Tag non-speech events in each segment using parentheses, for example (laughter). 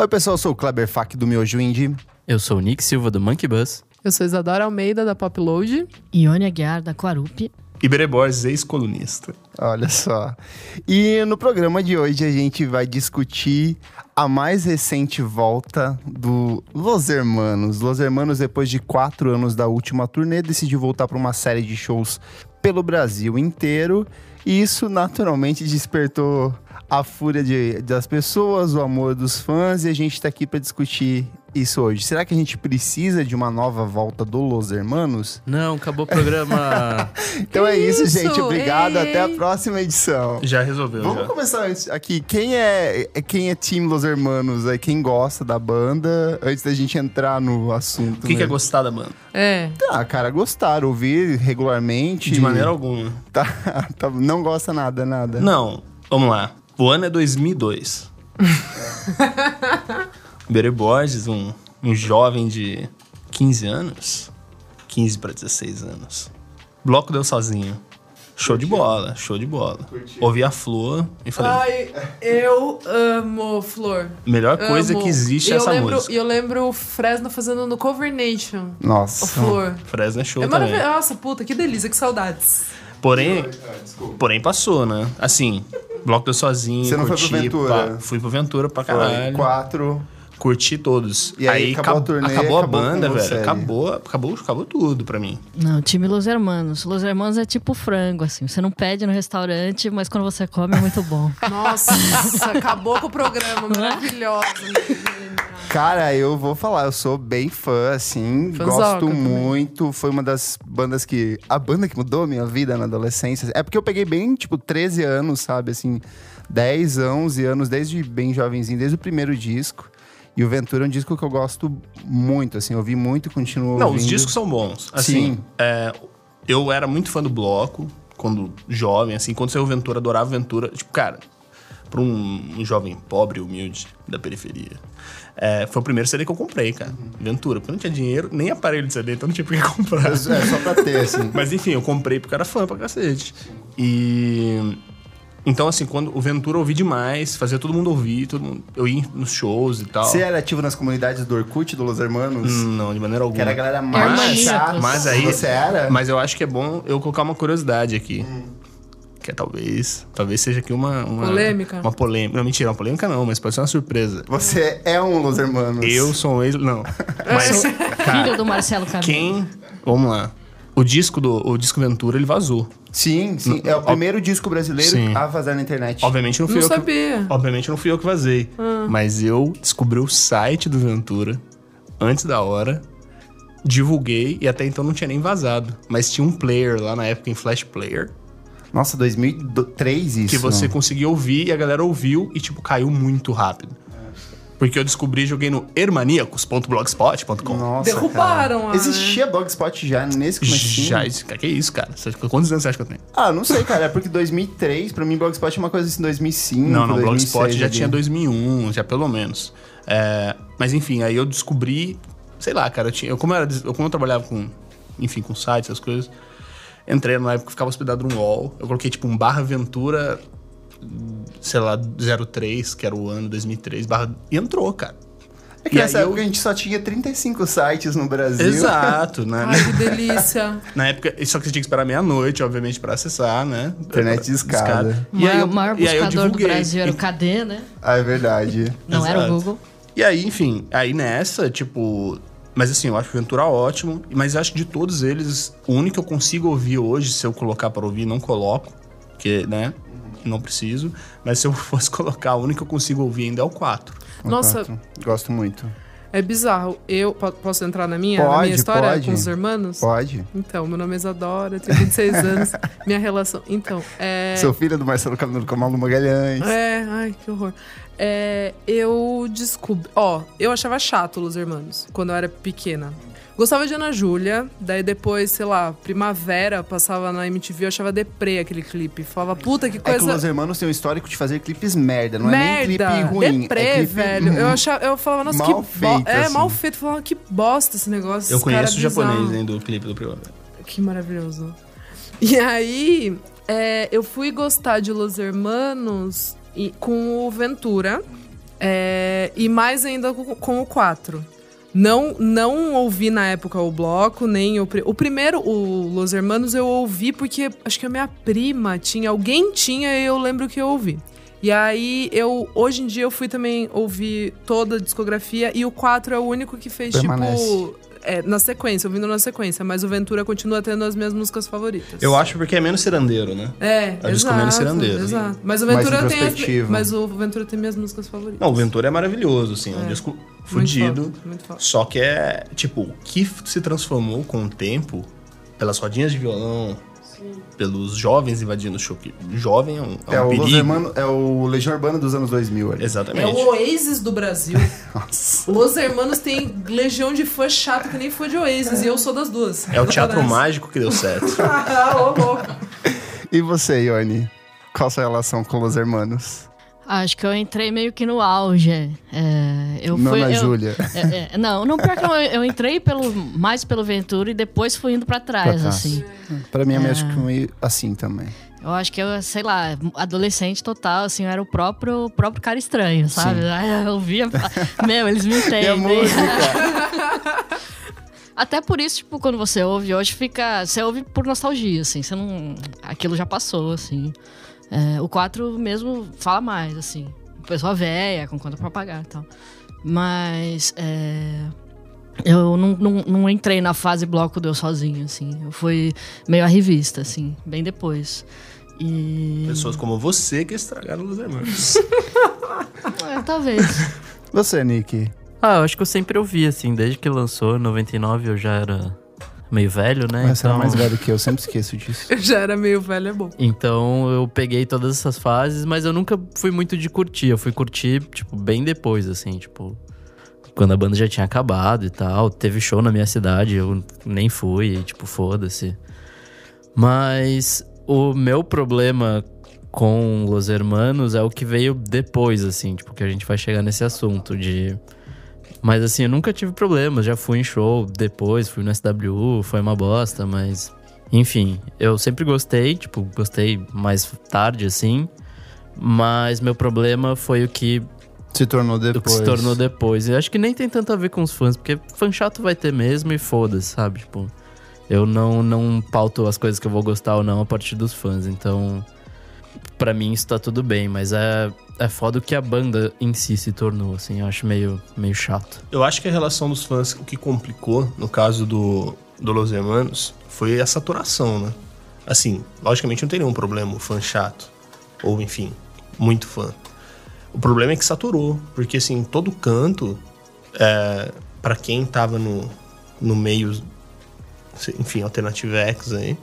Oi, pessoal, eu sou o Kleber Fak do Miojo Indie. Eu sou o Nick Silva do Monkey Bus. Eu sou Isadora Almeida, da Popload. Ione Aguiar, da Quarupi. Iberê Borges, ex-colunista. Olha só. E no programa de hoje a gente vai discutir a mais recente volta do Los Hermanos. Los Hermanos, depois de quatro anos da última turnê, decidiu voltar para uma série de shows pelo Brasil inteiro. E isso naturalmente despertou a fúria de- das pessoas, o amor dos fãs, e a gente tá aqui para discutir isso hoje. Será que a gente precisa de uma nova volta do Los Hermanos? Não, acabou o (laughs) programa. Então é isso, Isso, gente. Obrigado. ei. Até a próxima edição. Já resolveu, Vamos já. começar antes aqui. Quem é, é- quem é Team Los Hermanos? É quem gosta da banda? Antes da gente entrar no assunto. O que, que né? é gostada, mano? É. Ah, cara, gostar, ouvir regularmente. De maneira alguma. (laughs) Tá, tá- não gosta nada, nada. Não, vamos lá. O ano é 2002. Iberê Borges, um, um jovem de 15 anos. 15 para 16 anos. Bloco deu sozinho. Show de bola, show de bola. Ouvi a flor e falei, Ai, eu amo Flor. melhor coisa que existe e é essa eu lembro, música. E eu lembro o Fresno fazendo no Cover Nation. O Nossa. Flor. Fresno é show É Ah, também. maravilhoso. Nossa, puta, que delícia, que saudades. Porém, porém passou, né? Assim, Bloco deu sozinho. Você não foi curti, pro Ventura? pá, fui pro Ventura pra Foi caralho. Quatro. Curti todos. E aí acabou a acab- turnê, acabou a acabou com banda, você. velho. Acabou, acabou, acabou tudo pra mim. Não, time Los Hermanos. Los Hermanos é tipo frango, assim. Você não pede no restaurante, mas quando você come é muito bom. Nossa, acabou com o programa. é? Maravilhosa. Cara, eu vou falar, eu sou bem fã, assim, Fãzoca gosto também. muito. Foi uma das bandas que. A banda que mudou a minha vida na adolescência. É porque eu peguei bem, tipo, 13 anos, sabe? Assim, 10, 11 anos, desde bem jovenzinho, desde o primeiro disco. E o Ventura é um disco que eu gosto muito, assim, eu ouvi muito e continuo Não, ouvindo. os discos são bons. Assim, Sim. é, eu era muito fã do Bloco, quando jovem, assim. Quando saiu Ventura, adorava Ventura. Tipo, cara, pra um, um jovem pobre, humilde, da periferia. é, foi o primeiro CD que eu comprei, cara. Uhum. Ventura. Porque eu não tinha dinheiro, nem aparelho de CD, então não tinha por que (laughs) comprar. É só pra ter, (laughs) assim. Mas enfim, eu comprei porque eu era fã pra cacete. E. Então, assim, quando o Ventura eu ouvi demais, fazia todo mundo ouvir, todo mundo- eu ia nos shows e tal. Você era ativo nas comunidades do Orkut, do Los Hermanos? Não, de maneira alguma. Que era a galera mais Mas- chata. mas aí- Você era? Mas eu acho que é bom eu colocar uma curiosidade aqui. Que é talvez. Talvez seja aqui uma. uma- Polêmica? Uma polêmica. Não, mentira, uma polêmica não, mas pode ser uma surpresa. Você é um Los Hermanos. Eu sou um ex. (laughs) Não. Mas. Filho (laughs) (laughs) Cara, do Marcelo Camilo. quem. Vamos lá. O disco do. O disco Ventura, ele vazou. Sim, sim. É o primeiro disco brasileiro Hum. Sim. a vazar na internet. Obviamente não fui Não eu que- sabia. Obviamente não fui eu que vazei. Mas eu descobri o site do Ventura antes da hora, divulguei e até então não tinha nem vazado. Mas tinha um player lá na época em Flash Player Nossa, 2003 isso. que você conseguia ouvir e a galera ouviu e tipo caiu muito rápido. Porque eu descobri e joguei no hermaníacos.blogspot.com. Nossa, Derrubaram cara. lá, né? Existia Blogspot já nesse comecinho? Já, isso- cara, que é isso, cara? Você acha que- Quantos anos você acha que eu tenho? Ah, não sei, cara. É porque 2003, pra mim, Blogspot é uma coisa assim, 2005, Não, não, Blogspot 2006 já ali. tinha 2001, já pelo menos. É, mas enfim, aí eu descobri, sei lá, cara, eu, tinha, eu como eu era, des- eu, como eu trabalhava com, enfim, com sites, essas coisas, entrei numa época que ficava hospedado num wall, eu coloquei tipo um barra Ventura, sei lá, 03, que era o ano 2003, barra, e entrou, cara. É que E nessa aí eu- época a gente só tinha 35 sites no Brasil. Exato, né? Ai, que delícia. Na época, só que você tinha que esperar meia-noite, obviamente, pra acessar, né? Internet discada. O maior, o maior buscador do Brasil Então, era o Cadê, né? Ah, é verdade. Não era o Exato. Google. E aí, enfim, aí nessa, tipo. Mas assim, eu acho o Ventura ótimo, mas eu acho que de todos eles, o único que eu consigo ouvir hoje, se eu colocar pra ouvir, não coloco, porque, né? Não preciso. Mas se eu (laughs) fosse colocar, o único que eu consigo ouvir ainda é o 4. Nossa, Contato. Gosto muito. é bizarro. Eu po- posso entrar na minha, na Pode, minha história pode. com os hermanos? Pode? Então, meu nome é Isadora, tenho 26 anos. Minha relação. Então, é. Sou filha do Marcelo Camilo Camaldo Magalhães. É, ai, que horror. É, eu descobri. Ó, eu achava chato Los Hermanos quando eu era pequena. Gostava de Ana Júlia, daí depois, sei lá, Primavera passava na MTV, eu achava deprê aquele clipe. Falava, puta, que É que coisa. o Los Hermanos tem um histórico de fazer clipes merda, não é nem Merda, clipe ruim. deprê, é clipe... velho. Eu, achava, eu falava, nossa, Mal que bo... feito, É, assim. mal feito. Eu Falava, que bosta esse negócio. Eu esse cara é conheço o bizarro. japonês, hein, do clipe do Primavera. Que maravilhoso. E aí, é, eu fui gostar de Los Hermanos e- com o Ventura. é, e mais ainda com, com o 4. Não, não ouvi na época o bloco, nem o, pri- o primeiro, o Los Hermanos, eu ouvi porque acho que a minha prima tinha, alguém tinha e eu lembro que eu ouvi. E aí, eu hoje em dia eu fui também ouvir toda a discografia e o 4 é o único que fez Permanece. tipo. É, na sequência, ouvindo na sequência, mas o Ventura continua tendo as minhas músicas favoritas. Eu acho porque é menos cirandeiro, né? É, É o disco exato, menos cirandeiro. Exato. Mas o Mais Ventura tem as, introspectivo. mas o Ventura tem minhas músicas favoritas. Não, o Ventura é maravilhoso, assim, é um disco fudido. foda, muito foda. Só que é, tipo, o que se transformou com o tempo, pelas rodinhas de violão, pelos jovens invadindo o show. que Jovem é um, é É um o, Los perigo. Hermano- é o Legião Urbana dos anos 2000. ali. É Exatamente. o Oasis do Brasil. Los Hermanos tem legião de fã chato que nem fã de Oasis. E eu sou das duas. É o teatro mágico que deu certo. (laughs) Ah, ô, louco. E você, Ione? Qual a sua relação com Los Hermanos? Acho que eu entrei meio que no auge. É, eu Não fui, na eu- Júlia. É, é, não, não pior que eu, eu entrei pelo, mais pelo Ventura e depois fui indo pra trás, Pra trás. assim. (laughs) Pra mim é meio que meio assim também. Eu acho que eu, sei lá, adolescente total, assim, eu era o próprio, o próprio cara estranho, sabe? (laughs) Ai, Eu (laughs) via. Meu, eles me E a entendem. música? Até por isso, tipo, quando você ouve hoje, fica. Você ouve por nostalgia, assim. Você não. Aquilo já passou, assim. É, o 4 mesmo fala mais, assim. Pessoa velha, com conta pra pagar e tal. Mas. é, eu não, não, não entrei na fase bloco do eu sozinho, assim. Eu fui meio à revista, assim, bem depois. E. Pessoas como você que estragaram os irmãos. É, Ah, talvez. Você, Nick. Ah, eu acho que eu sempre ouvi, assim, desde que lançou, em 99 eu já era meio velho, né? Mas você Então. era mais velho que eu, sempre esqueço disso. Eu já era meio velho, é bom. Então eu peguei todas essas fases, mas eu nunca fui muito de curtir. Eu fui curtir, tipo, bem depois, assim, tipo. Quando a banda já tinha acabado e tal. Teve show na minha cidade, eu nem fui, e, tipo, foda-se. Mas o meu problema com Los Hermanos é o que veio depois, assim, tipo, que a gente vai chegar nesse assunto de. Mas assim, eu nunca tive problemas. Já fui em show depois, fui no SWU, foi uma bosta, mas. Enfim, eu sempre gostei, tipo, gostei mais tarde, assim. Mas meu problema foi o que, Se tornou o que depois. se tornou depois. Eu acho que nem tem tanto a ver com os fãs, porque fã chato vai ter mesmo e foda-se, sabe? Tipo, eu não, não pauto as coisas que eu vou gostar ou não a partir dos fãs. Então, pra mim isso tá tudo bem, mas é, é foda o que a banda em si se tornou, assim. Eu acho meio, meio chato. Eu acho que a relação dos fãs, o que complicou, no caso do, do Los Hermanos, foi a saturação, né? Assim, logicamente não tem nenhum problema o fã chato. Ou, enfim, muito fã. O problema é que saturou, porque, assim, todo canto, é, para quem tava no, no meio, enfim, Alternative X aí,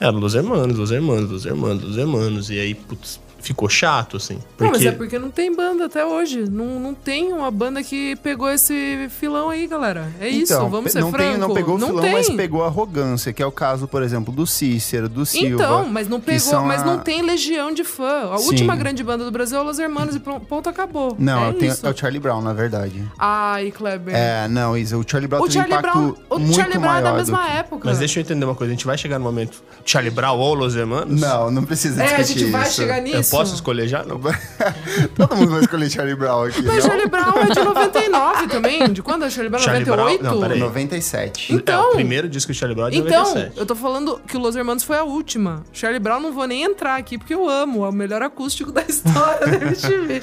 era Los Hermanos, Los Hermanos, Los Hermanos, Los Hermanos. E aí, putz, ficou chato, assim. Não, mas é porque não tem banda até hoje. Não, não tem uma banda que pegou esse filão aí, galera. É isso, Então, vamos pe- ser não franco. Tem, não pegou o filão, tem. mas pegou a arrogância, que é o caso, por exemplo, do Cícero, do Silva. Então, mas não pegou, são mas a- não tem legião de fã. A Sim. última grande banda do Brasil é o Los Hermanos e pron- ponto, acabou. Não, é eu tenho- isso. é o Charlie Brown, na verdade. Ai, Kleber. É, não, Isa, o Charlie Brown o tem um Charlie impacto Brown, o muito Charlie Brown é maior da do mesma que- época. Mas deixa eu entender uma coisa, a gente vai chegar no momento Charlie Brown ou Los Hermanos? Não, não precisa É, a discutir gente vai isso. chegar nisso. Eu posso escolher já? Não. (laughs) É, Todo mundo vai escolher Charlie Brown aqui, Mas não? Charlie Brown é de 99 também. De quando é Charlie Brown? Charlie Brown- 98? não, peraí. 97. Então- É, o primeiro disco de Charlie Brown é de Então, 97. eu tô falando que o Los Hermanos foi a última. Charlie Brown não vou nem entrar aqui porque eu amo, é o melhor acústico da (laughs) história da MTV.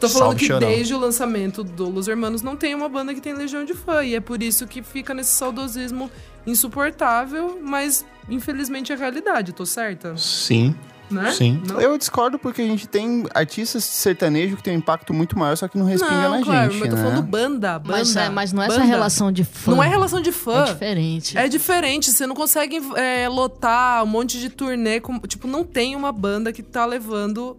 Tô falando Salve, que Chorão. desde o lançamento do Los Hermanos não tem uma banda que tem legião de fã e é por isso que fica nesse saudosismo insuportável, mas infelizmente é a realidade, tô certa, Sim, né? sim. Não? Eu discordo porque a gente tem artistas sertanejo que tem um impacto muito maior, só que não respinga não, na claro, gente, mas eu tô né? falando banda, banda. (laughs) mas, é- mas não é essa banda. relação de fã. Não é relação de fã. É diferente. É diferente, você não consegue é, lotar um monte de turnê. Com, tipo, não tem uma banda que tá levando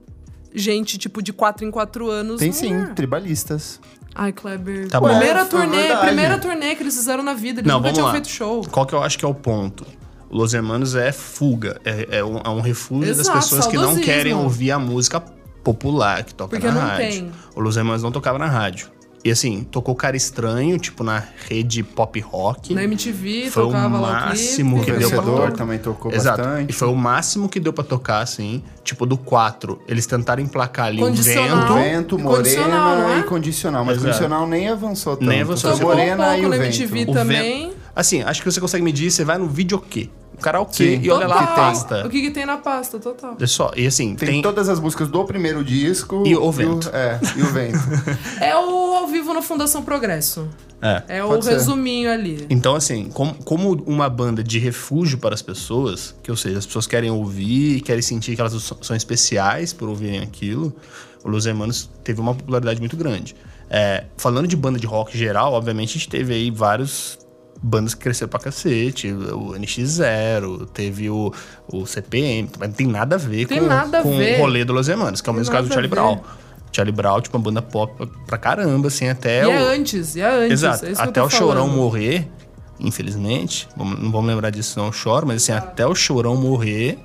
gente, tipo, de 4 em 4 anos. Tem no sim, lugar. tribalistas. Ai, Kleber. Tá bom. primeira É, foi turnê, verdade. primeira turnê que eles fizeram na vida. Eles Não, nunca vamos tinham lá. feito show. Qual que eu acho que é o ponto? O Los Hermanos é fuga, é, é um, é um refúgio das Exato, pessoas que não saudosismo. querem ouvir a música popular que toca Porque na não rádio. tem. O Los Hermanos não tocava na rádio. E assim, tocou cara estranho, tipo, na rede pop rock. Na MTV, Foi o tocava lá o máximo O que deu pra vencedor todo. também tocou Exato. E bastante. foi o máximo que deu pra tocar, assim. Tipo, do 4. Eles tentaram emplacar ali um Condicional. vento. Não. Vento, E condicional, Então, não morena é? e condicional. Mas Exato. condicional nem avançou tanto. Nem avançou. Foi Tocou Tocou um morena e pouco o na vento. MTV O também. Assim, acho que você consegue medir, você vai no videokê. Karaokê Sim. e olha lá a Total. pasta. O que, que tem na pasta, total. É só, e assim, Tem, tem. todas as músicas do primeiro disco. E o vento. é, e o vento. (laughs) É o ao vivo na Fundação Progresso. É. É o Pode ser. resuminho ali. Então, assim, com- como uma banda de refúgio para as pessoas, que ou seja, as pessoas querem ouvir, querem sentir que elas so- são especiais por ouvirem aquilo, o Los Hermanos teve uma popularidade muito grande. É, falando de banda de rock geral, obviamente a gente teve aí vários bandas que cresceram pra cacete, o NX Zero, teve o, o CPM, mas não tem nada a ver Tem com, nada a com ver. o rolê do Los Hermanos, que é o Tem mesmo caso do nada a Charlie ver. Brown. Charlie Brown, tipo, uma banda pop pra- pra caramba, assim, até e o... é antes, e é antes. Exato. é isso que eu até tô o Chorão falando. morrer, infelizmente, vamos- não vamos lembrar disso, não choro, mas assim, até o Chorão morrer,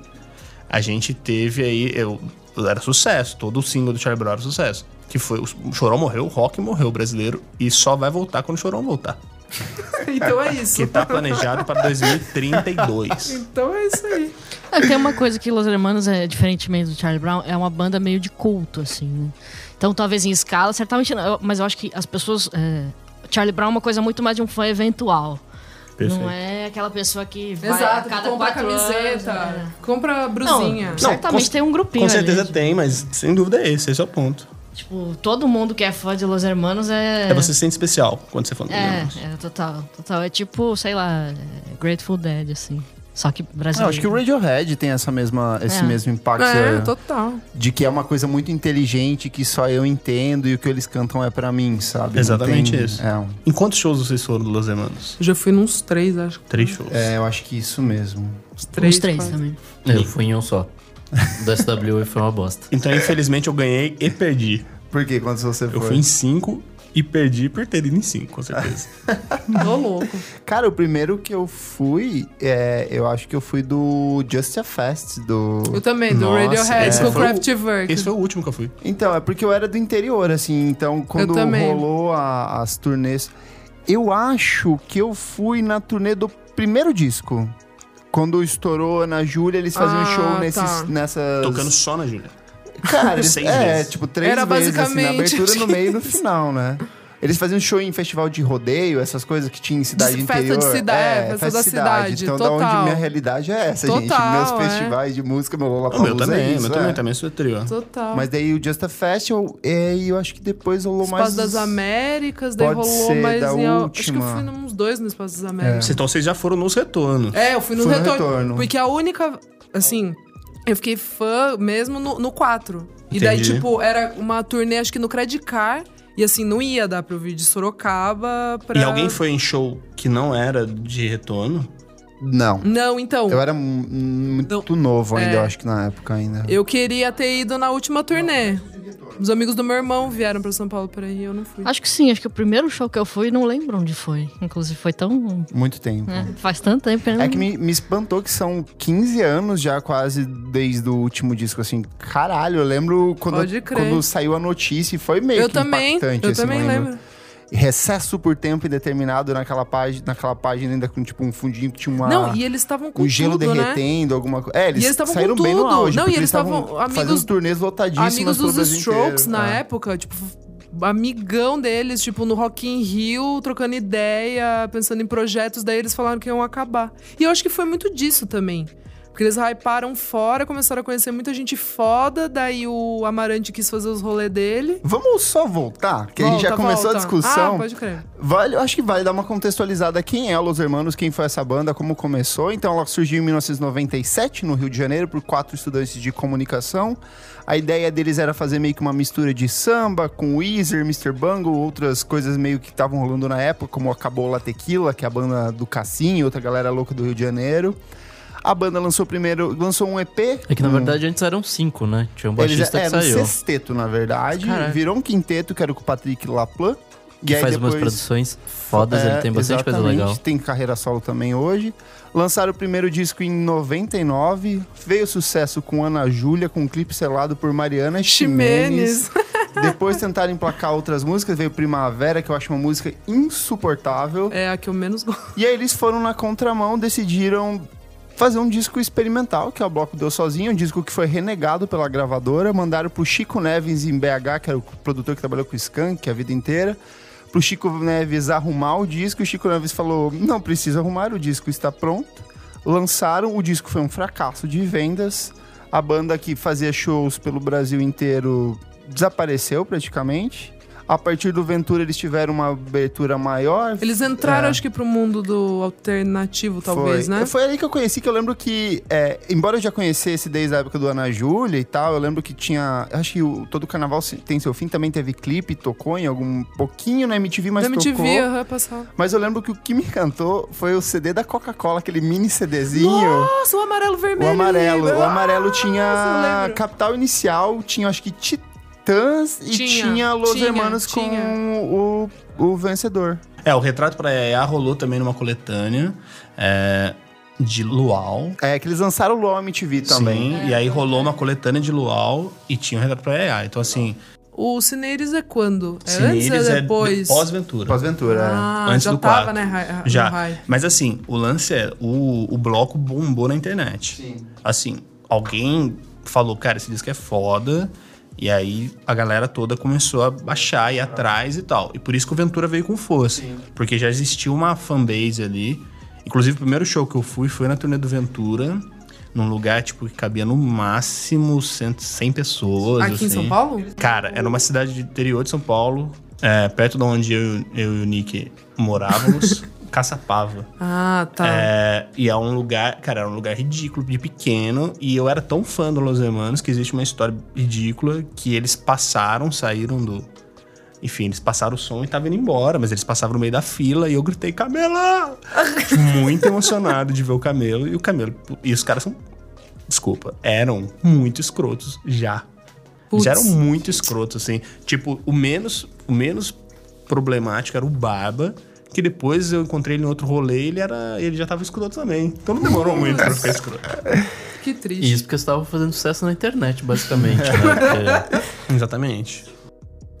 a gente teve aí. Eu, era sucesso, todo o single do Charlie Brown era sucesso. Que foi. O Chorão morreu, o rock morreu, o brasileiro, e só vai voltar quando o Chorão voltar. (laughs) Então é isso. Que tá planejado pra 2032. Então é isso aí. É, tem uma coisa que Los Hermanos é diferentemente do Charlie Brown, é uma banda meio de culto, assim, né? Então, talvez em escala, certamente não, eu- mas eu acho que as pessoas. é, Charlie Brown é uma coisa muito mais de um fã eventual. Não é aquela pessoa que vai Exato, a que cada compra quatro camiseta, anos, é. compra brusinha. Não, certamente com- tem um grupinho Com certeza ali, tem, mas sem dúvida é esse, esse é o ponto. Tipo, todo mundo que é fã de Los Hermanos é. É, você se sente especial quando você fala É, é, total, total. É tipo, sei lá, é Grateful Dead, assim. Só que Eu brasileiro. Ah, acho que o Radiohead É, tem essa mesma, esse É. mesmo impacto. É, é, total. De que é uma coisa muito inteligente que só eu entendo e o que eles cantam é pra mim, sabe? Não Exatamente tem- isso. É, um- Em quantos shows vocês foram do Los Hermanos? Eu já fui nos três, acho. Três shows. é, eu acho que isso mesmo. Os três. Os três né? quase. também. Eu fui em um só. (laughs) Do SW foi uma bosta. Então, infelizmente, eu ganhei e perdi. Por quê? Quando você foi? Eu fui em 5 e perdi por ter ido em 5, com certeza. Tô louco. Cara, o primeiro que eu fui, é, eu acho que eu fui do Just a Fest, do... Eu também, do Nossa, Radiohead esse com o foi o- Kraftwerk. (laughs) Esse foi o último que eu fui. Então, é porque eu era do interior, assim, então quando também. rolou a- as turnês... Eu acho que eu fui na turnê do primeiro disco. Quando estourou na Júlia, eles faziam Ah, show tá. nesses, nessas... Tocando só na Júlia. Cara, eles- Seis é, vezes. tipo, três Era vezes, assim, na basicamente abertura, no isso. (laughs) meio e no final, né? Eles faziam show em festival de rodeio, essas coisas que tinha em cidade De- festa de interior. É, cidade, festa da cidade, Então, da onde total. minha realidade é essa, gente. Total, Meus é. festivais de música, meu O Ah, Então, meu Lollapalooza é também, o isso, meu também, é. também sou trio. Total. Mas daí o Just a Fest, eu, é, e eu acho que depois rolou mais... Espaço das Américas, daí Pode rolou ser, mais da em. al- Acho que última. eu fui nos dois no Espaço das Américas. Então vocês já foram nos retornos. É, eu fui no, Fui no retorno, retorno. Porque a única. Assim, eu fiquei fã mesmo no, no 4. E daí, Entendi. tipo, era uma turnê, acho que no Credicar. E assim, não ia dar pra eu vir de Sorocaba pra. E alguém foi em show que não era de retorno? Não. Não, então. Eu era mu- muito novo ainda, É. eu acho que na época ainda. Eu queria ter ido na última turnê. Os amigos do meu irmão vieram pra São Paulo pra ir, eu não fui. Acho que sim, acho que o primeiro show que eu fui, não lembro onde foi. Inclusive, foi tão. Muito tempo. Uhum. né, faz tanto tempo. que eu É não- que me, me espantou que são 15 anos já quase desde o último disco, assim. Caralho, eu lembro quando, Pode crer. quando saiu a notícia e foi meio eu que também, impactante, eu assim, também lembro. lembro. Recesso por tempo indeterminado naquela página, naquela página ainda com tipo um fundinho que tinha uma... Não, e eles estavam com um gelo tudo, né? derretendo, alguma coisa. É, eles, E eles estavam com saíram bem no tudo. auge. Não, e porque eles estavam fazendo amigos- turnês lotadíssimas Amigos pelo dos Brasil Strokes inteiro. na É. época, tipo, f- amigão deles, tipo, no Rock in Rio, trocando ideia, pensando em projetos, daí eles falaram que iam acabar. E eu acho que foi muito disso também. Porque eles hyparam fora, começaram a conhecer muita gente foda, daí o Amarante quis fazer os rolê dele. Vamos só voltar, que a gente já Volta, começou volta. a discussão. Ah, pode crer. Vale, eu acho que vale dar uma contextualizada quem é Los Hermanos, quem foi essa banda, como começou. Então ela surgiu em 1997 no Rio de Janeiro por quatro estudantes de comunicação. A ideia deles era fazer meio que uma mistura de samba com Weezer, Mr. Bungle, outras coisas meio que estavam rolando na época, como Acabou La Tequila, que é a banda do Cassinho, outra galera louca do Rio de Janeiro. A banda lançou primeiro, lançou um EP. É que na um- verdade antes eram cinco, né? Tinha um eles baixista que eram um saiu. sexteto, na verdade. Caralho. Virou um quinteto, que era com o Patrick Laplan. E Que aí faz umas depois- produções fodas, ele é, tem bastante coisa exatamente, legal. Tem carreira solo também hoje. Lançaram o primeiro disco em 99. Veio sucesso com Ana Júlia, com um clipe selado por Mariana Ximenes. Ximenes. Depois tentaram emplacar outras músicas, veio Primavera, que eu acho uma música insuportável. É a que eu menos gosto. (laughs) E aí eles foram na contramão, decidiram fazer um disco experimental, que é o Bloco Deu Sozinho, um disco que foi renegado pela gravadora, mandaram pro Chico Neves em BH, que era o produtor que trabalhou com o Skank a vida inteira, pro Chico Neves arrumar o disco, o Chico Neves falou, não precisa arrumar, o disco está pronto. Lançaram, o disco foi um fracasso de vendas, a banda que fazia shows pelo Brasil inteiro desapareceu praticamente. A partir do Ventura eles tiveram uma abertura maior. Eles entraram, É. acho que, pro mundo do alternativo, talvez, foi. né? Foi ali que eu conheci, que eu lembro que, é, embora eu já conhecesse desde a época do Ana Júlia e tal, eu lembro que tinha. Acho que o, todo carnaval Se- tem seu fim, também teve clipe, tocou em algum pouquinho na MTV, mas da MTV, tocou. aham, passava. Mas eu lembro que o que me encantou foi o CD da Coca-Cola, aquele mini CDzinho. Nossa, o amarelo O vermelho. é amarelo. O lembra? amarelo eu tinha lembro. Capital Inicial, tinha acho que Titãs e Tinha, tinha Los tinha, Hermanos com tinha. o, o vencedor. É, o Retrato para Yaya rolou também numa coletânea é, de Luau. É, que eles lançaram o LOL MTV também. Sim, e aí rolou uma coletânea de Luau e tinha o Retrato para Yaya. Então, assim, O Cineires é quando? É Cineires antes ou é depois? pós-ventura. Pós-Ventura, é. Ah, Antes já do tava, quatro. né? Ra- no Já. raio. Mas assim, o lance é, o, o bloco bombou na internet. Sim. Assim, alguém falou, cara, esse disco é foda. E aí a galera toda começou a baixar e atrás e tal. E por isso que o Ventura veio com força. Porque já existia uma fanbase ali. Inclusive, o primeiro show que eu fui foi na turnê do Ventura. Num lugar, tipo, que cabia no máximo 100, 100 pessoas. Aqui em assim. São Paulo? Cara, era uma cidade do interior de São Paulo, é, perto de onde eu, eu e o Nick morávamos, Caçapava. Ah, tá. É, e é um lugar, cara, era um lugar ridículo, de pequeno, e eu era tão fã do Los Hermanos que existe uma história ridícula que eles passaram, saíram do... Enfim, eles passaram o som e tava indo embora, mas eles passavam no meio da fila e eu gritei, Camela! muito emocionado de ver o Camelo, e o Camelo... E os caras são... Desculpa, eram muito escrotos já. Putz. Já eram muito escrotos, assim. Tipo, o menos, o menos problemático era o Barba, que depois eu encontrei ele em outro rolê e ele, era, ele já tava escroto também. Então não demorou muito pra ficar escroto. Que triste. Isso porque você tava fazendo sucesso na internet, basicamente. né? (laughs) Porque- Exatamente.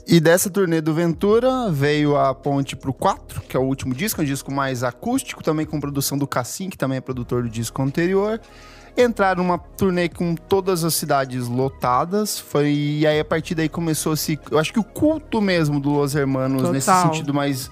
E dessa turnê do Ventura veio a Ponte pro 4, que é o último disco, é um disco mais acústico, também com produção do Cassim, que também é produtor do disco anterior. Entraram numa turnê com todas as cidades lotadas, foi e aí a partir daí começou-se, eu acho que o culto mesmo do Los Hermanos, Total. nesse sentido mais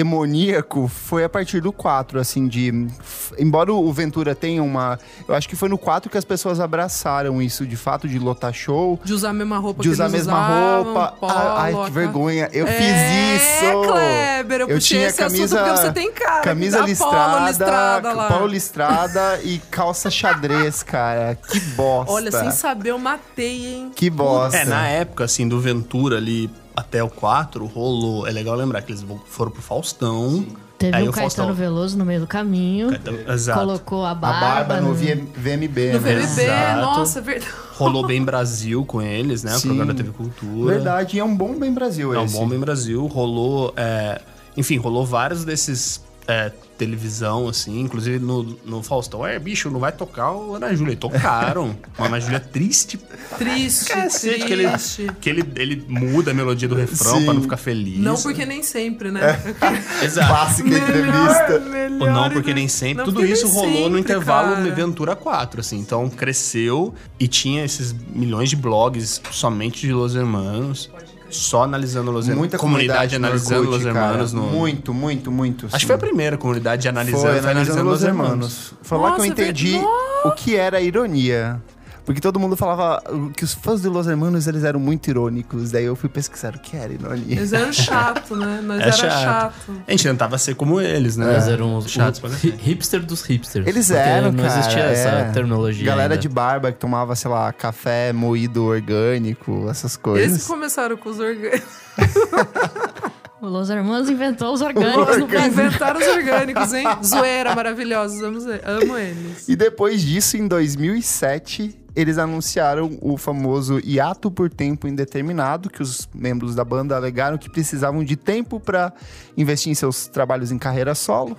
demoníaco, foi a partir do 4, assim, de... f- Embora o Ventura tenha uma... Eu acho que foi no 4 que as pessoas abraçaram isso, de fato, de lotar show, De usar a mesma roupa de que usar a eles mesma usavam, roupa. polo, Ah, ai, a- que vergonha. Eu é, fiz isso! Kleber, eu, Eu puxei tinha esse camisa- assunto porque você tem cara. Camisa da polo listrada, listrada lá. pau listrada e calça xadrez, cara. Que bosta. Olha, sem saber, eu matei, hein? Que bosta. É, na época, assim, do Ventura ali até o 4, rolou. É legal lembrar que eles vo- foram pro Faustão. Teve É, aí um o Faustão. Caetano Veloso no meio do caminho, Caetano- Exato. colocou a A barba, barba no no- VM VMB, No né? VBB, Exato. nossa, é verdade. Rolou Bem Brasil com eles, né? Sim. O programa da TV Cultura. Verdade, e é um bom bem Brasil É um esse. bom em Brasil. Rolou. é, enfim, rolou vários desses. é, televisão, assim, inclusive no, no Faustão. É, bicho, não vai tocar o Ana Júlia. (laughs) E tocaram. Uma Ana Júlia triste. (laughs) Triste, Cacete, que ele, triste. que ele, ele muda a melodia do refrão Sim. pra não ficar feliz. Não porque nem sempre, É. né? Exato. Clássica entrevista. O não né? porque nem sempre. Não Tudo porque isso nem rolou no sempre, intervalo cara. Ventura 4, assim. Então cresceu e tinha esses milhões de blogs somente de Los Hermanos. Só analisando Los Hermanos. Muita comunidade, no analisando Orkut, Los Hermanos cara. no, Muito, muito, muito. Acho sim. que foi a primeira comunidade de analisando, Foi, foi analisando Los Los Hermanos. Hermanos. Foi lá que eu Nossa, ver- entendi o que era a ironia. Porque todo mundo falava que os fãs de Los Hermanos, eles eram muito irônicos. Daí eu fui pesquisar o que era ironia. Eles eram chato, né? Nós É era chato. chato. A gente tentava ser como eles, né? Eles eram os chatos o- pra hi- caralho. hipster dos hipsters. É. Eles porque eram, Não cara. existia é. essa terminologia. Galera ainda. de barba que tomava, sei lá, café moído orgânico, essas Eles que coisas. começaram com os orgânicos. O Los Hermanos inventou os orgânicos no (laughs) Brasil. Inventaram os orgânicos, hein? Zoeira, maravilhosos. Amo, ze- amo eles. E depois disso, em 2007, eles anunciaram o famoso hiato por tempo indeterminado, que os membros da banda alegaram que precisavam de tempo para investir em seus trabalhos em carreira solo.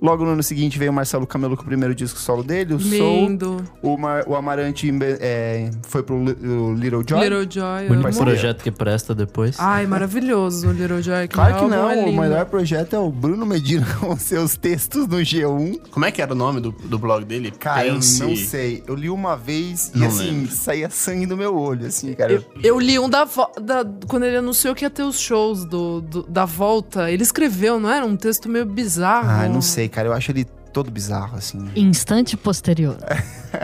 Logo no ano seguinte veio o Marcelo Camelo com o primeiro disco solo dele, o Soul. Lindo. O, Mar- o Amarante é, foi pro Li- o Little Joy. Little Joy. Muito eu amo. projeto que presta depois. Ah. Ai, maravilhoso o Little Joy. Claro que meu não, álbum é o lindo. melhor projeto é o Bruno Medina (laughs) com seus textos no G1. Como é que era o nome do, do blog dele? Cara, Pense- eu não sei. Eu li uma vez e Não assim, lembro. saía sangue do meu olho, assim, cara. Eu, eu li um da, vo- da- Quando ele anunciou que ia ter os shows do, do- da volta, ele escreveu, não era? Um texto meio bizarro. Ah, eu não sei, cara. Eu acho ele todo bizarro, assim. Instante posterior.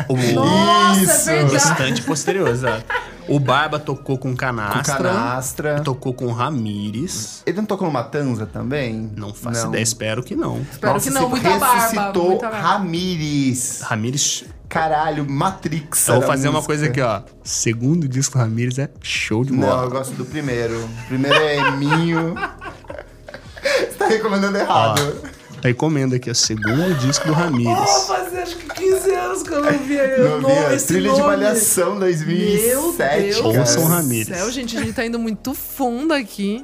O Nossa, Isso. é verdade. instante posterior, exato. O Barba tocou com o Com Canastra. canastra. Tocou com o Ramires. Ele não tocou no Matanza também? Não faço ideia, espero que não. Espero que você não, muita barba, ressuscitou muita barba. Ramires. Ramires. Caralho, Matrix. Eu vou era a fazer uma música. coisa aqui, ó. Segundo disco do Ramires é show de Não, eu bola. gosto do primeiro. O primeiro é (laughs) Minho. Você tá recomendando errado. Recomendo Tá aqui, ó. Segundo disco do Oh, Ramires. fazia acho que 15 anos que eu não via Não, eu não, via. esse Trilha de nome. Malhação 2007. Meu cara. Ouçam Deus Ramírez. do céu, gente, a gente tá indo muito fundo aqui.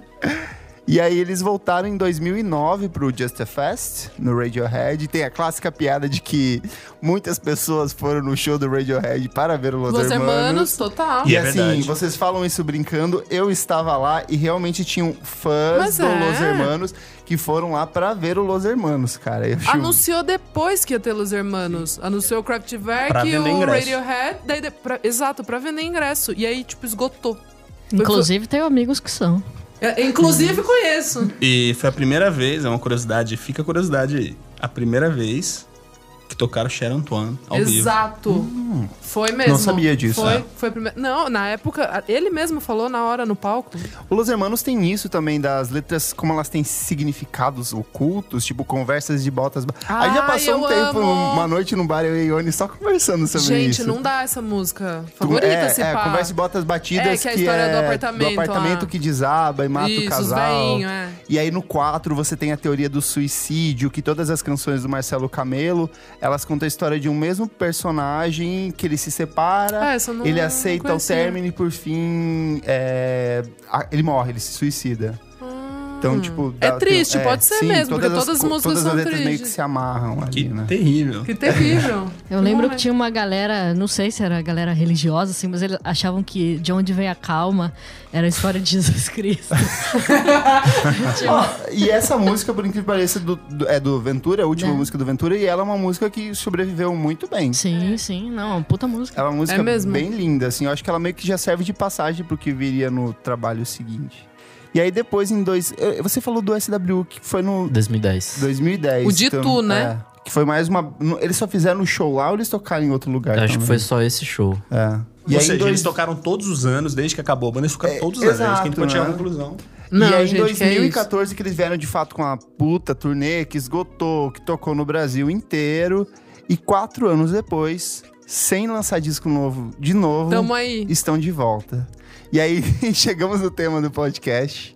E aí eles voltaram em 2009 pro Just a Fest, no Radiohead. Tem a clássica piada de que muitas pessoas foram no show do Radiohead para ver o Los, Los Hermanos. Hermanos, total. E É assim, verdade. vocês falam isso brincando, eu estava lá e realmente tinham fãs Mas do é. Los Hermanos que foram lá para ver o Los Hermanos, cara. Eu Ah, acho- Anunciou depois que ia ter Los Hermanos. Anunciou o Pra Kraftwerk e vender o ingresso. Radiohead. Daí de- pra- exato, pra vender ingresso. E aí, tipo, esgotou. Inclusive, tenho amigos que são. É, inclusive, conheço. E foi a primeira vez, é uma curiosidade, fica a curiosidade aí. A primeira vez que tocaram Sharon Antoine ao vivo. exato. Foi mesmo. Hum. Não sabia disso. Foi, É. foi a primeira- Não, na época, a- ele mesmo falou na hora no palco. O Los Hermanos tem isso também, das letras, como elas têm significados ocultos, tipo conversas de botas. aí já Ai, passou um eu tempo, amo. uma noite num bar, eu e a Ione só conversando sobre gente, isso. não dá essa música favorita, é, se é, pá. conversa de botas batidas É, que é a história do apartamento do apartamento lá. que desaba e mata Isso, o os casal. veinho, é. E aí no 4 você tem a teoria do suicídio, que todas as canções do Marcelo Camelo, elas contam a história de um mesmo personagem que ele se separa, Ah, essa eu não- ele não aceita o conhecia. término e por fim é, a- ele morre, ele se suicida. Então, tipo, É dá- triste, é, pode ser sim, mesmo, porque todas as co- músicas todas são as letras meio que tristes. se amarram ali, Que né? terrível. Que né? terrível. (laughs) Eu lembro que Não, tinha uma galera, não sei se era galera religiosa, assim, mas eles achavam que de onde vem a calma era a história de (laughs) Jesus Cristo. Ó, (laughs) e essa música, por incrível que pareça, do- do- é do Ventura, a última Né? música do Ventura, e ela é uma música que sobreviveu muito bem. sim, sim, não, puta música. Ela é uma música É mesmo? bem linda, assim. Eu acho que ela meio que já serve de passagem pro que viria no trabalho seguinte. E aí depois, em dois. eh, Você falou do SW, que foi no 2010. 2010. O de Tu, né? é, que foi mais uma. no- Eles só fizeram o show lá ou eles tocaram em outro lugar? Acho que também? foi só esse show. É. E aí, Ou em seja, dois- É, eles tocaram todos os anos, desde que acabou a banda, eles tocaram todos os anos. exato, Acho que a gente pode chegar à né? conclusão. e aí, em gente, que é isso. 2014, que eles vieram de fato com a puta turnê que esgotou, que tocou no Brasil inteiro. E quatro anos depois, sem lançar disco novo de novo, Tamo aí. estão de volta. E aí, (laughs) chegamos no tema do podcast.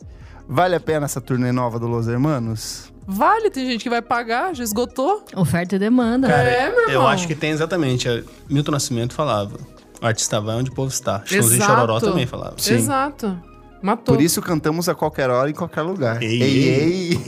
Vale a pena essa turnê nova do Los Hermanos? Vale, tem gente que vai pagar, já esgotou. Oferta e demanda. Cara, É, meu Eu irmão. acho que tem exatamente. é, Milton Nascimento falava. O artista vai onde o povo está. Chãozinho Exato. Chororó também falava. Sim. Exato. Matou. Por isso cantamos a qualquer hora, em qualquer lugar. Ei, ei.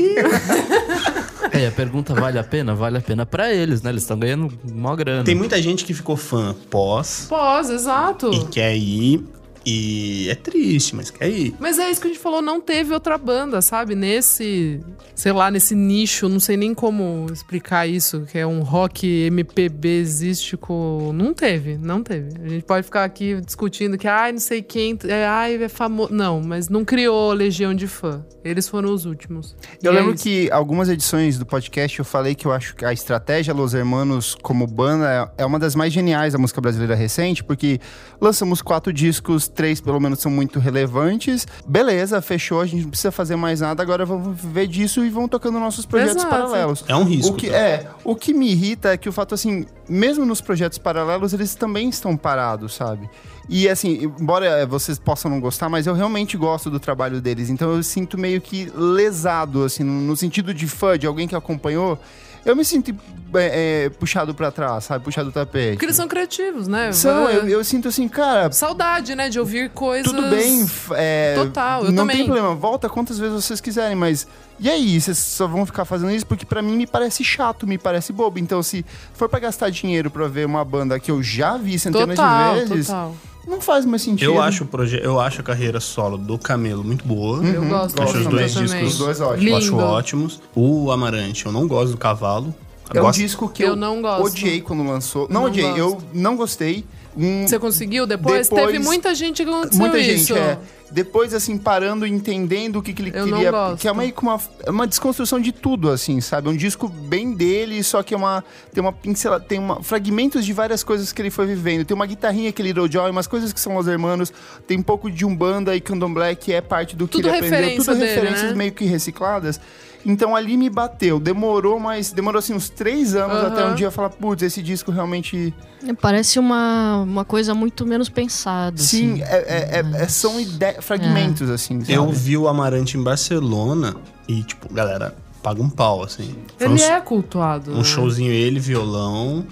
É, a pergunta vale a pena? Vale a pena pra eles, né? Eles estão ganhando mó grana. Tem muita gente que ficou fã pós Pós, exato. e quer ir. E é triste, mas quer ir. Mas é isso que a gente falou, não teve outra banda, sabe? Nesse, sei lá, nesse nicho, não sei nem como explicar isso, que é um rock MPB zístico. Não teve, não teve. A gente pode ficar aqui discutindo que, ai, não sei quem, é, ai, é famoso. Não, mas não criou legião de fã. Eles foram os últimos. Eu E é lembro isso. que algumas edições do podcast eu falei que eu acho que a estratégia Los Hermanos como banda é é uma das mais geniais da música brasileira recente, porque lançamos quatro discos, três pelo menos são muito relevantes. Beleza, fechou, a gente não precisa fazer mais nada, agora vamos viver disso e vão tocando nossos projetos Exato. paralelos. É um risco. O que, tá? é, o que me irrita é que o fato, assim, mesmo nos projetos paralelos, eles também estão parados, sabe? E, assim, embora eh, vocês possam não gostar, mas eu realmente gosto do trabalho deles. Então eu sinto meio que lesado, assim, no no sentido de fã, de alguém que acompanhou. Eu me sinto é, é, puxado pra trás, sabe? Puxado do tapete. Porque eles são criativos, né? São, Ah, eu, eu sinto assim, cara, Saudade, né? De ouvir coisas. tudo bem. f- é, Total, eu não também. tem problema, volta quantas vezes vocês quiserem, mas. E aí, vocês só vão ficar fazendo isso? Porque pra mim me parece chato, me parece bobo. Então, se for pra gastar dinheiro pra ver uma banda que eu já vi centenas Total, de vezes, total. não faz mais sentido. Eu acho, o proje- eu acho a carreira solo do Camelo muito boa. Eu gosto Acho também. Uhum. os dois também. discos- Os dois ótimos. Eu acho Lindo. ótimos. O Amarante, eu não gosto do cavalo. É um gosto- disco que eu, Eu não gosto. odiei quando lançou. Não, Não odiei, gosto. eu não gostei. Um, Você conseguiu depois? Depois- Teve muita gente que aconteceu muita gente, isso. é. Depois, assim, parando, entendendo o que, que ele Eu não queria. gosto. Que é meio que uma, é uma desconstrução de tudo, assim, sabe? Um disco bem dele, só que é uma, tem uma pincela, tem uma, fragmentos de várias coisas que ele foi vivendo. Tem uma guitarrinha que ele deu joy, umas coisas que são os hermanos. Tem um pouco de Umbanda e Candomblé, que é parte do que Tudo ele aprendeu. referência tudo dele, referências né? meio que recicladas. Então ali me bateu. Demorou, mas demorou assim uns três anos Aham. até um dia eu falar, putz, esse disco realmente. É, Parece uma, uma coisa muito menos pensada. Sim, assim. é- é- é- é- são ide- fragmentos, assim. sabe? Eu vi o Amarante em Barcelona e, tipo, galera, paga um pau, assim. Foi um, Ele é cultuado. um né? showzinho ele, violão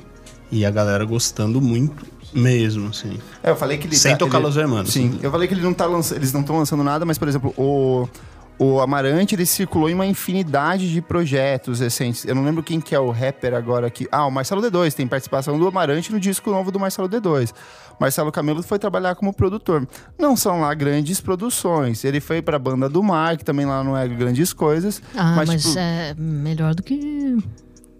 e a galera gostando muito mesmo, assim. É, eu falei que ele Sem tá- tocar ele- Los Hermanos. né? Sim, eu falei que ele não tá lança- eles não estão lançando nada, mas, por exemplo, o, o Amarante, ele circulou em uma infinidade de projetos recentes. Eu não lembro quem que é o rapper agora aqui. Ah, o Marcelo D2, tem participação do Amarante no disco novo do Marcelo D2. Marcelo Camelo foi trabalhar como produtor. Não são lá grandes produções. Ele foi pra banda do Mar, que também lá não é grandes coisas. Ah, mas, mas, tipo, é melhor do que.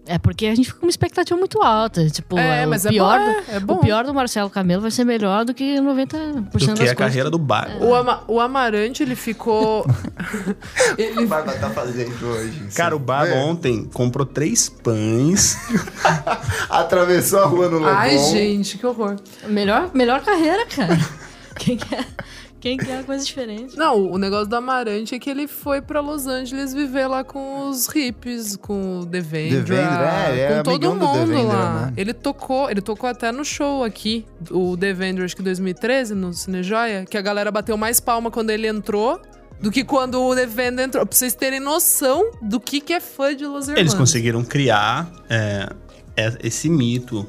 É porque a gente fica com uma expectativa muito alta. Tipo, É, é, o, mas é pior bom, do, é, é bom. o pior do Marcelo Camelo vai ser melhor do que 90% Do que a das coisas. carreira do bar. O, Ama- o Amarante, (laughs) ele ficou. ele Barba tá fazendo hoje. Cara, o Barba um- É. ontem comprou três pães. Atravessou a rua no Leblon. Ai, gente, que horror. Melhor, melhor carreira, cara. (laughs) quem, quer, quem quer uma coisa diferente? Não, o negócio do Amarante é que ele foi pra Los Angeles viver lá com os hippies, com o Devendra, Devendra, é, ele é com todo amigão do mundo Devendra, lá. né? Ele tocou, ele tocou até no show aqui, o Devendra, acho que 2013, no Cinejoia, que a galera bateu mais palma quando ele entrou do que quando o Devendra entrou. Pra vocês terem noção do que, que é fã de Los Hermanos. Eles conseguiram criar é, é- esse mito.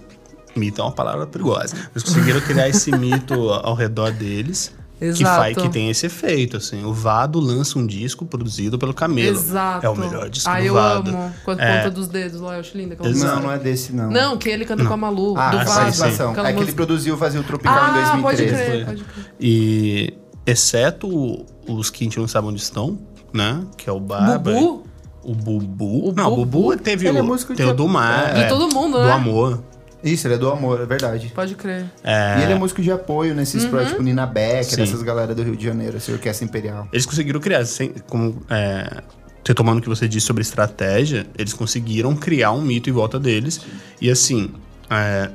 Mito é uma palavra perigosa. Eles conseguiram (laughs) criar esse mito ao redor deles. Que, faz, Exato. que tem esse efeito, assim. O Vado lança um disco produzido pelo Camelo. Exato. É o melhor disco Ah, do eu Vado. amo. Com a É. ponta dos dedos lá, eu acho linda aquela Exato. Não, música. não é desse, não. Não, que ele canta com a Malu, Ah, do a Vado. participação. participação. Aquela É que ele música- produziu Vazio Tropical em Ah, 2013. pode crer, Foi. pode crer. E exceto os que a gente não sabe onde estão, né? Que é o Barba. Bubu? O Bubu. O não, o Bubu Bubu? teve Ele o, é músico de- tem o do Mar. De é, todo mundo, do né? Amor. Isso, ele é do amor, é verdade. Pode crer. E ele é músico de apoio nesses Uhum. projetos, tipo Nina Becker, Sim. essas galera do Rio de Janeiro, essa orquestra imperial. Eles conseguiram criar, sem, como é, retomando o que você disse sobre estratégia, eles conseguiram criar um mito em volta deles. E assim, é,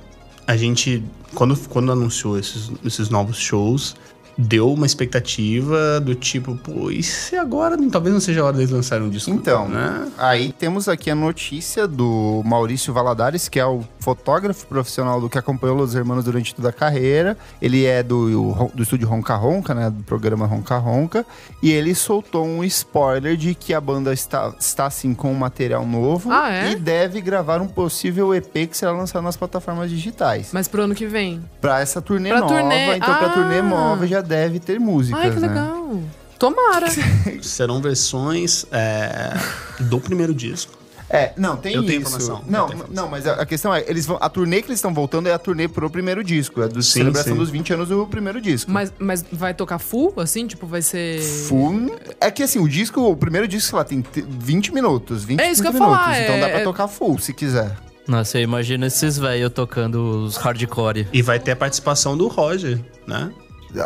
a gente, quando, quando anunciou esses, esses novos shows, deu uma expectativa do tipo, pô, e se agora talvez não seja a hora deles lançarem um disco? Então, né? Aí temos aqui a notícia do Maurício Valadares, que é o fotógrafo profissional do que acompanhou Los Hermanos durante toda a carreira. Ele é do, do estúdio Ronca Ronca, né? Do programa Ronca Ronca. E ele soltou um spoiler de que a banda está, está assim, com um material novo. Ah, é? E deve gravar um possível EP que será lançado nas plataformas digitais. Mas pro ano que vem. Pra essa turnê Pra nova. turnê, Então, pra ah. turnê nova já deve ter músicas, Ai, que né? legal. Tomara. (laughs) Serão versões é, do primeiro disco. É, não, tem Eu isso. tenho informação, eu Não, tenho informação. não, mas a, a questão é, eles vão, a turnê que eles estão voltando é a turnê pro primeiro disco, é do Sim, celebração sim. dos 20 anos do primeiro disco. Mas, mas vai tocar full, assim? Tipo, vai ser... Fun- É que assim, o disco, o primeiro disco, sei lá, tem t- 20 minutos, 20 É isso que eu ia minutos, falar, então é- dá pra é- tocar full, se quiser. Nossa, eu imagino esses velhos tocando os hardcore. E vai ter a participação do Roger, né?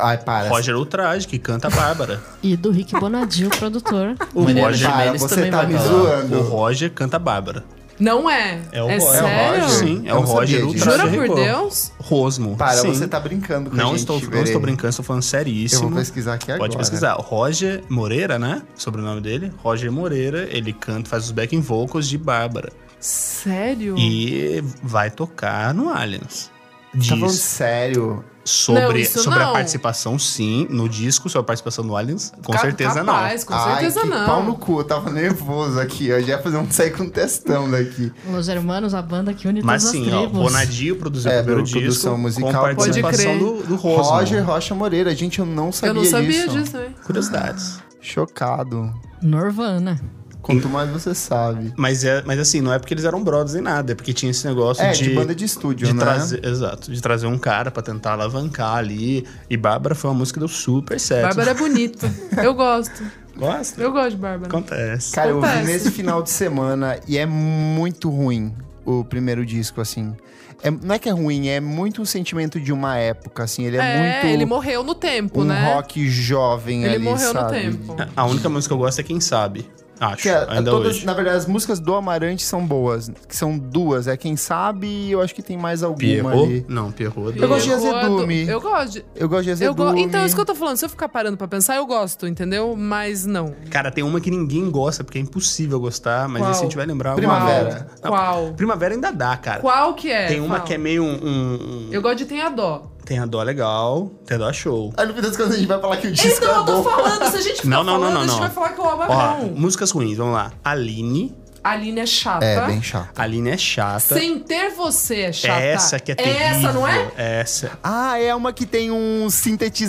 Ai, para. Roger Ultraje, que canta a Bárbara. E do Rick Bonadil, (laughs) produtor. O Mariana Roger, é, para, Jimenez você também tá vai me tá lá. o zoando. Roger canta a Bárbara. Não é. É o Roger. sério? Sim, é Eu o não sabia Roger disso. Ultra. Jura Traje por Record. Deus? Rosmo. Para, sim. você tá brincando com a não gente. estou, não Verê. estou brincando, estou falando Eu seríssimo. vou pesquisar aqui agora. Pode pesquisar. Roger Moreira, né? Sobrenome dele. Roger Moreira, ele canta, faz os backing vocals de Bárbara. Sério? E vai tocar no Aliens. Hum. Tá falando diz sério. Não, sobre, isso sobre a não. participação, sim, no disco, sobre a participação do Aliens. Com Ca- certeza capaz, Com certeza Ai, que não. pau no cu, eu tava nervoso aqui. Eu já ia fazer um (laughs) sair com um testão daqui. Los Hermanos, a banda que une não. Mas todas sim, as ó, tribos. Bonadio produziu É, o primeiro produção disco musical. com Pode participação crer. do, do Rosman. Roger Rocha Moreira, gente, eu não sabia Eu não disso. sabia disso, hein? Curiosidades. Chocado. Norvana. Quanto mais você sabe. Mas, é, mas assim, não é porque eles eram brothers nem nada, é porque tinha esse negócio É, de... de, banda de estúdio, de né? trazer, exato, de trazer um cara pra tentar alavancar ali. E Bárbara foi uma música que deu super certo. Bárbara é (laughs) bonita. Eu gosto. Gosta? Eu gosto de Bárbara. Acontece. Cara, eu vi Acontece. nesse final de semana e é muito ruim o primeiro disco, assim. É- não é que é ruim, é muito um sentimento de uma época, assim. Ele é, muito ele morreu no tempo, um né? rock jovem Ele ali, morreu sabe? no tempo. A única música que eu gosto é Quem Sabe. Acho, Que a- a ainda todas- hoje. na verdade, as músicas do Amarante são boas, que são duas. É quem sabe e eu acho que tem mais alguma Pierrot? ali. Não, Pierrot. Eu gosto de Pierrot é do- Azedume. Eu gosto de... Eu gosto de Azedume. Eu go... Então, isso que eu tô falando. Se eu ficar parando pra pensar, eu gosto, entendeu? Mas não. Cara, tem uma que ninguém gosta, porque é impossível gostar, mas Qual? aí se a gente vai lembrar... alguma Primavera. vez. Não, Qual? Primavera ainda dá, cara. Qual que é? Tá. Tem uma Qual? que é meio um... um- um- Eu gosto de Tem a Dó. Tem a dó legal, tem a dó show. Aí no final das contas a gente vai falar que o disco Então, eu é tô bom. falando. Se a gente ficar Não, não, não, falando, não, a gente não. vai falar que o álbum é Ó, bom. músicas ruins, vamos lá. Aline. Aline é chata. É, bem chato. Aline é chata. Sem ter você é chata. É essa que é terrível. Essa, não é? Essa. Ah, é uma que tem um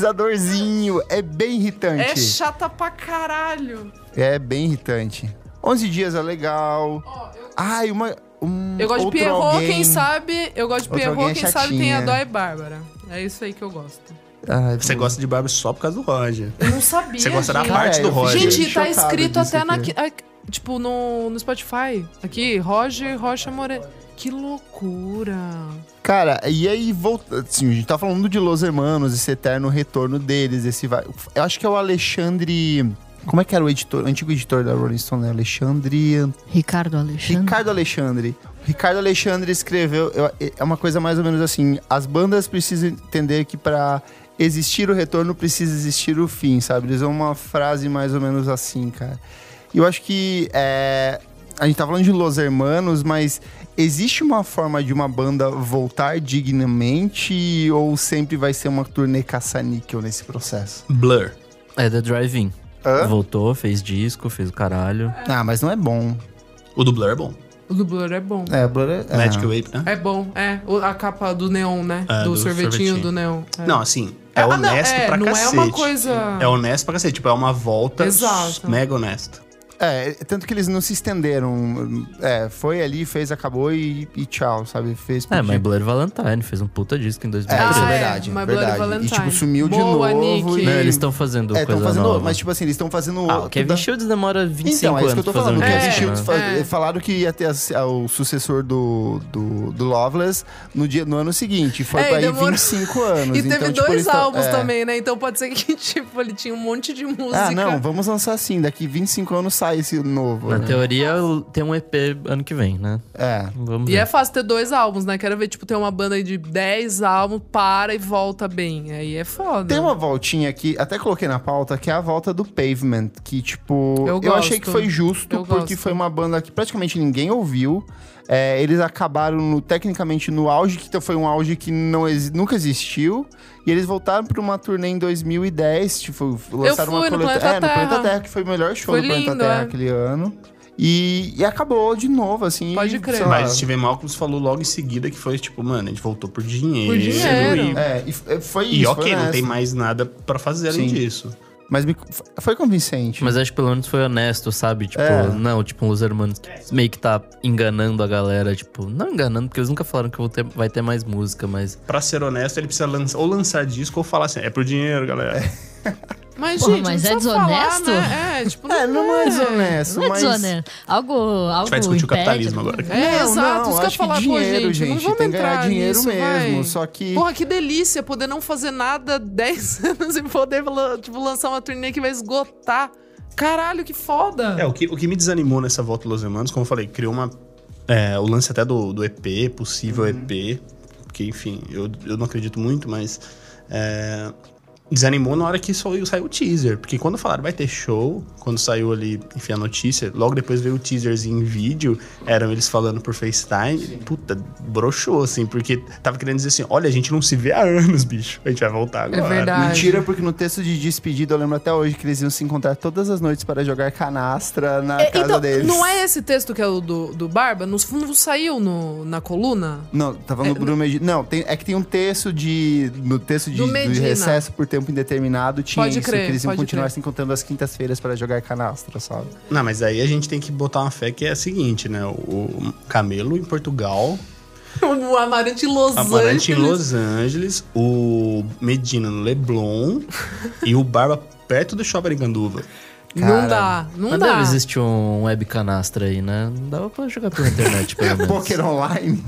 sintetizadorzinho. É bem irritante. É chata pra caralho. É bem irritante. 11 dias é legal. Ai, uma. Um, Eu gosto de outro Pierrot, alguém. quem sabe. Eu gosto de Outro Pierrot, alguém é quem sabe tem a chatinha. Dó e Bárbara. É isso aí que eu gosto. Ai, Você gosta de Barbie só por causa do Roger. Eu não sabia. Você gosta da gente. parte do eu fiquei Roger. Gente, tá É, chocado escrito disso até na. aqui. a- Tipo, no, no Spotify. Aqui, Roger Rocha Moreira. Que loucura. Cara, e aí volta. Assim, a gente tá falando de Los Hermanos, esse eterno retorno deles, esse vai. Eu acho que é o Alexandre. Como é que era o editor, o antigo editor da Rolling Stone, né? Alexandre Ricardo Alexandre. Ricardo Alexandre. Ricardo Alexandre escreveu, eu- é uma coisa mais ou menos assim, as bandas precisam entender que para existir o retorno precisa existir o fim, sabe? Eles vão uma frase mais ou menos assim, cara. E eu acho que é, a gente tá falando de Los Hermanos, mas existe uma forma de uma banda voltar dignamente ou sempre vai ser uma turnê caça-níquel nesse processo? Blur. É The Drive-In. Hã? Voltou, fez disco, fez o caralho. Ah, mas não é bom. O do Blur é bom. O dublor é bom. É, Blur é... Magic Wave, né? É bom, é. O- A capa do neon, né? É, do, do sorvetinho, sorvetinho. do neon. É. Não, assim, Ah, é não, honesto é, pra não é cacete. uma coisa- É honesto pra cacete. Tipo, é uma volta Exato. mega honesta. É, tanto que eles não se estenderam. É, foi ali, fez, acabou e, e tchau, sabe? Fez É, porque- mas Blair Valentine fez um puta disco em É, 2013. isso é Ah, é, verdade. My Bloody verdade. E Valentine. tipo, sumiu Boa, de novo. Nick. e- Não, eles estão fazendo É, coisa estão fazendo, nova. mas tipo assim, eles estão fazendo ah, o outro Kevin da- Shields demora 25 Então, é isso que eu anos tô pra fazer falando. um O Kevin disco, disco, Shields né? fa- É. falaram que ia ter a- a- o sucessor do, do, do Loveless no, dia, no ano seguinte. Foi É, e pra aí demorou. 25 anos. (laughs) E teve então, tipo, dois eles tão- álbuns é. também, né? Então pode ser que, (laughs) tipo, ele tinha um monte de música. Ah, não, vamos lançar assim. Daqui 25 anos sai esse novo. Na né? teoria, tem um EP ano que vem, né? É. Vamos E ver. é fácil ter dois álbuns, né? Quero ver, tipo, ter uma banda aí de 10 álbuns, para e volta bem. Aí é foda. Tem uma voltinha aqui, até coloquei na pauta, que é a volta do Pavement, que tipo, eu, Eu achei gosto. que foi justo, Eu porque gosto. foi uma banda que praticamente ninguém ouviu. É, eles acabaram no- tecnicamente no auge, que foi um auge que não exi- nunca existiu. E eles voltaram pra uma turnê em 2010, tipo, lançaram fui uma no coleta- Planeta é, no Planeta Terra. Terra, que foi o melhor show Foi do Planeta lindo, Terra é. aquele ano. E, e acabou de novo, assim. Pode e, crer. sei lá, Mas tipo, Steven Malcolm falou logo em seguida que foi tipo, mano, a gente voltou por dinheiro. Por dinheiro. É, e f- foi E, isso. e foi ok, não nessa. tem mais nada pra fazer além Sim. disso. Mas me- foi convincente. Mas acho que pelo menos foi honesto, sabe? Tipo, É. não, tipo, um Los Hermanos que meio que tá enganando a galera. Tipo, não enganando, porque eles nunca falaram que vão ter- vai ter mais música, mas. Pra ser honesto, ele precisa lançar, ou lançar disco ou falar assim, é por dinheiro, galera. Mas, Porra, gente, mas não é precisa falar, desonesto? né? É, tipo, não É, não é desonesto, Não é mas... desonesto. Algo, algo A gente vai discutir o impede- capitalismo agora. É, exato, isso que eu ia acho falar, pô, dinheiro, gente, não vamos tem que ganhar entrar dinheiro nisso, mesmo. vai. Só que. Porra, que delícia poder não fazer nada 10 (laughs) anos e poder, la- tipo, lançar uma turnê que vai esgotar. Caralho, que foda. É, o que, o que me desanimou nessa volta dos Hermanos, como eu falei, criou uma. é, o lance até do, do EP, possível EP, que enfim, eu, eu não acredito muito, mas. é, desanimou na hora que só- saiu o teaser. Porque quando falaram vai ter show, quando saiu ali, enfim, a notícia, logo depois veio o teaserzinho em vídeo, eram eles falando por FaceTime. Puta, broxou, assim, porque tava querendo dizer assim: olha, a gente não se vê há anos, bicho. A gente vai voltar agora. verdade. Mentira, porque no texto de despedida eu lembro até hoje que eles iam se encontrar todas as noites para jogar canastra na É, casa então, deles. não é esse texto que é o do, do Barba? Não, não saiu no- na coluna? (laughs) Não, tava no Bruno Medina. Não, tem- é que tem um texto de. No texto de, Do do Medina. recesso por tempo indeterminado, tinha Pode isso, crer, que eles iam pode continuar crer. se encontrando às quintas-feiras para jogar canastra, sabe? Não, mas aí a gente tem que botar uma fé que é a seguinte, né? O- O Camelo em Portugal, O Amarante em Los Amarante em Angeles. Los Angeles, o Medina no Leblon e o Barba perto do Shopping Ganduva. Cara, Não dá, não Mas dá. deve existir um web canastra aí, né? Não dava pra jogar pela (laughs) internet, pelo menos. Poker (laughs) online.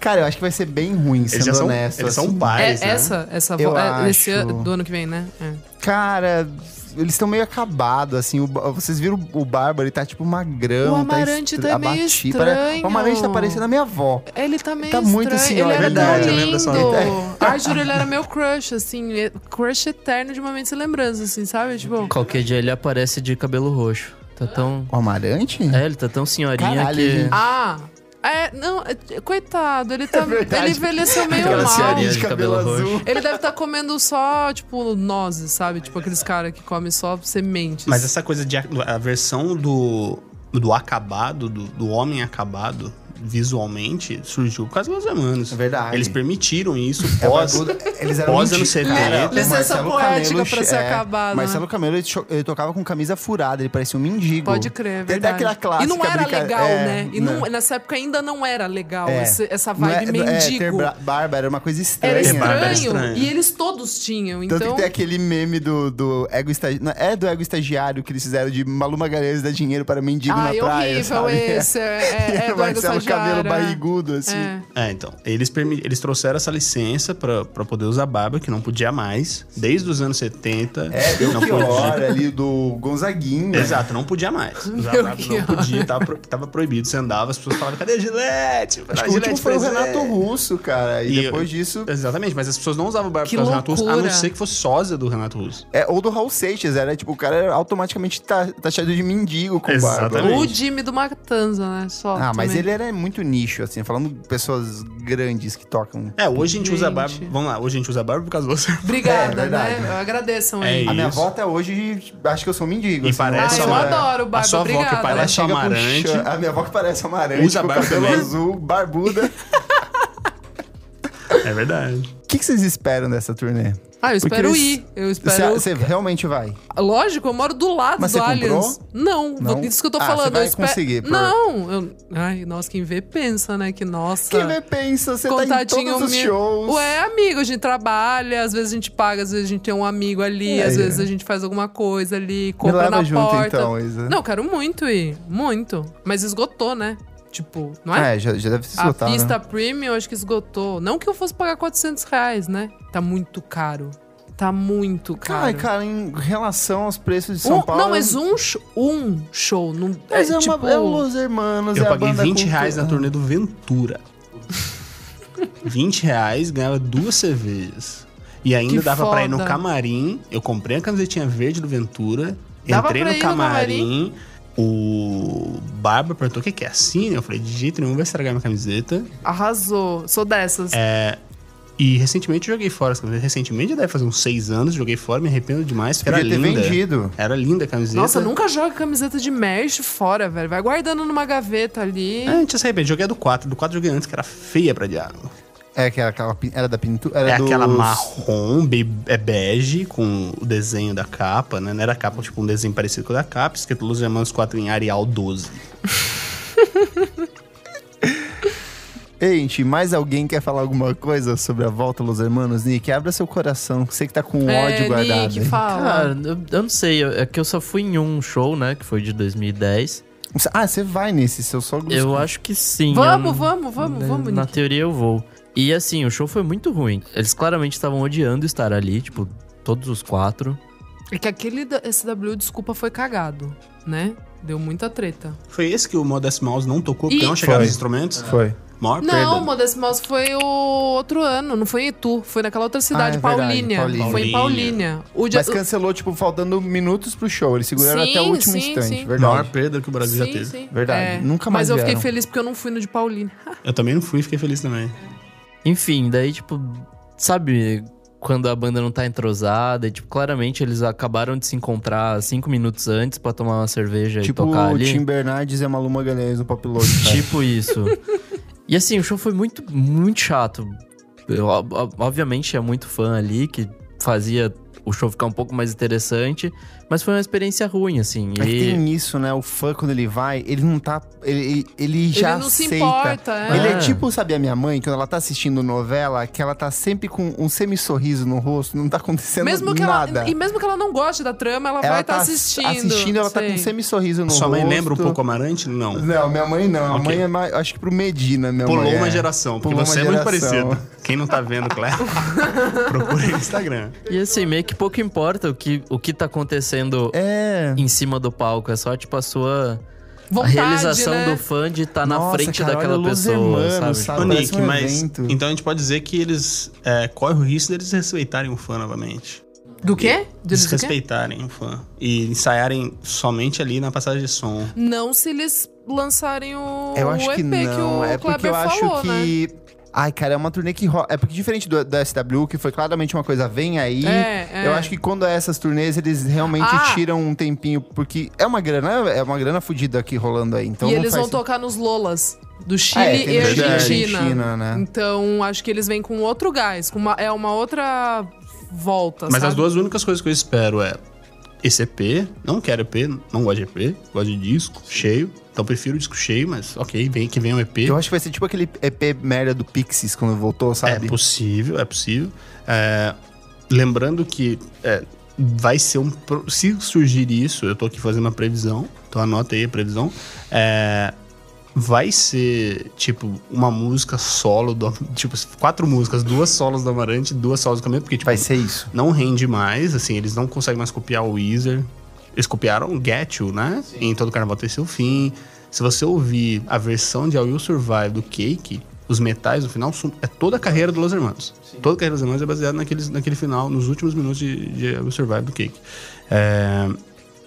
Cara, eu acho que vai ser bem ruim, sendo Eles já são, honesto. eles são assim. É, pais, né? Essa, essa Eu vo- é, esse acho. ano, do ano que vem, né? É. Cara, eles estão meio acabados, assim. o Ba- vocês viram o Bárbaro, ele tá tipo magrão. O Amarante estra- tá meio abatido, parece- estranho. O Amarante tá parecendo a minha avó. Ele tá meio Tá muito assim, estranho. ó, ele é era tão verdade, eu lindo. lembro dessa Ah, juro, ele era meu crush, assim. é- Crush eterno de momentos e lembranças, assim, sabe? Tipo, Qualquer dia ele aparece de cabelo roxo. Tá tão. O Amarante? É, ele tá tão senhorinha Caralho, que. gente. ah... É, não, é- coitado, ele tá. verdade. ele envelheceu meio Aquela mal. cearinha de cabelo roxo. Ele deve estar comendo só, tipo, nozes, sabe? Tipo aqueles caras que comem só sementes. Mas é essa coisa de a, a versão do, do acabado, do, do homem acabado, visualmente, surgiu por causa dos humanos. É verdade. Eles permitiram isso É o pós. bagulho- eles eram pós anos menti- 70. Cara, o Licença Marcelo poética Camelo pra ser é, acabada, né? Marcelo Camelo, ele, cho- ele tocava com camisa furada, ele parecia um mendigo. tipo, Pode crer, é Tem até verdade. aquela clássica e não era brinca- legal, é, né? E não- nessa época ainda não era legal É. esse- essa Não vibe é- É, ter mendigo. bra- barba era uma coisa estranha. era Ter estranho, barba era estranho. E eles todos tinham, Tanto então. que tem aquele meme do, do ego estagiário. É do ego estagiário que eles fizeram de Malu Magalhães dar dinheiro para mendigo Ai, na praia. Ah, é horrível sabe? (laughs) esse. E É, é, é era o do Ego Marcelo Camelo Estagiário, é. barrigudo, assim. É. É, então. Eles, permi- eles trouxeram essa licença pra, pra poder usar barba, que não podia mais, desde os anos 70. É, deu não É. que hora (laughs) ali do Gonzaguinho. Exato, não podia mais. Usar Meu barba Deus. não podia, tava, pro- tava proibido. Você andava, as pessoas falavam, cadê a Gillette? Vai dar Acho que o último Gillette foi o pra Zé." Renato Russo, cara. E, E- depois disso. Exatamente, mas as pessoas não usavam barba Que por causa do Renato Russo, a não loucura. ser que fosse sósia do Renato Russo. É, ou do Raul Seixas, era tipo, o cara era automaticamente ta- taxado de mendigo com barba. Exatamente. O Jimmy do Matanza, né? Só. Ah, mas também. ele era muito nicho, assim, falando pessoas grandes que tocam. É, hoje a gente, usa Gente. barba. Vamos lá, hoje a gente usa barba por causa do você. É, Obrigada, verdade. né? Eu agradeço, É hein? A minha Isso. avó até hoje acha que eu sou mendigo. E assim, parece nossa, ah, eu uma- ela- adoro, A Barba. sua avó que Obrigada. Ela parece- chega com amarante. cha- A minha avó que parece amarante, Usa com barba cabelo também. azul, barbuda. É verdade. O que, que vocês esperam dessa turnê? Ah, eu espero eles- ir. Eu espero. Você realmente vai? Lógico, eu moro do lado Mas do você comprou? Allianz. Não, Não? vou- isso que eu tô Ah, falando. você vai eu espero- conseguir, por- Não, eu- Ai, nossa, quem vê pensa, né? Que nossa. Quem vê, pensa, você tá em Contatinho todos os me- shows. Ué, amigo, a gente trabalha, às vezes a gente paga, às vezes a gente tem um amigo ali, É, às é. vezes a gente faz alguma coisa ali, Me compra leva na junto porta. então, Isa. Não, eu quero muito ir, muito. Mas esgotou, né? Tipo, não é? É, já, já deve se a esgotar, né? pista premium, eu acho que esgotou. Não que eu fosse pagar 400 reais, né? Tá muito caro. Tá muito caro. Ai, cara, em relação aos preços de Um- São Paulo... é Não, mas um, sh- um show. Não, Mas é, uma, tipo, é o Los Hermanos, Eu é a paguei banda 20 cultu- reais na turnê do Ventura. 20 reais, ganhava duas cervejas. E ainda Que dava pra ir no foda. camarim. Eu comprei a camisetinha verde do Ventura. Dava entrei pra no ir no camarim. O Barba perguntou o que que é assim. Eu falei, de jeito nenhum, vai estragar minha camiseta. É, Arrasou. Sou dessas. E recentemente eu joguei fora essa camiseta. Recentemente já deve fazer uns seis anos, joguei fora, me arrependo demais, porque era Podia ter linda. vendido. Era linda a camiseta. Nossa, nunca joga camiseta de merch fora, velho. Vai guardando numa gaveta ali. É, a gente se arrepende. Joguei a do 4. Do 4 joguei antes, que era feia pra diabo. É que era, aquela, pin- era da pintura? Era É dos- aquela marrom, be- é bege, com o desenho da capa, né? Não era capa, tipo um desenho parecido com o da capa, escrito Los Hermanos 4 em Arial 12. Ei, gente, mais alguém quer falar alguma coisa sobre a volta Los Hermanos? Nick, abra seu coração, sei que tá com É, ódio guardado. Nick, aí. fala. Cara, eu, eu não sei, eu- é que eu só fui em um show, né? Que foi de 2010. Ah, você vai nesse, seu sogro. Eu acho que sim. vamos, eu não- vamos, vamos, na, vamos, Na Nick. teoria eu vou. E assim, o show foi muito ruim. Eles claramente estavam odiando estar ali, tipo, todos os quatro. É que aquele da- SW, desculpa, foi cagado, né? Deu muita treta. Foi esse que o Modest Mouse não tocou, E- porque não chegaram Foi. os instrumentos? Foi. Maior Não, perda. o Modest Mouse foi o outro ano, não foi em Itu, foi naquela outra cidade, é verdade, Paulínia. Paulínia. Foi em Paulínia. O dia- Mas cancelou, tipo, faltando minutos pro show. Eles seguraram Sim, até o último sim, instante, sim. verdade. Maior perda que o Brasil já teve. Verdade, nunca mais É. Mas eu fiquei vieram. feliz porque eu não fui no de Paulínia. Eu também não fui, fiquei feliz também. Enfim, daí, tipo, sabe quando a banda não tá entrosada? E, tipo, claramente eles acabaram de se encontrar cinco minutos antes pra tomar uma cerveja Tipo, e tocar o ali. Tim Bernardes é e a Malu Magalhães no Pop (laughs) Load. Tipo isso. e assim, o show foi muito, muito chato. Eu, ob- ob- obviamente, tinha muito fã ali que fazia o show ficar um pouco mais interessante, mas foi uma experiência ruim, assim. É que E tem isso, né? O fã, quando ele vai, ele não tá. Ele, ele, ele já não se aceita. importa, é. Ele é É. tipo, sabe, a minha mãe, quando ela tá assistindo novela, que ela tá sempre com um semi-sorriso no rosto, não tá acontecendo Mesmo que nada. tá ela, e mesmo que ela não goste da trama, ela, vai estar assistindo. assistindo, ela tá Sei. com um semi-sorriso no Sua rosto. mãe lembra um pouco Amarante? Não. Não, minha mãe não. Minha Ok. mãe é mais. Acho que pro Medina, minha Pulou mãe. uma é. geração, porque Pulou uma você é muito geração. parecido. Quem não tá vendo, (laughs) Cléo, procure no Instagram. E assim, meio que pouco importa o que, o que tá acontecendo É. em cima do palco. É só, tipo, a sua... Vontade, a realização né? do fã de estar na Nossa, frente cara, daquela olha, pessoa, Los Hermanos, sabe? sabe? Ô, parece Nick, um mas. evento. Então a gente pode dizer que eles. É, corre o risco deles respeitarem o fã novamente. Do quê? De do quê? Desrespeitarem o fã. E ensaiarem somente ali na passagem de som. Não se eles lançarem o, Eu acho o EP que não. o é porque Kleber eu acho falou, né? que. Ai, cara, é uma turnê que rola. É porque diferente do, da SW, que foi claramente uma coisa, vem aí. É, é. Eu acho que quando é essas turnês, eles realmente Ah. tiram um tempinho, porque é uma grana, é uma grana fodida aqui rolando aí. Então e não eles faz vão tocar nos Lolas, do Chile Ah, é, tem e no Chile e Argentina. Argentina, né? Então, acho que eles vêm com outro gás, com uma, é uma outra volta, Mas sabe? as duas únicas coisas que eu espero é esse EP, não quero EP, não gosto de EP, gosto de disco cheio. Então prefiro o disco cheio, mas ok, vem que vem um EP. Eu acho que vai ser tipo aquele EP merda do Pixies quando voltou, sabe? É possível, é possível. É, lembrando que é, vai ser um. pro- Se surgir isso, eu tô aqui fazendo uma previsão, então anota aí a previsão. É, vai ser, tipo, uma música solo, do, tipo, quatro músicas, duas solos do Amarante, duas solos do Camelo, porque, tipo, Vai ser isso. não rende mais, assim, eles não conseguem mais copiar o Weezer. Eles copiaram o Get You, né? Em Todo Carnaval Tem Seu Fim. Se você ouvir a versão de I Will Survive do Cake, os metais no final são- é toda a carreira dos Los Hermanos. Toda a carreira dos Hermanos é baseada naqueles, naquele final, nos últimos minutos de, de I Will Survive do Cake. É,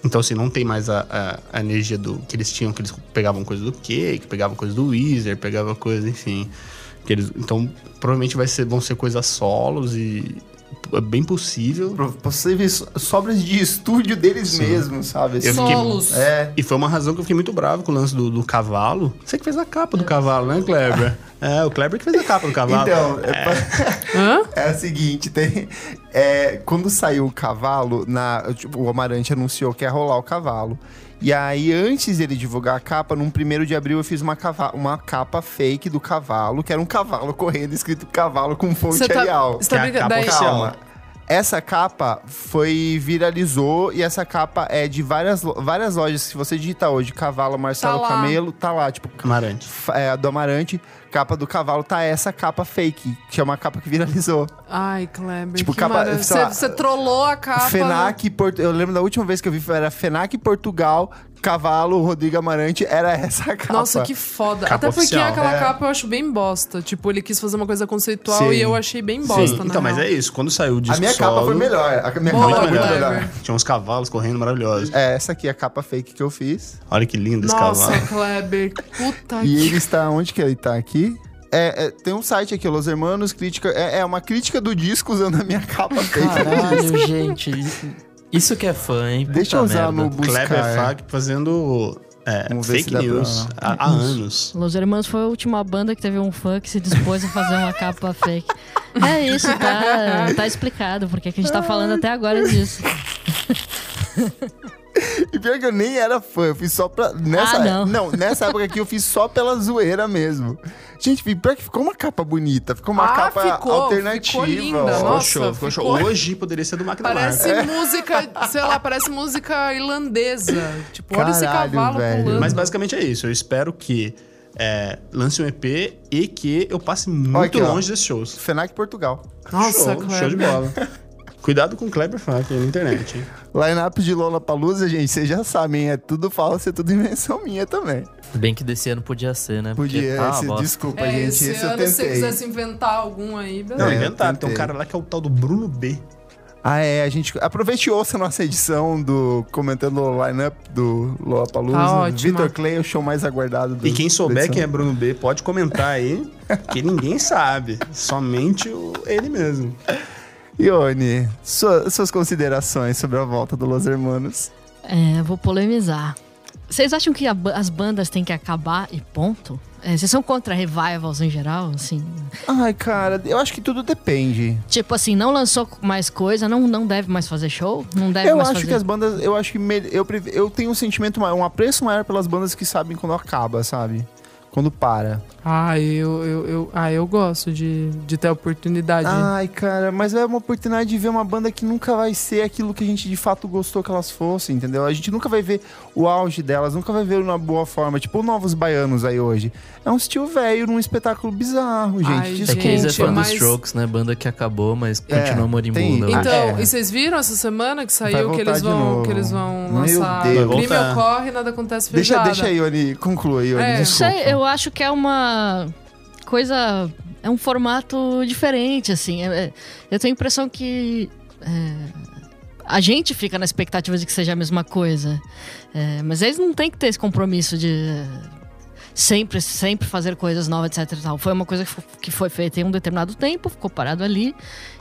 então, assim, não tem mais a, a- a energia do que eles tinham, que eles pegavam coisa do Cake, pegavam coisa do Weezer, pegavam coisa, enfim. Que eles, então, provavelmente vai ser, vão ser coisas solos e é bem possível. Pro- Possíveis sobras de estúdio deles mesmos, sabe? Eu fiquei- Solos. É. E foi uma razão que eu fiquei muito bravo com o lance do, do cavalo. Você que fez a capa do cavalo, né, (laughs) Kleber? É, o Kleber que fez a capa do cavalo. Então, é pra- (laughs) Hã? É o seguinte, tem. é, quando saiu o cavalo, na, tipo, o Amarante anunciou que ia rolar o cavalo. E aí, antes dele divulgar a capa, num primeiro de abril eu fiz uma, cava- uma capa fake do cavalo, que era um cavalo (laughs) correndo, escrito cavalo com fonte Você tá, Arial. você Que tá é a brincando? capa Daí, oficial. Calma. Essa capa foi viralizou e essa capa é de várias, lo- várias lojas. Se você digitar hoje Cavalo Marcelo lá. Camelo, tá lá, tipo, Amarante. f- é, do Amarante, capa do cavalo, tá essa capa fake, que é uma capa que viralizou. Ai, Kleber, Tipo, que capa- maravilha. sei lá, Você, você trollou a capa. FENAC, Porto... eu lembro da última vez que eu vi, era FENAC Portugal, Cavalo, Rodrigo Amarante, era essa (laughs) a capa. Nossa, que foda. Capa Até porque oficial. aquela É. capa eu acho bem bosta. Tipo, ele quis fazer uma coisa conceitual Sim. e eu achei bem bosta, né? Sim. na Então, mas real. é isso. Quando saiu o disco A minha capa solo, foi melhor, a minha Boa, capa foi Muito muito Kleber. melhor. Tinha uns cavalos correndo maravilhosos. É, essa aqui é a capa fake que eu fiz. Olha que lindo esse Nossa, cavalo. Kleber. Puta E que... ele está onde que ele está aqui? É, é, tem um site aqui, Los Hermanos, crítica. É, é uma crítica do disco usando a minha capa fake. Tipo, Caralho, gente. Isso, isso que é fã, hein? Puta Deixa eu usar merda. no buscar. é. Kleber Fak fazendo é, Vamos ver se fake dá pra- news há, há anos. Los Hermanos foi a última banda que teve um fã que se dispôs a fazer uma capa fake. É isso, tá, tá explicado porque que a gente tá falando até agora disso. E pior que eu nem era fã, eu fiz só pra. Nessa, Ah, não. nessa época aqui eu fiz só pela zoeira mesmo. Gente, pior que ficou uma capa bonita, ficou uma Ah, capa ficou, alternativa. ficou linda, ó. nossa. ficou show. ficou- Hoje poderia ser do Mac da Parece Marca. música, sei lá, parece música irlandesa. Tipo, olha esse Caralho, cavalo velho. pulando. Mas basicamente é isso. Eu espero que é, lance um EP e que eu passe muito aqui, ó. longe desses shows. Fenac Portugal. Nossa, show, Kleber. show de bola. Cuidado com o Kleber Fácil na internet, hein? Line-up de Lollapalooza, gente, vocês já sabem, é tudo falso, é tudo invenção minha também. Bem que desse ano podia ser, né? Porque Podia, Ah, tá uma esse- bosta. desculpa, É, gente, esse, esse eu ano, assim- se você tentei. quisesse inventar algum aí, beleza. Não, É, eu inventaram. Tem um tentei. cara lá que é o tal do Bruno B. Ah, é, a gente. Aproveite e ouça a nossa edição do comentando o lineup do Tá Lollapalooza. ótima. Vitor Clay, o show mais aguardado do E quem souber da edição. quem é Bruno B, pode comentar aí, que ninguém sabe. Somente o- ele mesmo. Ione, sua- suas considerações sobre a volta do Los Hermanos. É, vou polemizar. Vocês acham que a ba- as bandas têm que acabar e ponto? É, vocês são contra revivals em geral, assim? Ai, cara, eu acho que tudo depende. Tipo assim, não lançou mais coisa, não, não deve mais fazer show? Não deve eu mais acho fazer... que as bandas. Eu acho que. me- eu, pre- eu tenho um sentimento maior, um apreço maior pelas bandas que sabem quando acaba, sabe? Quando para. Ah, eu, eu, eu, ah, eu gosto de, de ter a oportunidade. Ai, cara, mas é uma oportunidade de ver uma banda que nunca vai ser aquilo que a gente de fato gostou que elas fossem, entendeu? A gente nunca vai ver o auge delas, nunca vai ver uma boa forma, tipo o Novos Baianos aí hoje. É um estilo velho num espetáculo bizarro, gente. Ai, É Desculpa. que eles é Gente, fã mas- dos Strokes, né? Banda que acabou, mas É, continuou moribunda. tem- né? Então, Ah, é. e vocês viram essa semana que Vai saiu voltar que eles de vão, novo. que eles vão Meu lançar Deus. Vai Crime voltar. Ocorre, Nada Acontece Deixa, Feijoada. deixa aí, Oni, conclua, Ione, É. Não desculpa. sei, eu acho que é uma coisa. É um formato diferente, assim. É- é- Eu tenho a impressão que. é, a gente fica na expectativa de que seja a mesma coisa. É, mas eles não têm que ter esse compromisso de. é, Sempre, sempre fazer coisas novas, etc. e tal. Foi uma coisa que fo- que foi feita em um determinado tempo, ficou parado ali.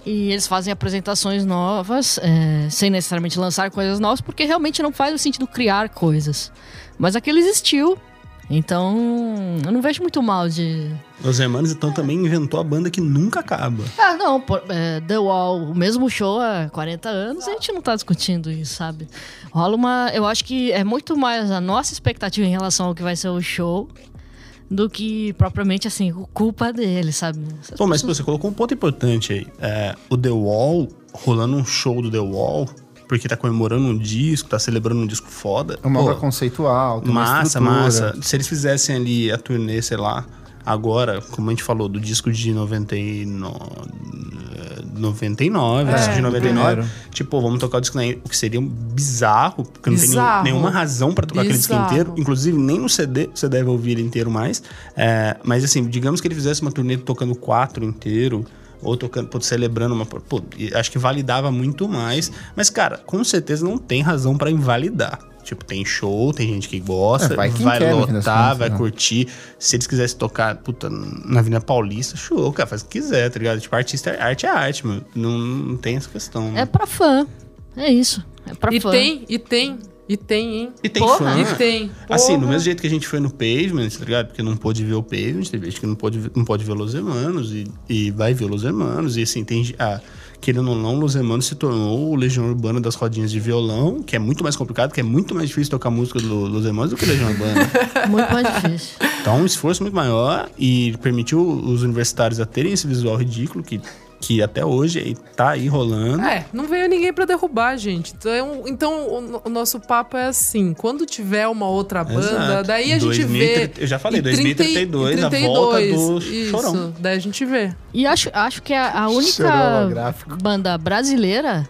E eles fazem apresentações novas, é, sem necessariamente lançar coisas novas, porque realmente não faz o sentido criar coisas. Mas aquele existiu, então, eu não vejo muito mal de. Os Hermanos, então, também inventou a banda que nunca acaba. Ah, não, pô, é, The Wall, o mesmo show há 40 anos, a gente não tá discutindo isso, sabe? Rola uma. Eu acho que é muito mais a nossa expectativa em relação ao que vai ser o show do que propriamente, assim, o culpa dele, sabe? Tá Essas Pô, mas pessoas- você colocou um ponto importante aí. É, o The Wall, rolando um show do The Wall, porque tá comemorando um disco, tá celebrando um disco foda. É uma Pô, obra conceitual, tem uma Massa, estrutura. massa. Se eles fizessem ali a turnê, sei lá, agora, como a gente falou, do disco de 99. 99, É, disco de do 99. primeiro. Tipo, vamos tocar o disco aí, o que seria um bizarro, porque não Bizarro. tem nenhum- nenhuma razão pra tocar aquele Bizarro. disco inteiro. Inclusive, nem no CD você deve ouvir ele inteiro mais. É, mas assim, digamos que ele fizesse uma turnê tocando quatro inteiro. Ou tocando, pô, celebrando uma. Pô, e acho que validava muito mais. Mas, cara, com certeza não tem razão pra invalidar. Tipo, tem show, tem gente que gosta, É, vai vai, quem quer, no fim das lotar, contas, vai né? curtir. Se eles quisessem tocar, puta, na Avenida Paulista, show, cara, faz o que quiser, tá ligado? Tipo, artista, é- arte é arte, mano. Não, não tem essa questão. né? É pra fã. É isso. É pra E fã. tem, e tem, e tem, hein? E tem fã. E tem. Assim, do Porra. mesmo jeito que a gente foi no Pavement, tá ligado? Porque não pôde ver o Pavement, teve gente que não pôde, ver- não pôde ver Los Hermanos e, e vai ver Los Hermanos. E assim, tem. ge- ah, querendo ou não, Los Hermanos se tornou o Legião Urbana das rodinhas de violão, que é muito mais complicado, que é muito mais difícil tocar música do Los Hermanos do que Legião (laughs) Urbana. (laughs) Muito mais difícil. Então, um esforço muito maior e permitiu os universitários a terem esse visual ridículo que, que até hoje aí tá aí rolando. É, não veio ninguém pra derrubar, gente. Então, então o, o nosso papo é assim: quando tiver uma outra banda, Exato. daí a gente 2030 vê. Eu já falei, Em 30 e- em 2032, a volta 32, do Chorão. Isso, daí a gente vê. E acho, acho que a, a Chorou única o gráfico. banda brasileira,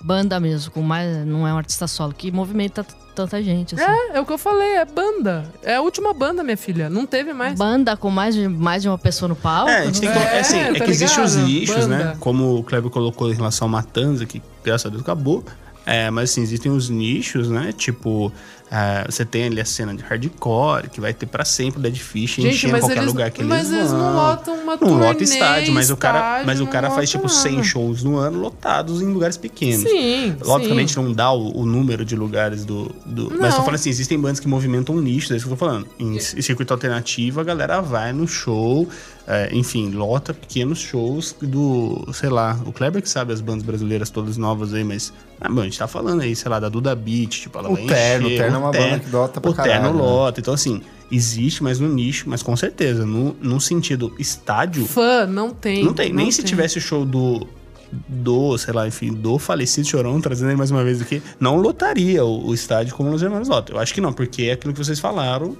banda mesmo, com mais, não é um artista solo, que movimenta t- tanta gente. Assim. É, é o que eu falei, é banda. É a última banda, minha filha. Não teve mais. Banda com mais de, mais de uma pessoa no palco. É, a gente tem que É, colocar. É, assim, é tá que existem os ligado? nichos, né? Banda. Como o Kleber colocou em relação ao Matanza, que graças a Deus acabou. É, mas assim, existem os nichos, né? Tipo, ah, você tem ali a cena de hardcore, que vai ter pra sempre Dead Fish, enchendo qualquer lugar que mas eles eles vão. não lotam uma Não turnê, lota estádio, mas o cara, estádio, mas o não cara faz lota tipo 100 nada. shows no ano lotados em lugares pequenos. Sim, Logicamente sim. não dá o, o número de lugares do. do mas tô Não. falando assim, existem bandas que movimentam nichos, é isso que eu tô falando. Em c- circuito alternativo, a galera vai no show, é, enfim, lota pequenos shows do. sei lá, o Kleber que sabe as bandas brasileiras todas novas aí, mas. Ah, mano, a gente tá falando aí, sei lá, da Duda Beat, tipo, ela O vai Terno, encher, o Terno é uma banda que dota pra O Terno caralho, né? lota. Então, assim, existe, mas no nicho, mas com certeza, no, no sentido estádio, Fã, não tem. não tem. Nem se tem. tivesse o show do. Do, sei lá, enfim, do falecido Chorão, trazendo ele mais uma vez aqui, não lotaria o, o estádio como os Hermanos lotam. Eu acho que não, porque é aquilo que vocês falaram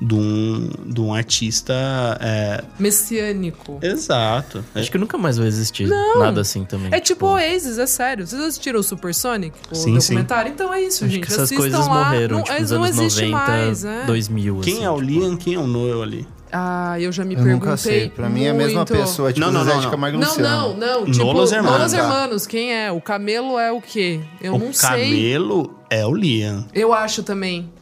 de um, de um artista. é, Messiânico. Exato. É, Acho que nunca mais vai existir nada assim também. É tipo Oasis, é sério. Vocês assistiram o Supersonic? O Sim, sim. documentário? Então é tipo, isso, Acho gente. que essas Assistam coisas lá. morreram, não, tipo, nos eles não anos existe 90, mais, é. 2000, Quem assim, é o tipo. Liam, quem é o Noel ali? Ah, eu já me Eu perguntei nunca sei. Pra mim é a mesma muito. pessoa, é tipo Não, não, Zé não, de não. Camargo e Não, Luciano. não, não. Tipo, Los Hermanos. Los Tá. Hermanos, quem é? O Camelo é o quê? Eu o não sei. Camelo é o Liam. Eu acho também.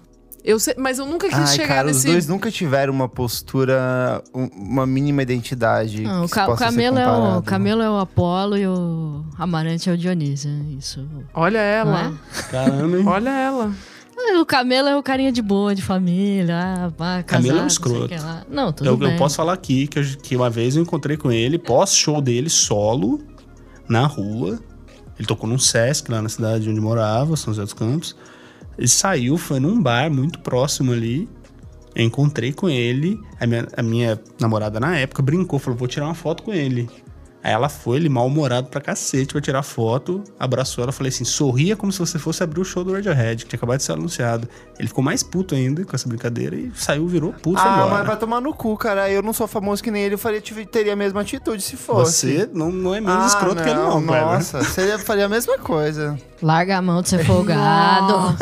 Eu sei, mas eu nunca quis Ai, chegar cara, nesse. os dois nunca tiveram uma postura, um- uma mínima identidade. Não, Ah, o, que ca- o possa ser camelo é o, comparado. o camelo é o Apolo e o amarante é o Dionísio. é Isso. Olha ela. Não é? Caramba, hein? Olha ela. Ah, O camelo é o carinha de boa, de família. Ah, Camelo é um escroto. escroto. Não, tudo Eu, É eu bem. posso falar aqui que, eu- que uma vez eu encontrei com ele, pós-show dele, solo, na rua. Ele tocou num Sesc, lá na cidade onde eu morava, São José dos Campos. Ele saiu, foi num bar muito próximo ali. Eu encontrei com ele. A minha, a minha namorada na época brincou, falou: vou tirar uma foto com ele. Aí ela foi, ele mal-humorado pra cacete pra tirar foto, abraçou ela, falei assim, sorria como se você fosse abrir o show do Radiohead, que tinha acabado de ser anunciado. Ele ficou mais puto ainda com essa brincadeira e saiu, virou puto, foi Ah, embora. mas vai tomar no cu, cara. Eu não sou famoso que nem ele. Eu faria, tive- teria a mesma atitude se fosse. Você não, não é menos Ah, escroto que ele, não, Kleber. Nossa, seria, faria a mesma coisa. Larga a mão de ser folgado.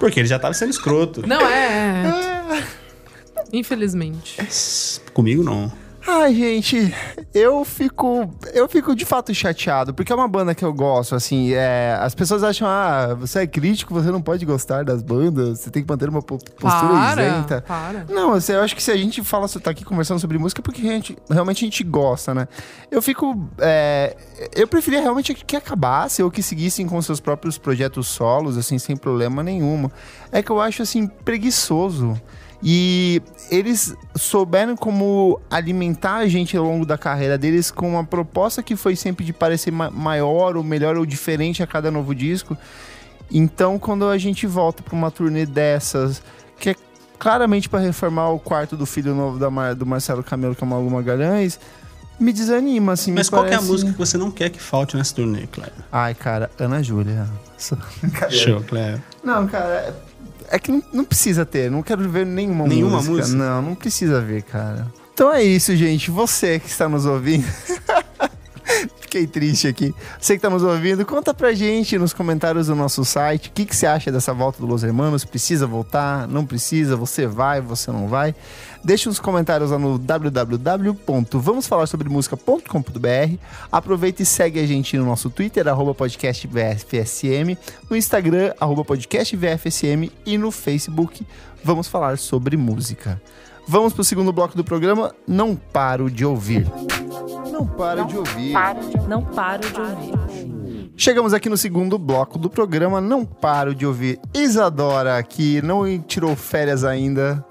Porque ele já tava sendo escroto. Não é. é. (laughs) Infelizmente. Comigo não. Ai, gente, eu fico. Eu fico de fato chateado, porque é uma banda que eu gosto, assim. É, as pessoas acham, ah, você é crítico, você não pode gostar das bandas, você tem que manter uma po- postura Para. isenta. Para. Não, assim, eu acho que se a gente fala, se tá aqui conversando sobre música, é porque a gente- realmente a gente gosta, né? Eu fico. é, eu preferia realmente que acabasse ou que seguissem com seus próprios projetos solos, assim, sem problema nenhum. É que eu acho, assim, preguiçoso. E eles souberam como alimentar a gente ao longo da carreira deles com uma proposta que foi sempre de parecer ma- maior ou melhor ou diferente a cada novo disco. Então, quando a gente volta pra uma turnê dessas, que é claramente pra reformar o quarto do filho novo da Mar- do Marcelo Camelo Camargo Magalhães, me desanima, assim. me Mas qual que é a parece- música que você não quer que falte nessa turnê, Kleber? Ai, cara, Ana Júlia. Só- Show, Kleber. Não, cara, é é que não, não precisa ter. Não quero ver nenhuma, Nenhuma música. música? Não, não precisa ver, cara. Então é isso, gente. Você que está nos ouvindo. Fiquei triste aqui. Você que está nos ouvindo, conta pra gente nos comentários do nosso site o que, que você acha dessa volta do Los Hermanos. Precisa voltar? Não precisa? Você vai? Você não vai? Deixe uns comentários lá no www.vamosfalarsobremusica.com.br. Aproveita e segue a gente no nosso Twitter, arroba podcast VFSM, no Instagram, arroba podcast VFSM e no Facebook, vamos falar sobre música. Vamos pro segundo bloco do programa, Não Paro de Ouvir. Não paro de ouvir. Não paro de ouvir. Chegamos aqui no segundo bloco do programa. Não paro de ouvir Isadora, que não tirou férias ainda.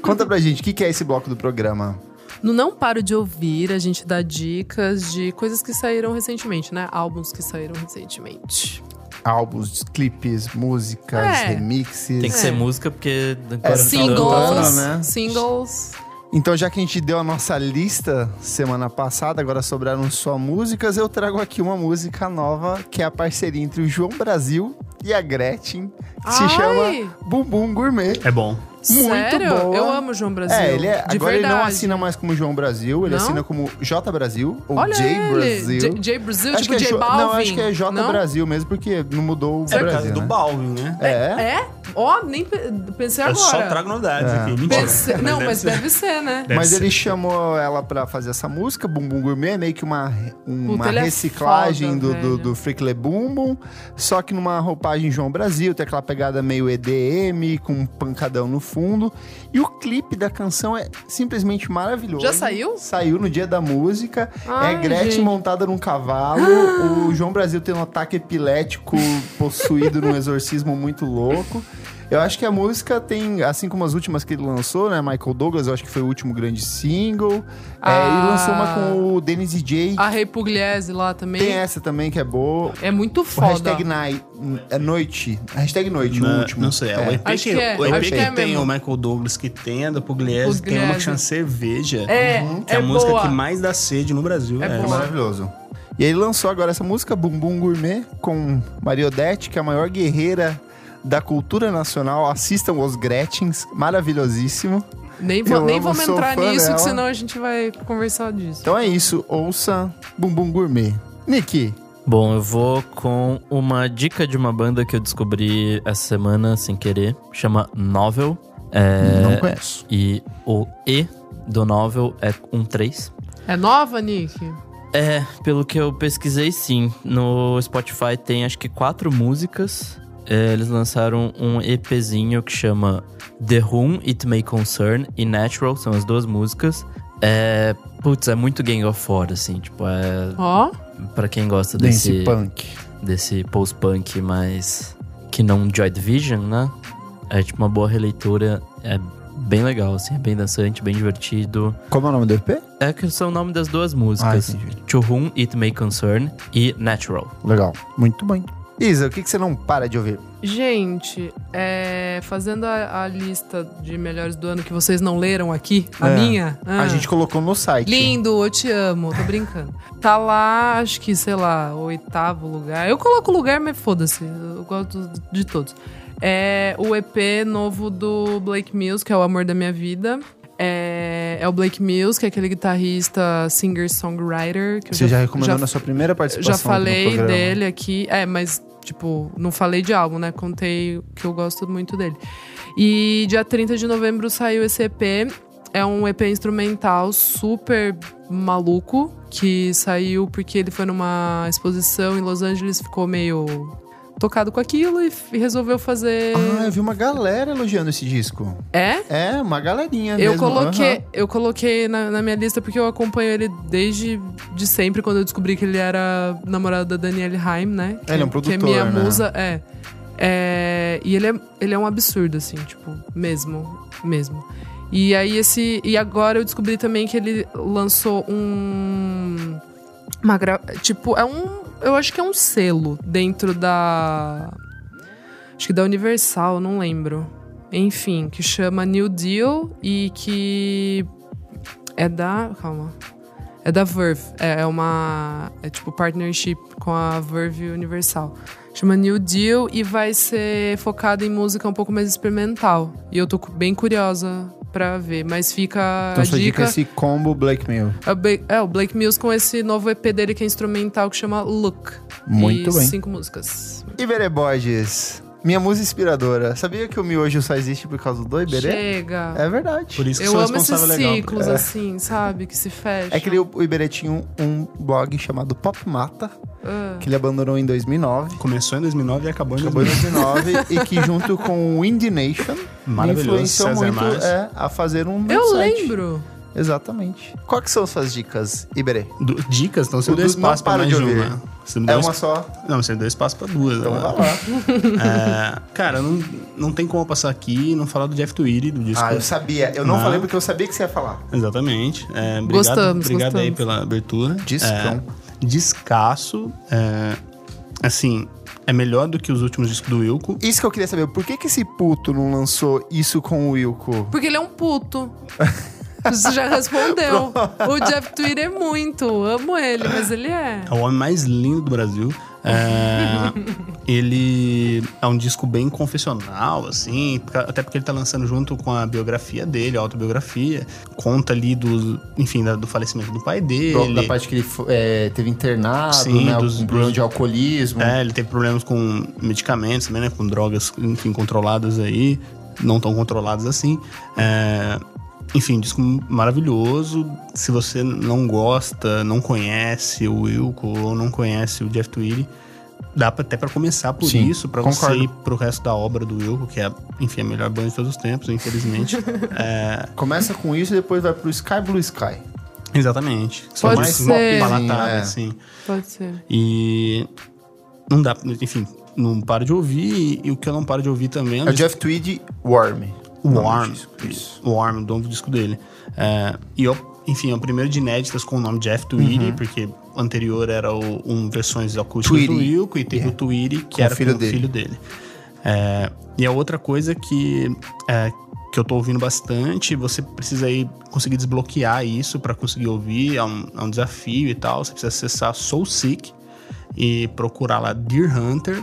Conta pra gente, o que, que é esse bloco do programa? No Não Paro de Ouvir, a gente dá dicas de coisas que saíram recentemente, né? Álbuns que saíram recentemente. Álbuns, clipes, músicas, É. remixes. Tem que É. ser música, porque... É, agora no final do ano tá Singles, fraco. né? singles. Então, já que a gente deu a nossa lista semana passada, agora sobraram só músicas, eu trago aqui uma música nova, que é a parceria entre o João Brasil e a Gretchen, que se Ai! chama Bumbum Gourmet. É bom. Muito Sério? boa. Eu amo o João Brasil. É, ele é, de agora ele verdade. não assina mais como João Brasil, ele Não? assina como J Brasil ou Olha J ele. Brasil. J, J Brasil, acho tipo que é J Jo- Balvin. Não, acho que é J não? Brasil mesmo, porque não mudou o É por causa Brasil, do né? Balvin, né? É. É? Ó, nem pe- pensei Eu agora. É só trago novidades aqui. Mentira. Pensei- Não, deve mas ser. deve ser, né? Deve Mas ser. ele chamou ela pra fazer essa música, Bumbum Gourmet, meio que uma, uma Puta, ele é reciclagem foda, do, do, velho. do Freak Le Bum Bum, só que numa roupagem João Brasil, tem aquela pegada meio EDM, com um pancadão no fundo. E o clipe da canção é simplesmente maravilhoso. Já saiu? Saiu no dia da música. Ai, é Gretchen gente. Ah! montada num cavalo, o João Brasil tendo um ataque epilético possuído num exorcismo muito louco. Eu acho que a música tem, assim como as últimas que ele lançou, né? Michael Douglas, eu acho que foi o último grande single. É, e Ah. lançou uma com o Dennis DJ. A Rei Pugliese lá também. Tem essa também que é boa. É muito O foda. hashtag night, é noite. Hashtag noite, o Na- último. Não sei, é. o EP, Acho que, que é, o EP acho que que é tem mesmo. o Michael Douglas, que tem a da Pugliese, Pugliese. tem uma que chama Cerveja, É, que é, é a música boa. que mais dá sede no Brasil. É É, É boa. maravilhoso. E ele lançou agora essa música, Bumbum Gourmet, com Mariodete, que é a maior guerreira da cultura nacional. Assistam os Gretchens, maravilhosíssimo. Nem, vou- Eu nem amo, vamos sou entrar fã nisso, dela. que senão a gente vai conversar disso. Então é isso, ouça Bumbum Gourmet. Nick, Bom, eu vou com uma dica de uma banda que eu descobri essa semana sem querer, chama Novel. É, não conheço. E o E do Novel é um 3. É nova, Nick? É, pelo que eu pesquisei, sim. No Spotify tem acho que quatro músicas. É, eles lançaram um EPzinho que chama The Room It May Concern e Natural, são as duas músicas. É, putz, é muito Gang of Four, assim, tipo, é Ó, pra quem gosta Dance desse Punk. desse post-punk mais que não Joy Division, né? É tipo uma boa releitura, é bem legal, assim, é bem dançante, bem divertido. Como é o nome do EP? É que são o nome das duas músicas, Ah, entendi. To Whom It May Concern e Natural. Legal. Muito bem. Isa, o que, que você não para de ouvir? gente, é, fazendo a, a lista de melhores do ano que vocês não leram aqui, a É. minha. ah. A gente colocou no site. Lindo, eu te amo, tô brincando. Tá lá, acho que, sei lá, oitavo lugar. Eu coloco lugar, mas foda-se, eu gosto de todos. É o EP novo do Blake Mills, que é o Amor da Minha Vida. É, é o Blake Mills, que é aquele guitarrista, singer-songwriter. que eu Você já recomendou já- na sua primeira eu participação já aqui no falei programa. dele aqui. É, mas, tipo, não falei de álbum, né? Contei que eu gosto muito dele. E dia 30 de novembro saiu esse EP. É um EP instrumental super maluco, que saiu porque ele foi numa exposição em Los Angeles, ficou meio tocado com aquilo e, f- e resolveu fazer. Ah, eu vi uma galera elogiando esse disco. é? É, uma galerinha Eu mesmo. coloquei, aham. eu coloquei na, na minha lista porque eu acompanho ele desde de sempre, quando eu descobri que ele era namorado da Danielle Haim, né? Que, Ele é um Que produtor, é minha né? musa, é. É, E ele é, ele é um absurdo, assim, tipo, mesmo, mesmo. E aí esse... E agora eu descobri também que ele lançou um... Uma gra... Tipo, é um... Eu acho que é um selo dentro da... Acho que da Universal, não lembro enfim, que chama New Deal e que é da. Calma. É da Verve. É, é uma. É tipo partnership com a Verve Universal. Chama New Deal e vai ser focado em música um pouco mais experimental. E eu tô cu- bem curiosa pra ver. Mas fica Então a sua dica dica. é esse combo Black Mill. É o Blake- É, o Blake Mills com esse novo EP dele que é instrumental que chama Look. Muito e bem. cinco músicas. Iberê Borges, minha musa inspiradora. Sabia que o miojo só existe por causa do Iberê? Chega. É verdade. Por isso que Eu sou amo esses responsável legal. ciclos, assim, sabe? Que se fecham. É que ele- o Iberê tinha um, um blog chamado Pop Mata, Ah. que ele abandonou em 2009. Começou em 2009 e acabou em Acabou em 2009. (laughs) 2009 e que junto com o Indie Nation me Maravilhoso, influenciou César muito Março. é, a fazer um Eu website. lembro. Exatamente. Quais que são suas dicas, Iberê? Du- Dicas? Então você me O deu Dudu não espaço pra para mais de de ouvir. uma. Você me É deu uma es- só, Não, você me deu espaço pra duas. então né? vai lá. É, cara, não, não tem como eu passar aqui e não falar do Jeff Tweedy, do disco. Ah, eu sabia. Eu não, Não. falei porque eu sabia que você ia falar. Exatamente. É, obrigado, Gostamos, Obrigado aí gostamos. pela abertura. Discão. É, descasso. é, assim, é melhor do que os últimos discos do Wilco. Isso que eu queria saber. Por que, que esse puto não lançou isso com o Wilco? Porque ele é um puto. Você (laughs) já respondeu. o Jeff Twitter é muito. Amo ele, mas ele é. É o homem mais lindo do Brasil. É, ele é um disco bem confessional, assim, porque- até porque ele tá lançando junto com a biografia dele, a autobiografia. Conta ali do, enfim, da- do falecimento do pai dele. Da parte que ele fo- é, teve internado, Sim, né? dos- com problema dos- de alcoolismo. É, ele teve problemas com medicamentos também, né? Com drogas, enfim, controladas aí. Não tão controladas assim. É, enfim, disco maravilhoso. Se você não gosta, não conhece o Wilco ou não conhece o Jeff Tweedy, dá pra- até pra começar por Sim, isso, pra concordo. você ir pro resto da obra do Wilco, que é, enfim, a melhor banda de todos os (laughs) tempos, infelizmente. É, Começa com isso e depois vai pro Sky Blue Sky. exatamente. São Pode mais ser. palatáveis, É. assim. Pode ser. E não dá, enfim, não paro de ouvir. E o que eu não paro de ouvir também é É o o Jeff Tweedy Warm. Warm. Isso. Warm, o nome do disco dele. É, e eu, enfim, é o primeiro de inéditas com o nome Jeff Tweedy, porque o anterior era o, um versões acústicas do Uhum. Tweedy. Wilco e teve Yeah. o Tweedy, que Com o era filho com dele. o filho dele. É, e a outra coisa que, é, que eu tô ouvindo bastante, você precisa aí conseguir desbloquear isso pra conseguir ouvir, é um, é um desafio e tal. Você precisa acessar Soul Seek e procurar lá Deer Hunter.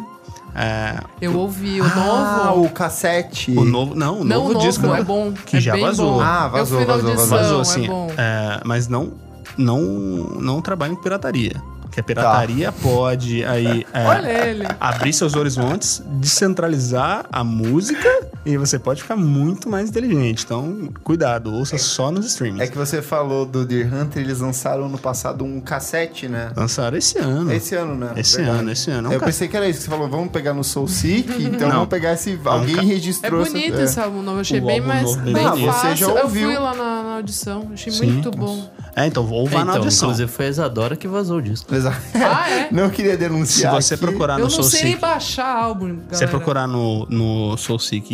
É, Eu ouvi o Ah, novo. o cassete. o novo. Não, o Não, novo, o novo disco. né? é bom. que é já bem vazou. Bom. Ah, vazou, Eu fui na vazou, audição, Vazou, é assim. bom. é, mas não, não, não trabalhem com pirataria. Tá. Porque a pirataria pode aí é, Olha ele. abrir seus horizontes, descentralizar a música e você pode ficar muito mais inteligente. Então, cuidado, ouça só nos streamings. É que você falou do Deer Hunter, eles lançaram no passado um cassete, né? Lançaram esse ano. Esse, Esse ano, né? ano, Hum. esse ano. É um Eu cara- pensei que era isso que você falou, vamos pegar no Soul (laughs) Seek, então Não. um vamos pegar esse. Alguém ca- É registrou. essa- bonito é. esse álbum novo, achei O bem álbum mais novo bem dele. Ah, você fácil. já Eu ouviu. fui lá na, na audição, achei Sim. muito bom. É, então vou É, vá na então, audição. inclusive foi a Isadora que vazou o disco. Exato. Ah, é? (laughs) Não queria Se denunciar. você aqui. procurar Eu no não sei nem SoulSeek, baixar álbum, galera. se você procurar no, no SoulSeek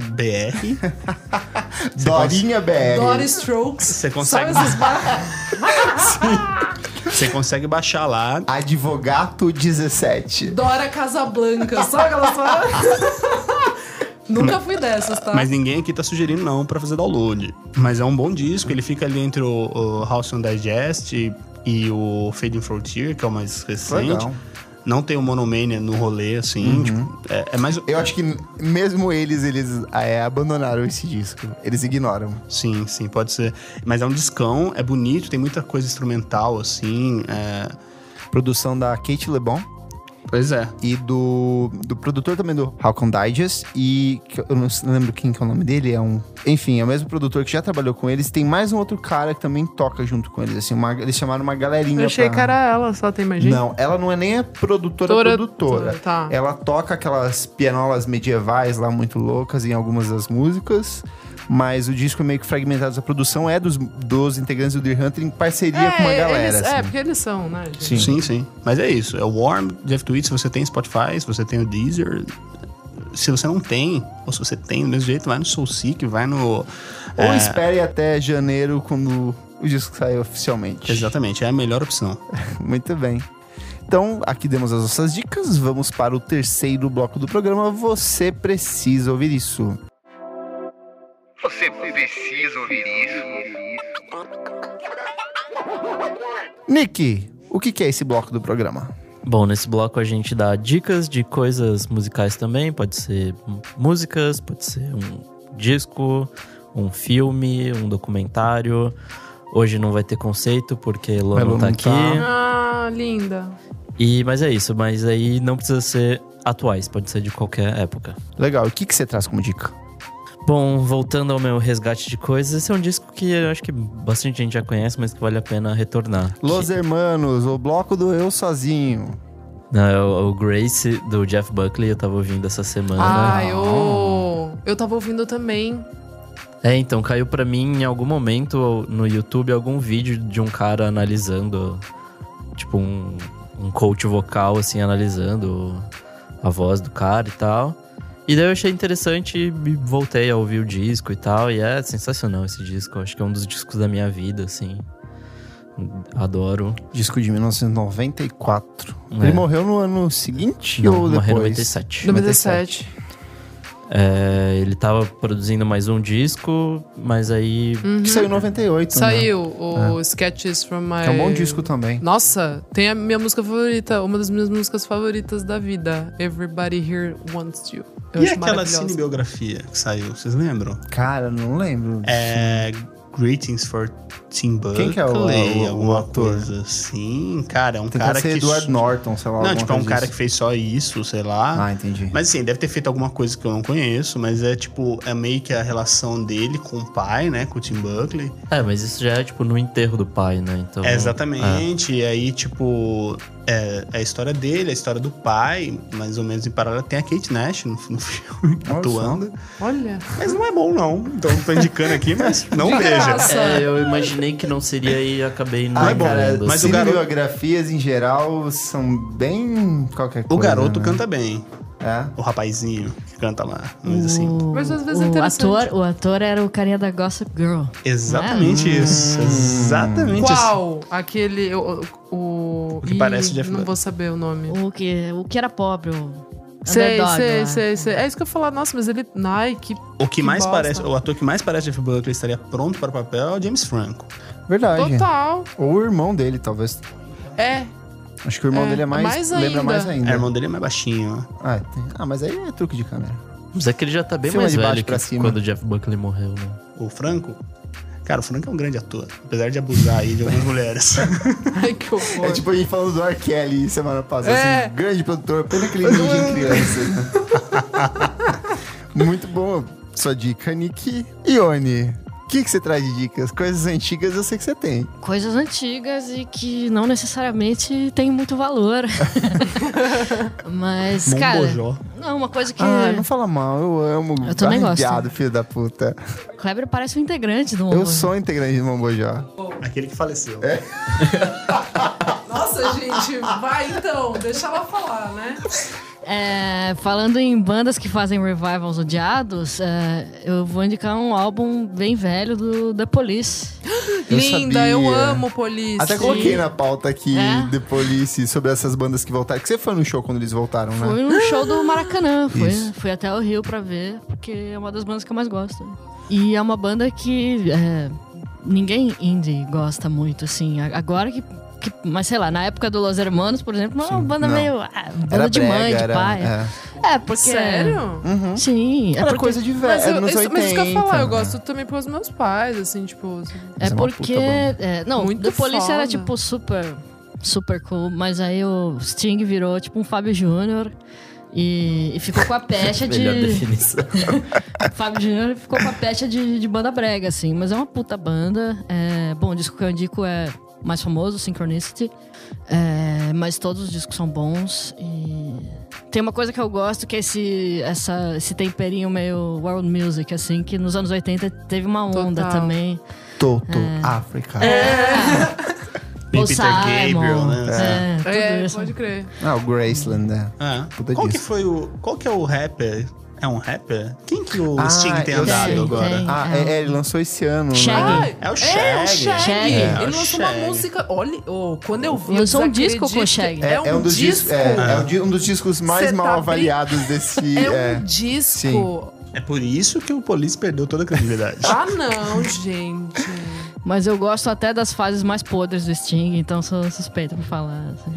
(laughs) BR, Dorinha BR. Dory Strokes. É. Você consegue- (laughs) Sabe esses bar- você consegue baixar lá. Advogato 17. Dora Casablanca, sabe aquela (laughs) Nunca fui dessas, tá? Mas ninguém aqui tá sugerindo não pra fazer download. Mas é um bom disco, ele fica ali entre o, o House on Digest e, e o Fading Frontier, que é o mais recente. Legal. Uhum. Não tem o Monomania no rolê, assim. tipo, é, é mais. Eu acho que mesmo eles, eles é, abandonaram esse disco. Eles ignoram. Sim, sim, pode ser. Mas é um discão, é bonito, tem muita coisa instrumental, assim. é- Produção da Kate LeBon Pois é. e do, do produtor também do Halcon Digest. E que eu não lembro quem que é o nome dele. É um. Enfim, é o mesmo produtor que já trabalhou com eles. Tem mais um outro cara que também toca junto com eles. Assim, uma- eles chamaram uma galerinha. Eu achei pra- que era ela, só tem mais gente. Não, ela não é nem a produtora, Tora- produtora. Tá. Ela toca aquelas pianolas medievais lá muito loucas em algumas das músicas, mas o disco é meio que fragmentado. A produção é dos, dos integrantes do Deer Hunter em parceria com uma galera. Eles, É, assim. porque eles são, né, gente? Sim. Sim, sim. Mas é isso. É o Warm, Jeff Tweet, se você tem Spotify, se você tem o Deezer. Se você não tem, ou se você tem do mesmo jeito, vai no SoulSeek, vai no. Ou é, espere até janeiro, quando o disco sair oficialmente. Exatamente, é a melhor opção. Muito bem. Então, aqui demos as nossas dicas. Vamos para o terceiro bloco do programa. Você precisa ouvir isso. Você precisa ouvir isso. Nick, o que que é esse bloco do programa? Bom, nesse bloco a gente dá dicas de coisas musicais também, pode ser m- músicas, pode ser um disco, um filme, um documentário. Hoje não vai ter conceito porque Luan Mas não tá Luan aqui. não Ah, linda. E mas é isso, mas aí não precisa ser atuais, pode ser de qualquer época. Legal, o que que você traz como dica? Bom, voltando ao meu resgate de coisas, esse é um disco que eu acho que bastante gente já conhece, mas que vale a pena retornar. Los Hermanos, o bloco do Eu Sozinho. Não, é o, o Grace do Jeff Buckley, eu tava ouvindo essa semana. Ah, eu... Ah. Eu tava ouvindo também. É, então, caiu pra mim em algum momento no YouTube algum vídeo de um cara analisando, tipo, um, um coach vocal, assim, analisando a voz do cara e tal. E daí eu achei interessante e voltei a ouvir o disco e tal. E é sensacional esse disco. eu Acho que é um dos discos da minha vida, assim. Adoro. Disco de 1994. É. Ele morreu no ano seguinte Não, ou depois? morreu em 97. 97. É, ele tava produzindo mais um disco, mas aí Hum. Que saiu em 98, né? Saiu o Sketches from My... Que é um bom disco também. Nossa, tem a minha música favorita, uma das minhas músicas favoritas da vida. Everybody Here Wants You. Eu e acho aquela maravilhosa. cinebiografia que saiu, vocês lembram? Cara, não lembro. É. Greetings for Tim Buckley. Quem que é o- o- o alguma ator? coisa assim. Cara, é um Tem cara que que. ser Edward Norton, sei lá. Não, alguma tipo, é um coisa assim. cara que disso. fez só isso, sei lá. Ah, entendi. Mas assim, deve ter feito alguma coisa que eu não conheço, mas é tipo, é meio que a relação dele com o pai, né? Com o Tim Buckley. Uhum. É, mas isso já é tipo no enterro do pai, né? Então, É, exatamente. E aí, tipo, é, é a história dele, a história do pai, mais ou menos em paralelo. Tem a Kate Nash no, no filme Olha atuando. Olha. Mas não é bom, não. Então tô indicando aqui, mas não De veja. graça. É, é, eu imaginei que não seria e acabei não. Ah, é bom, cara, vendo, mas assim. o garoto- cinebiografias em geral são bem qualquer O coisa. garoto né? canta bem. É. O rapazinho que canta lá. Mas Hum. assim. Mas às vezes é o interessante. ator, o ator era o carinha da Gossip Girl. Exatamente isso. Exatamente isso. Qual? Aquele... O, o, que parece o Jeff Não Buckley. vou saber o nome. O que, o que era pobre, o Sei, underdog né? sei, lá. sei, sei. É isso que eu ia falar. Nossa, mas ele... Ai, que... O que, Que mais bosta. parece. O ator que mais parece Jeff Buckley estaria pronto para o papel é o James Franco. Verdade. Total. Ou o irmão dele, talvez. É. Acho que o irmão É, dele é mais. mais lembra ainda. mais ainda. É, o irmão dele é mais baixinho, né? Ah, tem- ah, mas aí é truque de câmera. Mas é que ele já tá bem Filma mais de baixo velho pra que cima. quando o Jeff Buckley morreu, né? O Franco. Cara, o Franco é um grande ator. Apesar de abusar aí de algumas mulheres. Ai, que horror. É tipo a gente falando do R. Kelly semana passada. É. Assim, grande produtor, pena que ele dirige em (laughs) criança. Muito bom. Sua dica, Nick. Ione, o que, que você traz de dicas? Coisas antigas eu sei que você tem. Coisas antigas e que não necessariamente tem muito (laughs) valor. Mas, cara. Mombojó. Não, uma coisa que. Ah, não fala mal, eu amo. Eu também gosto. Arrepiado, filho da puta. Kleber parece um integrante do Eu Mombojó. sou integrante de Mombojó. Aquele que faleceu. É. Nossa, gente, vai então, deixa ela falar, né? É, falando em bandas que fazem revivals odiados, é, eu vou indicar um álbum bem velho do The Police. Eu Linda, sabia. eu amo Police. Até coloquei na pauta aqui É? The Police sobre essas bandas que voltaram. Que você foi no show quando eles voltaram, né? Fui no um show do Maracanã, fui, Isso. fui até o Rio pra ver, porque é uma das bandas que eu mais gosto. E é uma banda que é, ninguém indie gosta muito, assim. A- Agora que, que- Mas sei lá, na época do Los Hermanos, por exemplo, era uma banda não. meio. ah, banda de mãe, de pai. é. É, porque. Sério? Uhum. Sim, é Era porque coisa de velho, Mas, era eu, nos isso, 80. mas isso que eu falo, eu né? gosto também pelos meus pais, assim, tipo. assim. É Mas é uma porque. puta banda. é, não, Muito The Police foda. era tipo super. Super cool, mas aí o Sting virou tipo um Fábio Júnior e, e ficou com (laughs) a pecha Melhor de. definição. Fábio Júnior ficou com a pecha de, de banda brega, assim. Mas é uma puta banda. É, bom, o disco que eu indico é mais famoso, Synchronicity. É, mas todos os discos são bons. E tem uma coisa que eu gosto, que é esse, essa, esse temperinho meio world music, assim, que nos anos 80 teve uma onda Total. também. Toto, É. África. Bem Paul Peter Gabriel, Simon. né? É, tudo É, isso. pode crer. Ah, o Graceland, né? Ah, Puta qual que disso. foi o. Qual que é o rapper? É um rapper? Quem que o Ah, Sting tem Ah, eu andado sei. agora? tem. Ah, é, É. é, ele lançou esse ano. Shaggy. Né? Ai, É o É, o Shaggy. Shaggy. Shaggy. É, Ele o lançou uma Shaggy. música. Olha, ô, quando eu vi. eu Lançou um disco desacredito. com o Shaggy. É, um, dos dis- disco. É, É, é um di- um dos discos mais Cê mal tá brin- avaliados (laughs) desse. é. um disco. Sim. É por isso que o Police perdeu toda a credibilidade. Ah, não, gente. Mas eu gosto até das fases mais podres do Sting, então sou suspeita pra falar. assim.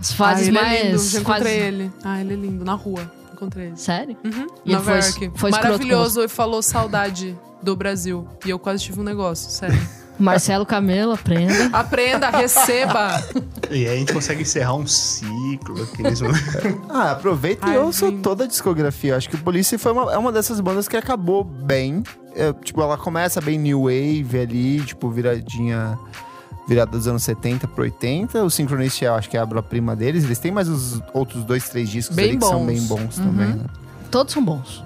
As Ah, fases ele mais. é lindo. Já encontrei fases- ele. Ah, ele é lindo. Na rua. Encontrei ele. Sério? Uhum. E Nova ele foi- York. foi escroto Maravilhoso. E falou saudade do Brasil. E eu quase tive um negócio, sério. Marcelo Camelo, aprenda. Aprenda, receba. e aí a gente consegue encerrar um ciclo aqui nesse momento. Ah, aproveita e Ai, ouça gente. toda a discografia. Acho que o Police foi uma, é uma dessas bandas que acabou bem. É, tipo, ela começa bem new wave ali, tipo, viradinha. Virada dos anos 70 pro 80. O Synchronicity, eu acho que é a prima deles. Eles têm mais os outros dois, três discos Bem ali que são bons. Uhum. bem bons também. Né? Todos são bons.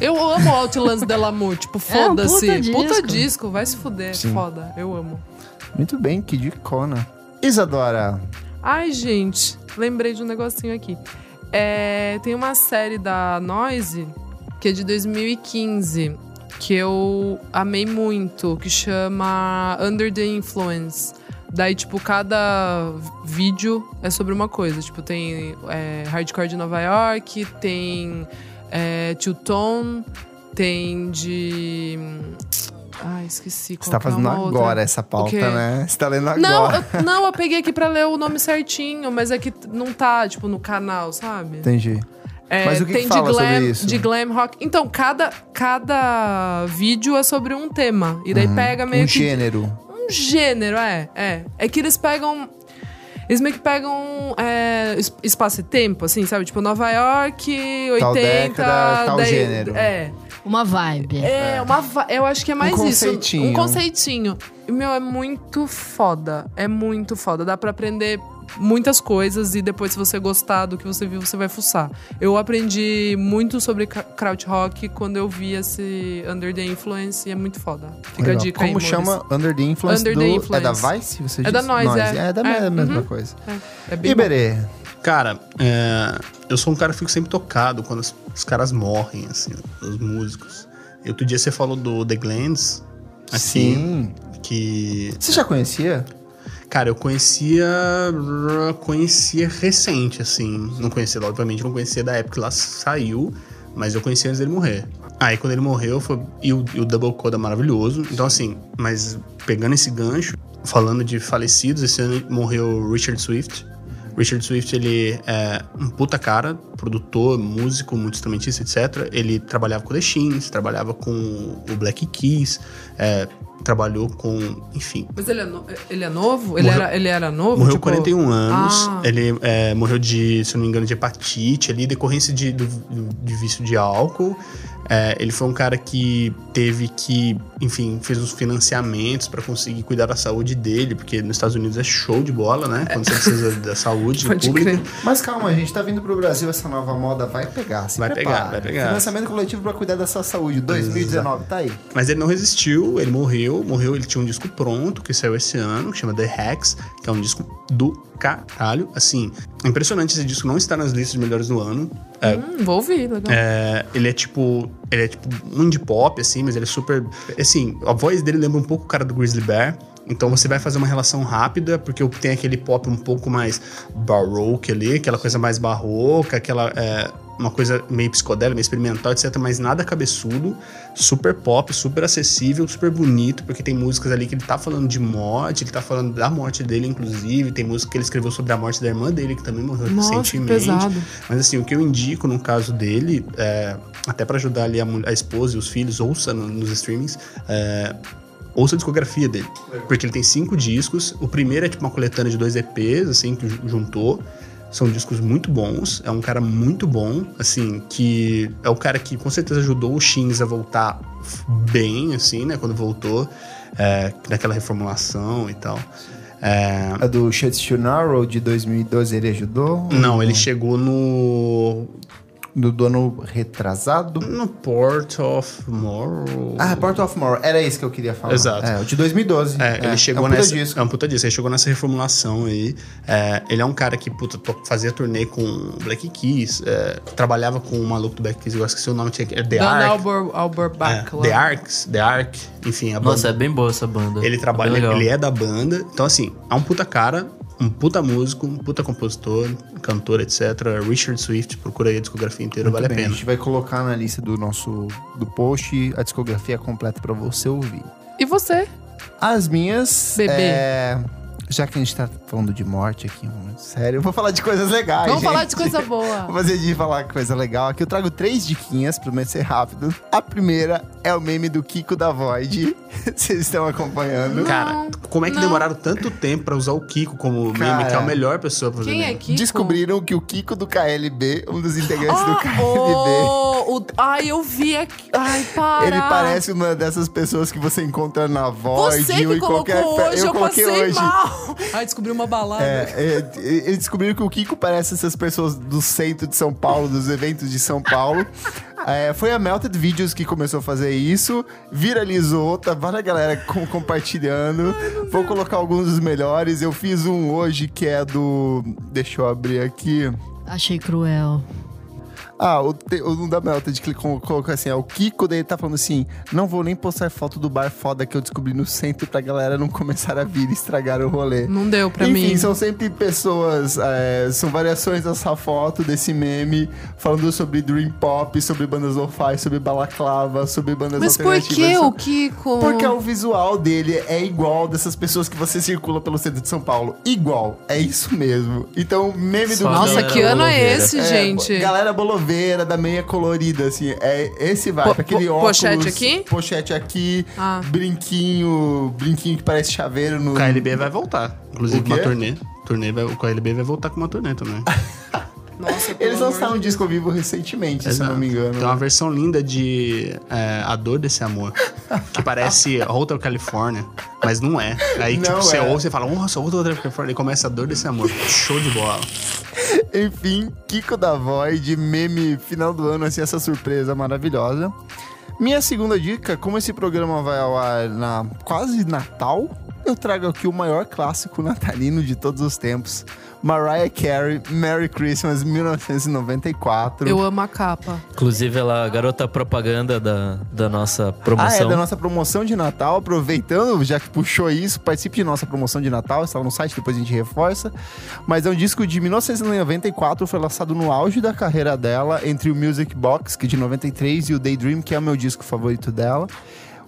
Eu amo Outlands Delamou, tipo, É um puta foda-se. disco. puta, disco, vai se fuder. Sim. Foda, eu amo. Muito bem, que dicona. Isadora, Ai, gente, lembrei de um negocinho aqui. É, tem uma série da Noise, que é de 2015, que eu amei muito, que chama Under the Influence. Daí, tipo, cada vídeo é sobre uma coisa. Tipo, tem é, Hardcore de Nova York, tem é, Tilton, tem de... hum, Ai, esqueci. você qual tá que é fazendo uma outra. agora essa pauta, quê? né? Você tá lendo agora. Não, eu, não, eu peguei aqui pra ler o nome certinho, mas é que t- não tá, tipo, no canal, sabe? Entendi. É, Mas o que tem que fala de glam, sobre isso? De glam rock. Então, cada, cada vídeo é sobre um tema. E daí pega meio um que. gênero. Um gênero, é, é. É que eles pegam. Eles meio que pegam é, es- espaço e tempo, assim, sabe? Tipo, Nova York, 80. Tal década, tal gênero. É. Uma vibe. É, uma va- eu acho que é mais isso. conceitinho. Um conceitinho. E, Meu, é muito foda. É muito foda. Dá pra aprender muitas coisas e depois, se você gostar do que você viu, você vai fuçar. Eu aprendi muito sobre ca- krautrock quando eu vi esse Under the Influence e é muito foda. Fica Legal. a dica aí, Como Maurício. chama Under the Influence Under do... the Influence. É da Vice, você É disse? da Noise, é. É, da É, mesma uhum. coisa. É bem bom. Iberê. Cara, é, eu sou um cara que fico sempre tocado quando os, os caras morrem, assim, os músicos. E outro dia você falou do The Glens, assim, Sim. que Você já conhecia? Cara, eu conhecia. Conhecia recente, assim. Não conhecia, obviamente, não conhecia da época que lá saiu, mas eu conhecia antes dele morrer. Aí quando ele morreu, foi. E o, e o Double Code é maravilhoso. Então, assim, mas pegando esse gancho, falando de falecidos, esse ano morreu Richard Swift. Richard Swift, ele é um puta cara, produtor, músico, muito instrumentista, etc. Ele trabalhava com The Shins, trabalhava com o Black Keys, é, trabalhou com, enfim... Mas ele é, no- ele é novo? Ele, Morreu- era, ele era novo? Morreu tipo- 41 anos, Ah. ele é, morreu de, se eu não me engano, de hepatite ali, decorrência de, do- do- de vício de álcool. É, ele foi um cara que teve que, enfim, fez uns financiamentos pra conseguir cuidar da saúde dele, porque nos Estados Unidos é show de bola, né? Quando você (laughs) precisa da saúde Pode pública. crer. Mas calma, gente tá vindo pro Brasil, essa nova moda vai pegar, se Vai pegar, prepara. vai pegar. Financiamento coletivo pra cuidar da sua saúde, 2019, tá aí. Mas ele não resistiu, ele morreu, morreu, ele tinha um disco pronto que saiu esse ano, que chama The Hacks, que é um disco do caralho. Assim, é impressionante esse disco não estar nas listas de melhores do ano. Hum, vou ouvir, legal. É, ele é tipo. Ele é tipo um indie pop, assim, mas ele é super. Assim, a voz dele lembra um pouco o cara do Grizzly Bear. Então você vai fazer uma relação rápida, porque tem aquele pop um pouco mais baroque ali, aquela coisa mais barroca, aquela. é, uma coisa meio psicodélica, meio experimental, etc. Mas nada cabeçudo, super pop, super acessível, super bonito, porque tem músicas ali que ele tá falando de morte, ele tá falando da morte dele, inclusive. Tem música que ele escreveu sobre a morte da irmã dele, que também morreu Nossa, que recentemente. pesado. Mas assim, o que eu indico no caso dele, é, até pra ajudar ali a, mul- a esposa e os filhos, ouça no- nos streamings, é, ouça a discografia dele. Porque ele tem cinco discos. O primeiro é tipo uma coletânea de dois EPs, assim, que ju- juntou. São discos muito bons. É um cara muito bom, assim, que é o cara que com certeza ajudou o Shins a voltar f- bem, assim, né? Quando voltou, é, naquela reformulação e tal. É, A do Shades to Narrow de 2012 ele ajudou? não, ele chegou no Do, do ano retrasado? No Port of Morrow. Ah, Port of More, era isso que eu queria falar. Exato. É, o de 2012. É, ele chegou é um puta nessa. disco. É um puta disco. Ele chegou nessa reformulação aí. É, ele é um cara que, puta, to- fazia turnê com o Black Keys, é, trabalhava com o maluco do Black Keys, eu acho que seu nome tinha que. É The Dan Ark. Albor, Alborbach. É, lá. The Arcs, The Ark, enfim, a (laughs) Nossa, banda. é bem boa essa banda. Ele trabalha, bem legal. ele é da banda. Então, assim, é um puta cara, um puta músico, um puta compositor, cantor, etc. Richard Swift, procura aí a discografia inteira, Muito vale bem, a pena. gente vai colocar na lista do nosso do post a discografia completa pra você ouvir. E você? As minhas. Bebê. é, já que a gente tá falando de morte aqui, mano, sério, eu vou falar de coisas legais. Vamos falar gente. (laughs) de coisa boa. (laughs) Vou fazer de falar coisa legal. Aqui eu trago três diquinhas pra mim ser rápido. A primeira é o meme do Kiko da Void. (laughs) Vocês estão acompanhando. Cara, como é que não. demoraram tanto tempo pra usar o Kiko como meme, Cara. que é a melhor pessoa pra fazer Quem meme? é Kiko? Descobriram que o Kiko do KLB, um dos integrantes do Ah, KLB, oh, o... Ai, eu vi aqui. Ai, para. Ele parece uma dessas pessoas que você encontra na voz Você que em colocou qualquer fe- hoje, eu, Eu coloquei passei hoje. mal. Ai, descobri uma balada. É, é, e- eles descobriram que o Kiko parece essas pessoas do centro de São Paulo, dos eventos de São Paulo. É, foi a Melted Videos que começou a fazer isso, viralizou, tá várias galera com- compartilhando. Vou colocar alguns dos melhores. Eu fiz um hoje que é do. Deixa eu abrir aqui. Achei cruel. Ah, o, te- o um da Melted que ele co- colocou assim, é o Kiko, daí ele tá falando assim, não vou nem postar foto do bar foda que eu descobri no centro pra galera não começar a vir e estragar o rolê. Não deu pra Enfim, mim. são sempre pessoas, é, são variações dessa foto, desse meme, falando sobre Dream Pop, sobre bandas lo-fi, sobre balaclava, sobre bandas Mas por alternativas. que o Kiko? Porque o visual dele é igual dessas pessoas que você circula pelo centro de São Paulo. Igual, é isso mesmo. Então, o meme do Só Kiko- Nossa, Galera que ano é boloveira. esse, é, gente? Galera boloveira, da meia colorida, assim. É esse vai. Po- aquele po- óculos. pochete aqui? Pochete aqui. Ah. Brinquinho. Brinquinho que parece chaveiro no. O KLB vai voltar. Inclusive, O com uma quê? turnê. turnê vai, o KLB vai voltar com uma turnê também. Nossa, pelo Eles amor lançaram um disco ao vivo recentemente, (laughs) se eu não me engano. Tem uma versão linda de é, A Dor Desse Amor, que (laughs) parece Hotel California, mas não é. Aí, tipo, Não você é. ouve e fala, nossa, Hotel California, e começa A Dor Desse Amor. Show de bola. Enfim, Kiko da Void, meme final do ano, assim, essa surpresa maravilhosa. Minha segunda dica, como esse programa vai ao ar na quase Natal, eu trago aqui o maior clássico natalino de todos os tempos. Mariah Carey, Merry Christmas, 1994. Eu amo a capa. Inclusive, ela é a garota propaganda da, da nossa Ah, é promoção. da nossa promoção de Natal. Aproveitando, já que puxou isso, participe de nossa promoção de Natal. Está lá no site, depois a gente reforça. Mas é um disco de 1994, foi lançado no auge da carreira dela, entre o Music Box, que é de 93, e o Daydream, que é o meu disco favorito dela.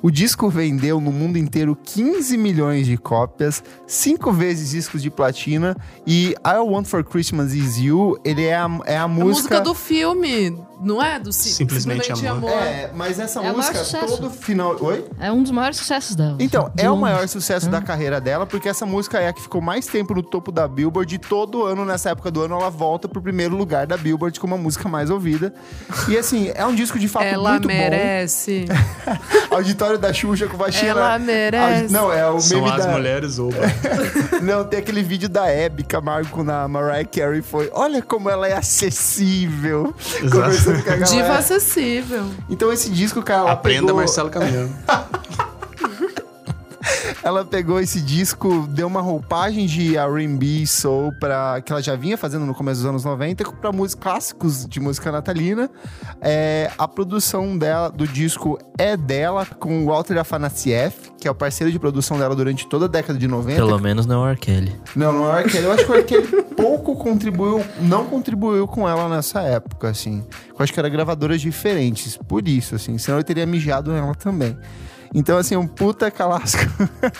O O disco vendeu no mundo inteiro 15 milhões de cópias, cinco vezes discos de platina. E I Want For Christmas Is You, ele é a, é a A música... música do filme, não é? Do ci- Simplesmente Amor. É, mas essa É o maior música, sucesso. todo final... Oi? É um dos maiores sucessos dela. Então, De é o longe. maior sucesso da carreira dela, porque essa música é a que ficou mais tempo no topo da Billboard. E todo ano, nessa época do ano, ela volta pro primeiro lugar da Billboard como a música mais ouvida. E assim, é um disco de fato Ela muito merece. (laughs) bom. Auditório da Xuxa com vagina. Ela merece. Não, é o São meme as da... (laughs) mulheres ou Não, tem aquele vídeo da Hebe Camargo na Mariah Carey. Foi, olha como ela é acessível. Exato. Conversando com a galera. Diva acessível. Então esse disco, cara, ela Aprenda pegou... Marcelo Caminhão. Ela pegou esse disco, deu uma roupagem de R&B e soul para que ela já vinha fazendo no começo dos anos 90 para músicas clássicos de música natalina. É, a produção dela do disco é dela com o Walter Afanasieff, que é o parceiro de produção dela durante toda a década de 90. Pelo menos não é o R. Kelly. Não, não é o R. Kelly. Eu acho que o R. Kelly pouco contribuiu, não contribuiu com ela nessa época, assim. Eu acho que eram gravadoras diferentes, por isso, assim. Senão eu teria mijado nela também. Então, assim, um puta calasco.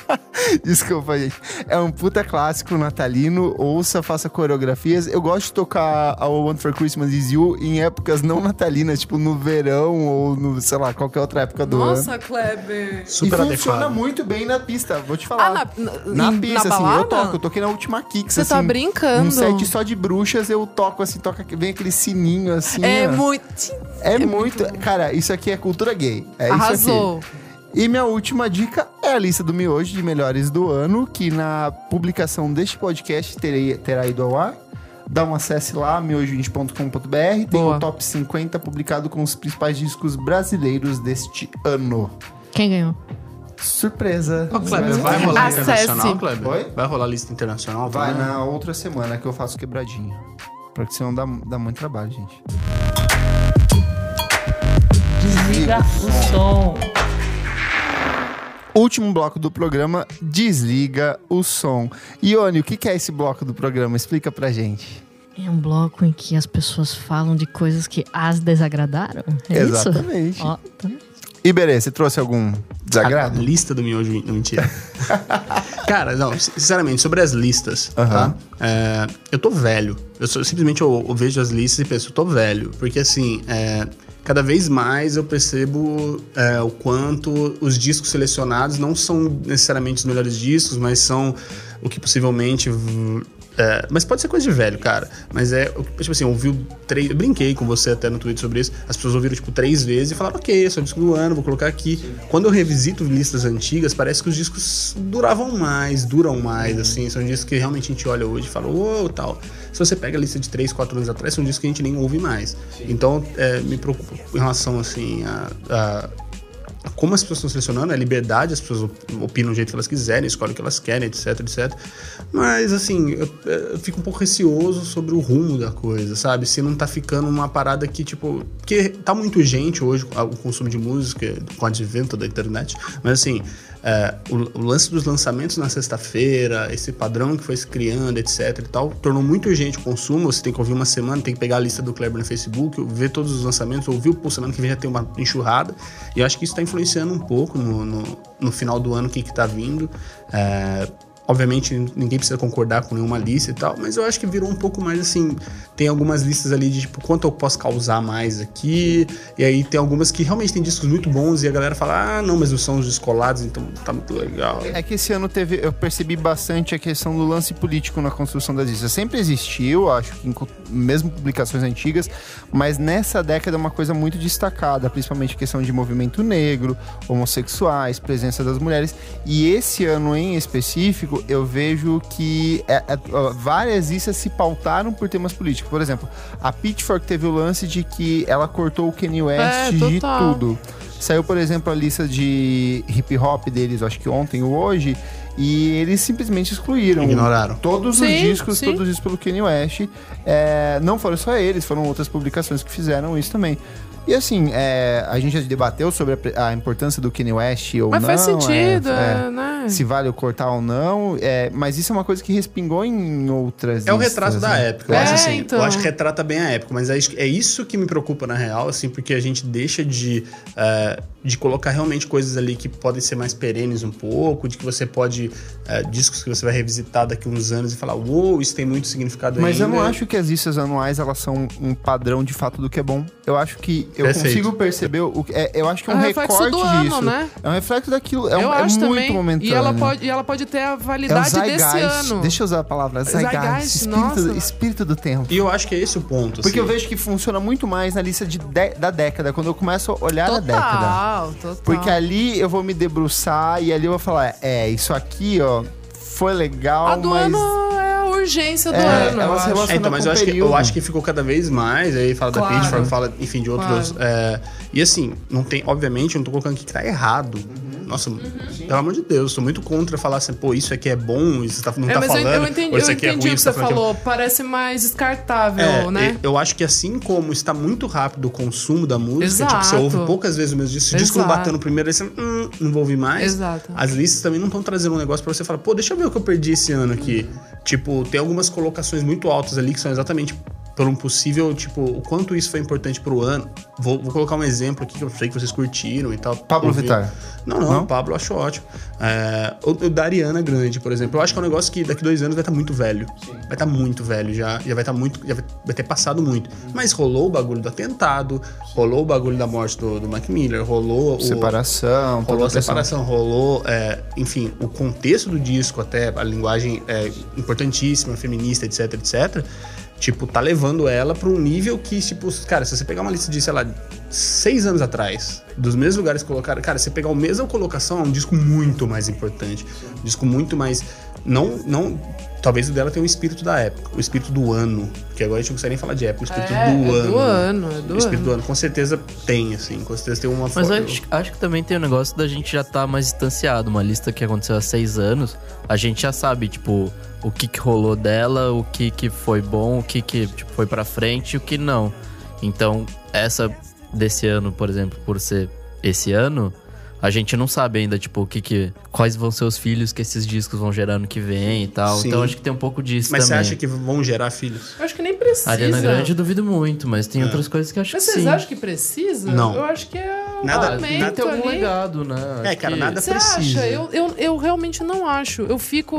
(laughs) Desculpa, gente. É um puta clássico natalino. Ouça, faça coreografias. Eu gosto de tocar a All I Want for Christmas Is You em épocas não natalinas, tipo no verão ou no, sei lá, qualquer outra época do ano. Nossa, Kleber. Super e funciona adequado. muito bem na pista, vou te falar. Ah, na, na, Na em- pista, na assim, balada? eu toco. Eu toquei na última Kicks, Você assim. tá brincando. Um set só de bruxas, eu toco assim, toca, vem aquele sininho assim. É ó. muito. É muito. Cara, isso aqui é cultura gay. É isso aqui. Arrasou. E minha última dica é a lista do Miojo de melhores do ano, que na publicação deste podcast terei, terá ido ao ar. Dá um acesso lá, miojovinte.com.br. Tem Boa. o top 50 publicado com os principais discos brasileiros deste ano. Quem ganhou? Surpresa! Ô, Kleber, vai rolar Acesse. internacional, Kleber? Oi? Vai rolar lista internacional? né? Vai Né? também? na outra semana que eu faço quebradinha. Porque senão dá, dá muito trabalho, gente. Desliga o som. Último bloco do programa, desliga o som. Ione, o que que é esse bloco do programa? Explica pra gente. É um bloco em que as pessoas falam de coisas que as desagradaram? É Exatamente. isso? Ó, tá. Iberê, você trouxe algum A desagrado? lista do miojo. Não, mentira. Cara, não, sinceramente, sobre as listas, tá? É, eu tô velho. Eu sou- simplesmente eu, eu vejo as listas e penso, eu tô velho. Porque assim, é, cada vez mais eu percebo é, o quanto os discos selecionados não são necessariamente os melhores discos, mas são o que possivelmente. v- é, mas pode ser coisa de velho, cara. Mas é, o que- tipo assim, ouviu três. Eu brinquei com você até no Twitter sobre isso. As pessoas ouviram, tipo, três vezes e falaram, ok, esse é o disco do ano, vou colocar aqui. Quando eu revisito listas antigas, parece que os discos duravam mais, duram mais, assim. São discos que realmente a gente olha hoje e fala, uou, tal. Se você pega a lista de três, quatro anos atrás, são discos que a gente nem ouve mais. Então, é, me preocupa em relação, assim, a- a como as pessoas estão selecionando, é liberdade, as pessoas op- opinam do jeito que elas quiserem, escolhem o que elas querem, etc, etc. Mas, assim, eu, eu fico um pouco receoso sobre o rumo da coisa, sabe? Se não tá ficando uma parada que, tipo. Porque tá muito gente hoje a- o consumo de música com o advento da internet, mas, assim, é, o, o lance dos lançamentos na sexta-feira, esse padrão que foi se criando, etc e tal, tornou muito urgente o consumo. Você tem que ouvir uma semana, tem que pegar a lista do Kleber no Facebook, ver todos os lançamentos, ouvir o pô, semana que vem já tem uma enxurrada. E eu acho que isso está influenciando um pouco no, no, no final do ano, o que está vindo. É, obviamente, ninguém precisa concordar com nenhuma lista e tal, mas eu acho que virou um pouco mais assim. Tem algumas listas ali de tipo, quanto eu posso causar mais aqui. E aí tem algumas que realmente tem discos muito bons e a galera fala, ah, não, mas não são os descolados, então tá muito legal. É que esse ano teve, eu percebi bastante a questão do lance político na construção das listas. Sempre existiu, acho que em co- mesmo publicações antigas, mas nessa década é uma coisa muito destacada, principalmente a questão de movimento negro, homossexuais, presença das mulheres. E esse ano em específico, eu vejo que é- é- ó, várias listas se pautaram por temas políticos. Por exemplo, a Pitchfork teve o lance de que ela cortou o Kanye West É, de total. tudo tudo. Saiu, por exemplo, a lista de hip hop deles, acho que ontem ou hoje, e eles simplesmente excluíram. Ignoraram. Todos os Sim, discos sim. produzidos pelo Kanye West. É, não foram só eles, foram outras publicações que fizeram isso também. E assim, é, a gente já debateu sobre a, pre- a importância do Kanye West ou Mas não. faz é, sentido, é. é, né? É. se vale eu cortar ou não. É, mas isso é uma coisa que respingou em outras. É o listas, retrato da né? época. Eu É, acho assim, então. eu acho que retrata bem a época, mas é isso- é isso que me preocupa na real, assim, porque a gente deixa de, eh, de colocar realmente coisas ali que podem ser mais perenes um pouco, de que você pode eh, discos que você vai revisitar daqui uns anos e falar, uou, isso tem muito significado Mas eu ainda." não acho que as listas anuais elas são um padrão de fato do que é bom. Eu acho que eu Perfeito. consigo perceber. O, que- é, eu acho que é um, reflexo recorte do ano, disso. né? É um reflexo daquilo. É, eu um, é acho muito também. momentâneo. E ela, pode, e ela pode ter a É o validade desse zeitgeist. ano. Deixa eu usar a palavra zeitgeist. Zeitgeist, espírito, nossa. espírito do tempo. E eu acho que é esse o ponto. Porque assim. eu vejo que funciona muito mais na lista de dé- da década, quando eu começo a olhar a década. total, total. Porque é ali eu vou me debruçar e ali eu vou falar, é, isso aqui, ó, foi legal, a do mas... ano é a urgência do É, elas ano. eu acho. relacionam- É, então, mas eu com acho, que, período. eu acho que ficou cada vez mais. Aí fala Claro. da Pitchfork, fala, enfim, de outros. é, e assim, não tem, obviamente, eu não tô colocando aqui que tá errado. Nossa, pelo amor de Deus, tô muito contra falar assim, pô, isso aqui é bom, isso tá, não É, tá mas eu- falando. eu, entendi, ou isso eu aqui é entendi ruim, o que isso tá você falando que é falou. Parece mais descartável, é, né? e- Eu acho que assim como está muito rápido o consumo da música, tipo, você Exato. ouve poucas vezes o mesmo disco, se o disco não Exato. batendo primeiro, aí você hum, não vou ouvir mais. Exato. As listas também não estão trazendo um negócio pra você falar, pô, deixa eu ver o que eu perdi esse ano aqui. Tipo, tem algumas colocações muito altas ali que são exatamente por um possível, tipo, o quanto isso foi importante pro ano. Vou, vou colocar um exemplo aqui que eu sei que vocês curtiram e tal. Pablo ouviram. Vittar. Não, não, Não? o Pablo eu acho ótimo. É, o, o da Ariana Grande, por exemplo, eu acho que é um negócio que daqui dois anos vai estar muito velho. Vai estar muito velho já, já vai estar muito, já vai, vai ter passado muito. Mas rolou o bagulho do atentado, rolou o bagulho da morte do, do Mac Miller, rolou o, Separação, rolou toda a separação, rolou, é, enfim, o contexto do disco até a linguagem é, importantíssima, feminista, etc, etc. Tipo, tá levando ela pra um nível que, tipo, cara, se você pegar uma lista de, sei lá, seis anos atrás, dos mesmos lugares que colocaram, cara, se você pegar a mesma colocação, é um disco muito mais importante. Um disco muito mais. Não. não Talvez o dela tenha o espírito da época, o espírito do ano. Que agora a gente não consegue nem falar de época, o espírito É, do é ano. do ano, é O do espírito ano. do ano, com certeza tem, assim, com certeza tem uma Mas forma- acho, acho que também tem o negócio da gente já tá mais distanciado. Uma lista que aconteceu há seis anos, a gente já sabe, tipo, o que, que rolou dela, o que, que foi bom, o que, que tipo, foi pra frente e o que não. Então, essa desse ano, por exemplo, por ser esse ano, a gente não sabe ainda, tipo, o que que. Quais vão ser os filhos que esses discos vão gerar ano que vem e tal. Sim. Então, acho que tem um pouco disso Mas você também. acha que vão gerar filhos? Eu acho que nem precisa. A Ariana Grande eu duvido muito, mas É. tem outras coisas que eu acho Mas que vocês sim. acham que precisa? Não. Eu acho que é o Nada- Ah, tem momento que ter algum ali. legado, né? É, Acho cara, que- nada Você precisa. acha? Eu, eu, eu realmente não acho. Eu fico.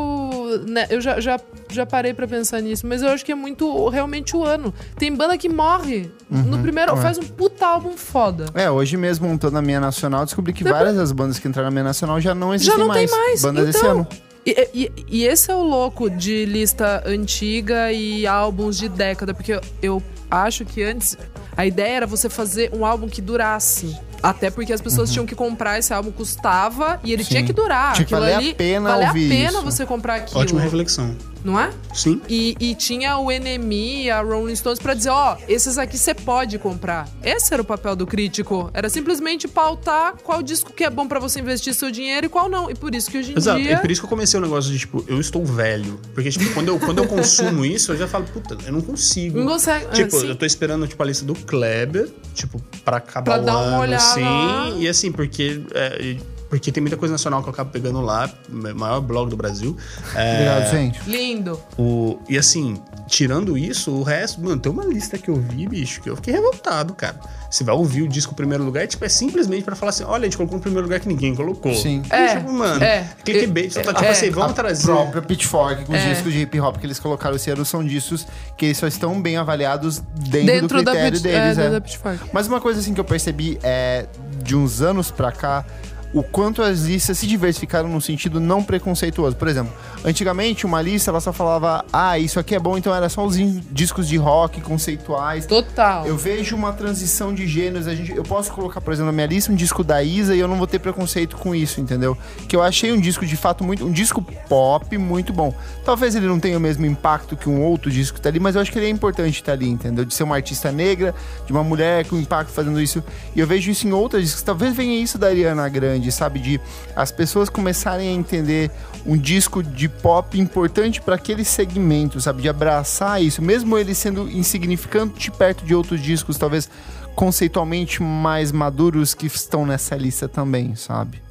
né, eu já, já, já parei pra pensar nisso, mas eu acho que é muito realmente o ano. Tem banda que morre Uhum. no primeiro. Faz um puta álbum foda. É, hoje mesmo, montando a minha nacional, descobri que várias das bandas que entraram na minha nacional já não existem Já mais. não tem mais. Bandas então, desse ano. E, e- e esse é o louco de lista antiga e álbuns de década, porque eu, eu acho que antes a ideia era você fazer um álbum que durasse. Até porque as pessoas tinham que comprar esse álbum, custava e ele tinha que durar. Uhum. Tinha que Aquilo valer a ali- pena valer ouvir a pena isso. você comprar aquilo, Ótima reflexão. não é? Sim. E, e tinha o NME, a Rolling Stones pra dizer, ó, esses aqui você pode comprar. Esse era o papel do crítico. Era simplesmente pautar qual disco que é bom pra você investir seu dinheiro e qual não. E por isso que hoje em Exato. É dia... por isso que eu comecei o negócio de, tipo, eu estou velho. Porque, tipo, quando eu, quando (laughs) eu consumo isso, eu já falo, puta, eu não consigo. Não consegue... ah, Tipo, sim. eu tô esperando, tipo, a lista do Kleber, tipo, pra acabar Pra o dar uma ano, olhada assim. lá. E assim, porque... é, e- porque tem muita coisa nacional que eu acabo pegando lá, é, maior blog do Brasil. É, Obrigado, gente. Lindo. O, e assim, tirando isso, o resto, mano, tem uma lista que eu vi, bicho, que eu fiquei revoltado, cara. Você vai ouvir o disco em primeiro lugar e, tipo, é simplesmente pra falar assim: olha, a gente colocou em primeiro lugar que ninguém colocou. Sim. Bicho, É, mano, é. clickbait. Só tá tipo É. assim, vamos A trazer. própria Pitchfork, com os discos de hip hop que eles colocaram esse ano, são discos que eles só estão bem avaliados dentro, Dentro do da critério Pit- deles. é, é. da Pitchfork. Mas uma coisa assim que eu percebi é de uns anos pra cá o quanto as listas se diversificaram num sentido não preconceituoso. Por exemplo, antigamente uma lista ela só falava: "Ah, isso aqui é bom", então era só os in- discos de rock conceituais. Total. Eu vejo uma transição de gêneros. A gente, eu posso colocar, por exemplo, na minha lista um disco da Isa e eu não vou ter preconceito com isso, entendeu? Que eu achei um disco de fato muito. Um disco pop muito bom. Talvez ele não tenha o mesmo impacto que um outro disco que tá ali, mas eu acho que ele é importante estar ali, entendeu? De ser uma artista negra, de uma mulher com impacto fazendo isso. E eu vejo isso em outras discos. Talvez venha isso da Ariana Grande, sabe? De as pessoas começarem a entender um disco de pop importante para aquele segmento, sabe? De abraçar isso, mesmo ele sendo insignificante perto de outros discos, talvez conceitualmente mais maduros que estão nessa lista também, sabe?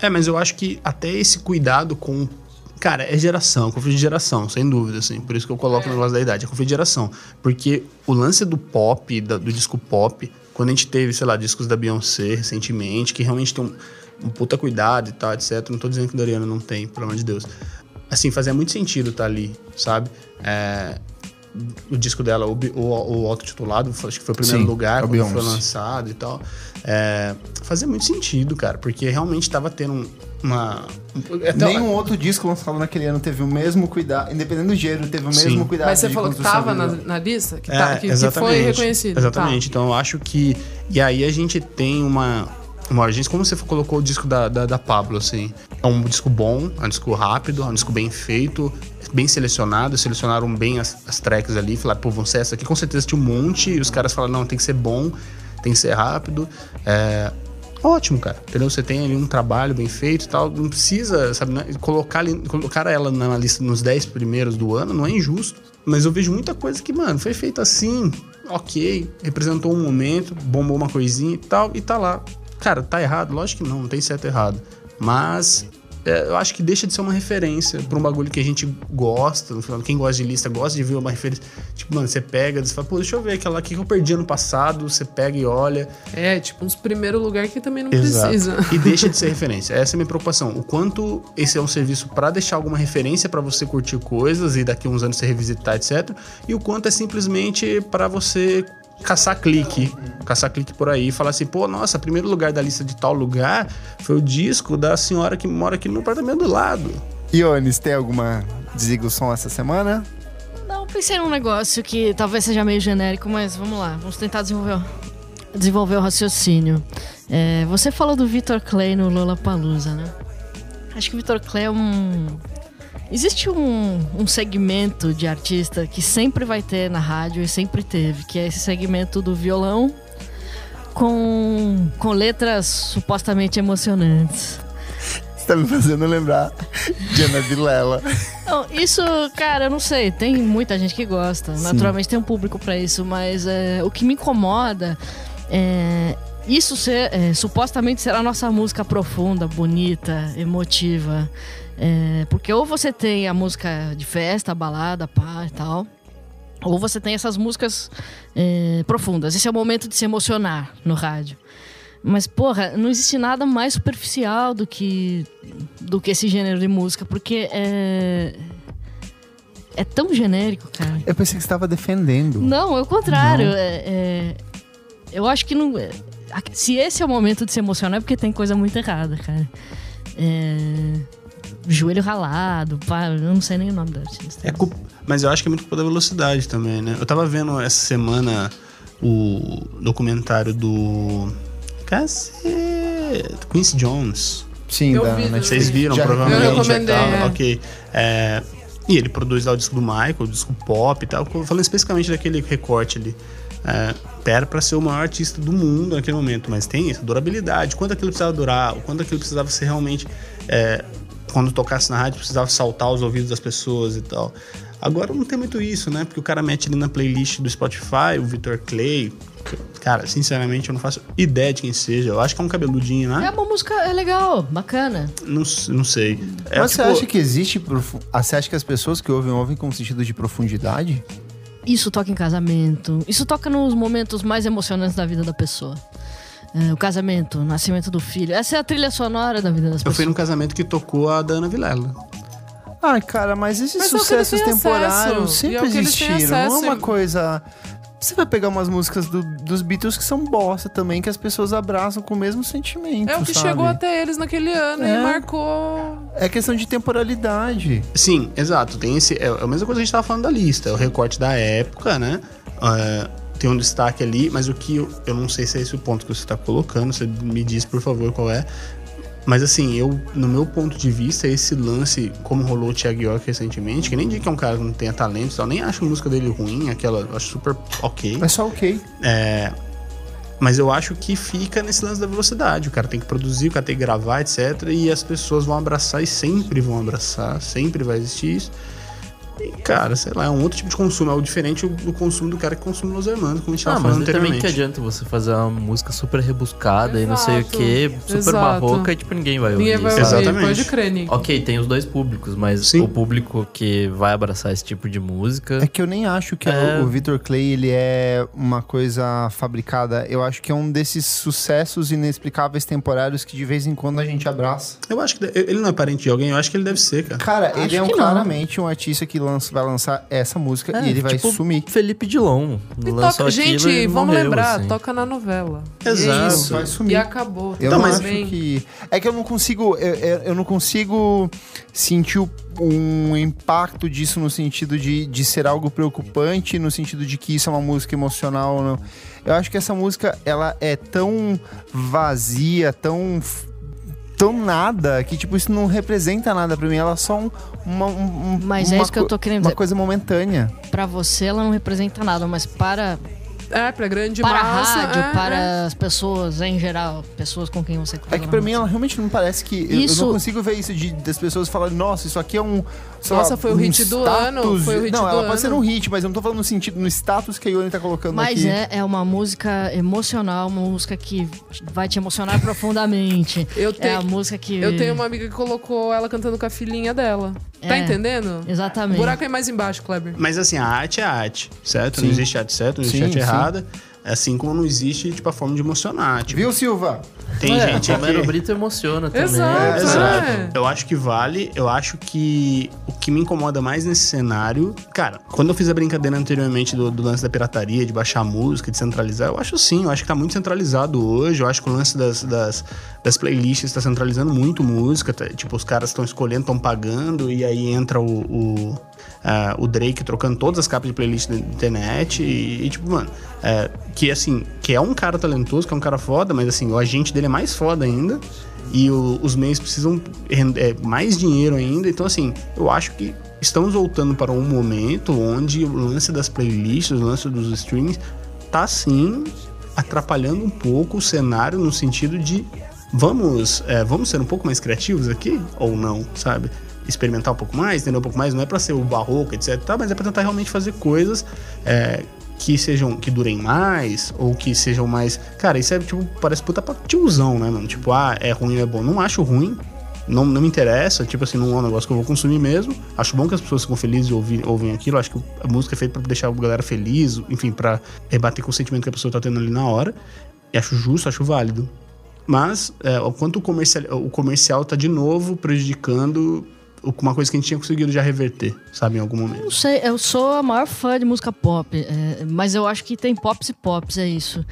É, mas eu acho que até esse cuidado com. Cara, é geração, conflito de geração, sem dúvida, assim. Por isso que eu coloco o negócio da idade, é conflito de geração. Porque o lance do pop, da- do disco pop, quando a gente teve, sei lá, discos da Beyoncé recentemente, que realmente tem um, um puta cuidado e tal, etc. Não tô dizendo que o Doriano não tem, pelo amor de Deus. Assim, fazia muito sentido estar ali, sabe? É, o disco dela, o, bi- o, o autotitulado, foi- acho que foi o primeiro Sim, lugar é o quando foi Beyoncé. lançado e tal. É, fazia muito sentido, cara, porque realmente tava tendo um- uma. É, um- então, até- Nenhum outro disco lançado naquele ano teve o mesmo cuidado, independente do gênero, teve o Sim. mesmo cuidado. Mas você de falou que construção tava na, visual. na lista? Que, É, tá- que- que foi reconhecido. tá. Exatamente. Então eu acho que. E aí a gente tem uma. Uma urgência, como você colocou o disco da, da, da Pablo, assim. É um disco bom, é um disco rápido, é um disco bem feito, bem selecionado. Selecionaram bem as, as tracks ali, falaram, pô, vão ser essa aqui. Com certeza tinha um monte, e os caras falaram, não, tem que ser bom, tem que ser rápido. É, Ótimo, cara. Entendeu? Você tem ali um trabalho bem feito e tal. Não precisa, sabe, né? colocar, ali- colocar ela na lista nos 10 primeiros do ano não é injusto. Mas eu vejo muita coisa que, mano, foi feita assim, ok, representou um momento, bombou uma coisinha e tal, e tá lá. Cara, tá errado? Lógico que não, não tem certo e errado. Mas é, eu acho que deixa de ser uma referência pra um bagulho que a gente gosta. No final, quem gosta de lista gosta de ver uma referência. Tipo, mano, você pega, você fala, pô, deixa eu ver aquela aqui que eu perdi ano passado. Você pega e olha. É, tipo, uns primeiro lugar que também não Exato. precisa. E deixa de ser referência. Essa é a minha preocupação. O quanto esse é um serviço pra deixar alguma referência pra você curtir coisas e daqui a uns anos você revisitar, etc. E o quanto é simplesmente pra você caçar clique, caçar clique por aí e falar assim, pô, nossa, primeiro lugar da lista de tal lugar foi o disco da senhora que mora aqui no apartamento do lado. Ionis, tem alguma desliga o som essa semana? Não, pensei num negócio que talvez seja meio genérico, mas vamos lá, vamos tentar desenvolver, o- desenvolver o raciocínio. É, você falou do Victor Clay no Lollapalooza, né? Acho que o Victor Clay é um... Existe um, um segmento de artista que sempre vai ter na rádio e sempre teve, que é esse segmento do violão com, com letras supostamente emocionantes. Você tá me fazendo lembrar (laughs) de Ana Vilela. Não, isso, cara, eu não sei. Tem muita gente que gosta. Naturalmente tem um público pra isso, mas é, o que me incomoda é isso ser é, supostamente será a nossa música profunda, bonita, emotiva. É, porque ou você tem a música de festa, balada, pá e tal. Ou você tem essas músicas é, profundas. Esse é o momento de se emocionar no rádio. Mas, porra, não existe nada mais superficial do que, do que esse gênero de música, porque é. É tão genérico, cara. Eu pensei que você tava defendendo. Não, é o contrário. é- é- eu acho que não. é, a- se esse é o momento de se emocionar, é porque tem coisa muito errada, cara. É, joelho ralado, pá, eu não sei nem o nome da artista. É cu- Mas eu acho que é muito culpa da velocidade também, né? Eu tava vendo essa semana o documentário do. Caceta. Quincy Jones. Sim, Eu da vi, Netflix. Vocês viram, Já- provavelmente. Eu e recomendei, tal, é. Ok. É, e ele produz lá o disco do Michael, o disco pop e tal. Falando especificamente daquele recorte ali. É, era pra ser o maior artista do mundo naquele momento, mas tem isso, durabilidade. Quanto aquilo precisava durar, o quanto aquilo precisava ser realmente. é, quando tocasse na rádio, precisava saltar os ouvidos das pessoas e tal. Agora não tem muito isso, né? Porque o cara mete ali na playlist do Spotify, o Victor Clay. Cara, sinceramente, eu não faço ideia de quem seja. Eu acho que é um cabeludinho, É né? uma música é legal, bacana. Não, não sei. É, Mas tipo, você acha que existe. profu- ah, Você acha que as pessoas que ouvem ouvem com sentido de profundidade? Isso toca em casamento. Isso toca nos momentos mais emocionantes da vida da pessoa. É, o casamento, o nascimento do filho. Essa é a trilha sonora da vida das Eu pessoas. fui num casamento que tocou a da Ana Vilela. Ai, cara, mas esses Mas é o que sucessos eles têm temporários acesso. E é sempre o que eles têm existiram. Não é acesso. uma coisa. Você vai pegar umas músicas do- dos Beatles que são bosta também, que as pessoas abraçam com o mesmo sentimento. É o que sabe? chegou até eles naquele ano É. e marcou. É questão de temporalidade. Sim, exato. Tem esse. É a mesma coisa que a gente tava falando da lista. É o recorte da época, né? É, tem um destaque ali, mas o que eu, eu não sei se é esse o ponto que você tá colocando. Você me diz, por favor, qual é. Mas assim, eu, no meu ponto de vista, esse lance, como rolou o Thiago York recentemente, que nem digo que é um cara que não tenha talento e tal, nem acho a música dele ruim, aquela, eu acho super ok. É só ok. Mas eu acho que fica nesse lance da velocidade. O cara tem que produzir, o cara tem que gravar, etc. E as pessoas vão abraçar e sempre vão abraçar, sempre vai existir isso. Cara, sei lá, é um outro tipo de consumo, é algo diferente do consumo do cara que consome Los Hermanos, como a gente Ah, tava mas falando aí também anteriormente. que adianta você fazer uma música super rebuscada e não sei o Exato. que, super Exato. barroca e tipo, ninguém vai ouvir. Ninguém vai ouvir, sabe? Exato. Exatamente. pode crer, Nick. Ok, tem os dois públicos, mas Sim. o público que vai abraçar esse tipo de É música. que eu nem acho que É. o Victor Clay ele é uma coisa fabricada. Eu acho que é um desses sucessos inexplicáveis temporários que de vez em quando a gente abraça. Eu acho que de- ele não é parente de alguém, eu acho que ele deve ser, cara. Cara, ele Acho é um, que não. claramente um artista que lança- vai lançar essa música e É ele vai tipo sumir. Felipe Dilon. E lançou toca- aquilo gente, e vamos morreu, lembrar, assim. toca na novela. Exato. E, é Ele isso. vai E sumir. acabou. Eu não Então, mas- acho que. É que eu não consigo. Eu, eu- eu não consigo sentir o- um impacto disso no sentido de, de ser algo preocupante, no sentido de que isso é uma música emocional. Não. Eu acho que essa música ela é tão vazia, tão. f- tão nada, que tipo, isso não representa nada pra mim. Ela é só um. Uma, um- um- Mas é uma isso que eu tô querendo Uma dizer. coisa momentânea. Pra você ela não representa nada, mas para, É, pra grande para a massa. rádio, é, é. para as pessoas em geral, pessoas com quem você É cruzou que na pra rua. mim ela realmente não parece que. eu- Eu Isso- não consigo ver isso de, das pessoas falarem, nossa, isso aqui é um. sei Nossa, foi o um hit do ano, foi o hit não, do ela pode ano. ser um hit, mas eu não tô falando no sentido, no status que a Yoni tá colocando Mas aqui. é, é uma música emocional, uma música que vai te emocionar profundamente. Eu É tenho, a música que. eu tenho uma amiga que colocou ela cantando com a filhinha dela. Tá É. entendendo? O Exatamente. buraco é mais embaixo, Kleber. Mas assim, a arte é arte, certo? Não Sim. existe arte certa, não existe Sim, arte sim. errada. Assim como não existe, tipo, a forma de emocionar. Tipo, Viu, Silva? tem É, gente Romero que... Brito emociona também. Exato, É, Ah, Exato. é. Eu acho que vale. Eu acho que o que me incomoda mais nesse cenário. Cara, quando eu fiz a brincadeira anteriormente do, do lance da pirataria, de baixar a música, de centralizar, eu acho sim. Eu acho que tá muito centralizado hoje. Eu acho que o lance das, das, das playlists tá centralizando muito música. tá? tipo, os caras estão escolhendo, estão pagando, e aí entra o. o ah, o Drake trocando todas as capas de playlist da internet e, e, tipo, mano, é, que assim, que é um cara talentoso, que é um cara foda, mas assim, o agente dele é mais foda ainda e o- os meios precisam rend- é, mais dinheiro ainda. Então, assim, eu acho que estamos voltando para um momento onde o lance das playlists, o lance dos streams, tá sim atrapalhando um pouco o cenário no sentido de vamos, é, vamos ser um pouco mais criativos aqui ou não, sabe? Experimentar um pouco mais, entender um pouco mais, não é para ser o barroco, etc, tá? mas é para tentar realmente fazer coisas é, que sejam, que durem mais, ou que sejam mais. Cara, isso é tipo, parece puta pra tiozão, né, mano? Tipo, ah, é ruim ou é bom. Não acho ruim, não, não me interessa, tipo assim, não é um negócio que eu vou consumir mesmo. Acho bom que as pessoas ficam felizes e ouvem, ouvem aquilo. Acho que a música é feita pra deixar a galera feliz, enfim, pra rebater com o sentimento que a pessoa tá tendo ali na hora. E acho justo, acho válido. Mas, é, o quanto o comercial, o comercial tá de novo prejudicando o- uma coisa que a gente tinha conseguido já reverter, sabe, em algum momento. Não sei, eu sou a maior fã de música pop, é, mas eu acho que tem pops e pops, é isso.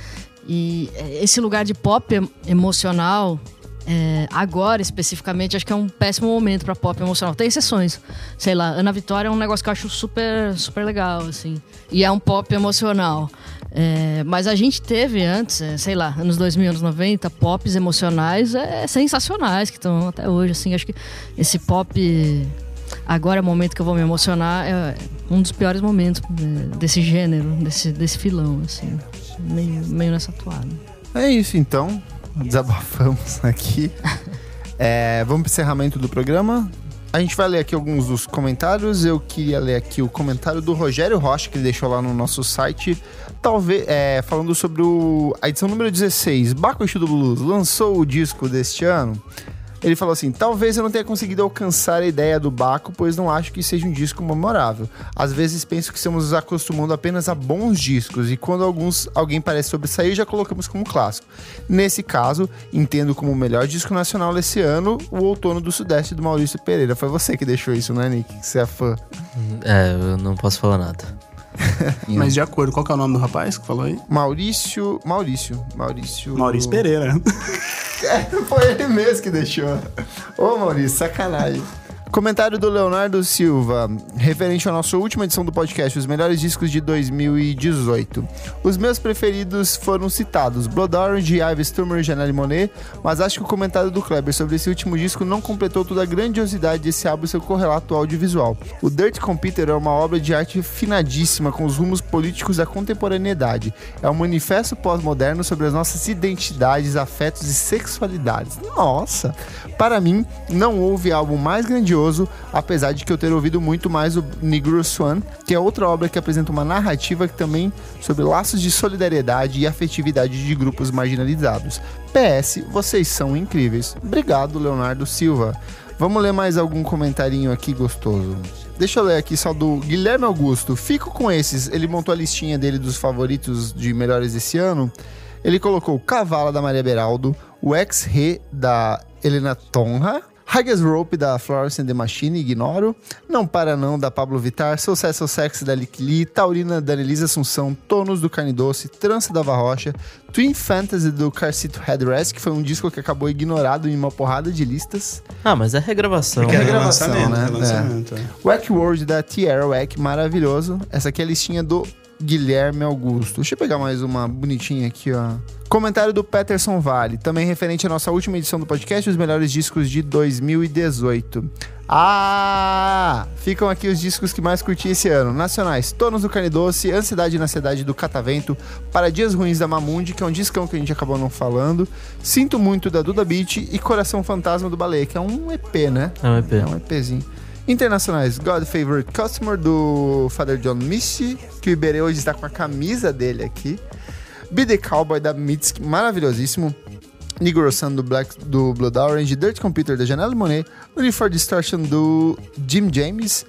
E é, esse lugar de pop em- emocional, é, agora especificamente, acho que é um péssimo momento pra pop emocional. Tem exceções, sei lá, Ana Vitória é um negócio que eu acho super, super legal, assim. E é um pop emocional. É, mas a gente teve antes, é, sei lá, anos 2000, anos 90, pops emocionais é, sensacionais que estão até hoje, assim. Acho que esse pop agora é o momento que eu vou me emocionar. É um dos piores momentos é, desse gênero, desse, desse filão, assim. Meio, meio nessa toada. É isso então. Desabafamos aqui. É, vamos pro encerramento do programa. A gente vai ler aqui alguns dos comentários. Eu queria ler aqui o comentário do Rogério Rocha, que ele deixou lá no nosso site. Talvez é, falando sobre o- a edição número 16, Bacuxi do Blues, lançou o disco deste ano. Ele falou assim: talvez eu não tenha conseguido alcançar a ideia do Baco, pois não acho que seja um disco memorável. Às vezes penso que estamos nos acostumando apenas a bons discos, e quando alguns alguém parece sobressair, já colocamos como clássico. Nesse caso, entendo como o melhor disco nacional desse ano, o Outono do Sudeste do Maurício Pereira. Foi você que deixou isso, né, Nick? Que Você é fã. É, eu não posso falar nada. Mas de acordo, qual que é o nome do rapaz que falou aí? Maurício. Maurício. Maurício. Maurício (laughs) Pereira. É, Foi ele mesmo que deixou. Ô, Maurício, sacanagem. Comentário do Leonardo Silva, referente à nossa última edição do podcast, os melhores discos de 2018. Os meus preferidos foram citados, Blood Orange, Ives Turmer e Janelle Monet, mas acho que o comentário do Kleber sobre esse último disco não completou toda a grandiosidade desse álbum e seu correlato audiovisual. O Dirt Computer é uma obra de arte finadíssima com os rumos políticos da contemporaneidade. É um manifesto pós-moderno sobre as nossas identidades, afetos e sexualidades. Nossa! Para mim, não houve álbum mais grandioso curioso, apesar de que eu ter ouvido muito mais o Negro Swan, que é outra obra que apresenta uma narrativa que também sobre laços de solidariedade e afetividade de grupos marginalizados. PS, vocês são incríveis. Obrigado, Leonardo Silva. Vamos ler mais algum comentarinho aqui gostoso. Deixa eu ler aqui só do Guilherme Augusto. Fico com esses. Ele montou a listinha dele dos favoritos de melhores desse ano. Ele colocou Cavala da Maria Beraldo, o Ex-Re da Helena Tonra, Haggis Rope da Florence and the Machine, ignoro. Não Para Não da Pablo Vittar, Sucesso Sex da Likli, Taurina da Elisa Assunção, Tonos do Carne Doce, Trança da Varrocha, Twin Fantasy do Carcito Headrest, que foi um disco que acabou ignorado em uma porrada de listas. Ah, mas é regravação. Que né? é gravação, relançamento, né? relançamento, é. Wack World da Tierra Wack, maravilhoso. Essa aqui é a listinha do Guilherme Augusto. Deixa eu pegar mais uma bonitinha aqui, ó. Comentário do Peterson Vale, também referente à nossa última edição do podcast, os melhores discos de 2018. Ah! Ficam aqui os discos que mais curti esse ano. Nacionais, Tonos do Carne Doce, Ansiedade na Cidade do Catavento, Para Dias Ruins da Mamundi, que é um discão que a gente acabou não falando, Sinto Muito da Duda Beat e Coração Fantasma do Baleia, que é um EP, né? É um EP. É um EPzinho. Internacionais, God Favorite Customer do Father John Misty, que o Iberê hoje está com a camisa dele aqui. Be the Cowboy da Mitsk, maravilhosíssimo. Nigorosan do, Black, do Blood Orange, Dirt Computer da Janelle Monet, Unifor Distortion do Jim James,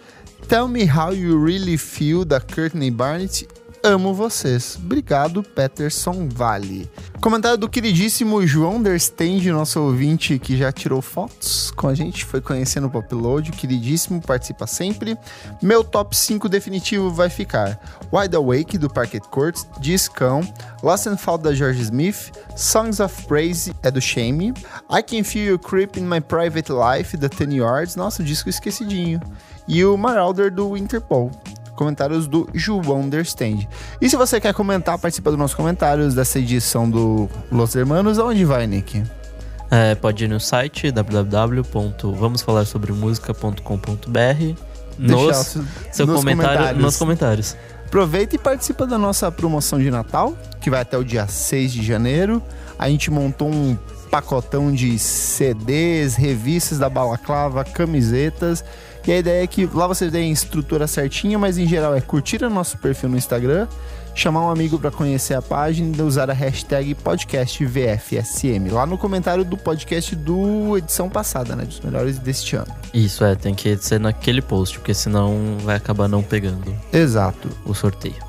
Tell Me How You Really Feel da Courtney Barnett. Amo vocês. Obrigado, Peterson Vale. Comentário do queridíssimo João Derstende, nosso ouvinte que já tirou fotos com a gente, foi conhecendo o Popload, queridíssimo, participa sempre. Meu top 5 definitivo vai ficar Wide Awake, do Parquet Court, Discão, Lost and Found, da George Smith, Songs of Praise, é do Shame, I Can Feel You Creep in My Private Life, da Ten Yards, nosso disco esquecidinho, e o Marauder, do Interpol comentários do João Understand. E se você quer comentar, participa dos nossos comentários dessa edição do Los Hermanos, aonde vai, Nick? É, pode ir no site www.vamosfalarsobremusica.com.br Deixar nos, os- seu nos comentário comentários. nos comentários. Aproveita e participa da nossa promoção de Natal, que vai até o dia 6 de janeiro. A gente montou um pacotão de CDs, revistas da Balaclava, camisetas. E a ideia é que lá vocês deem a estrutura certinha, mas em geral é curtir o nosso perfil no Instagram, chamar um amigo para conhecer a página e usar a hashtag podcastvfsm lá no comentário do podcast do edição passada, né, dos melhores deste ano. Isso é, tem que ser naquele post, porque senão vai acabar não pegando Exato. o sorteio.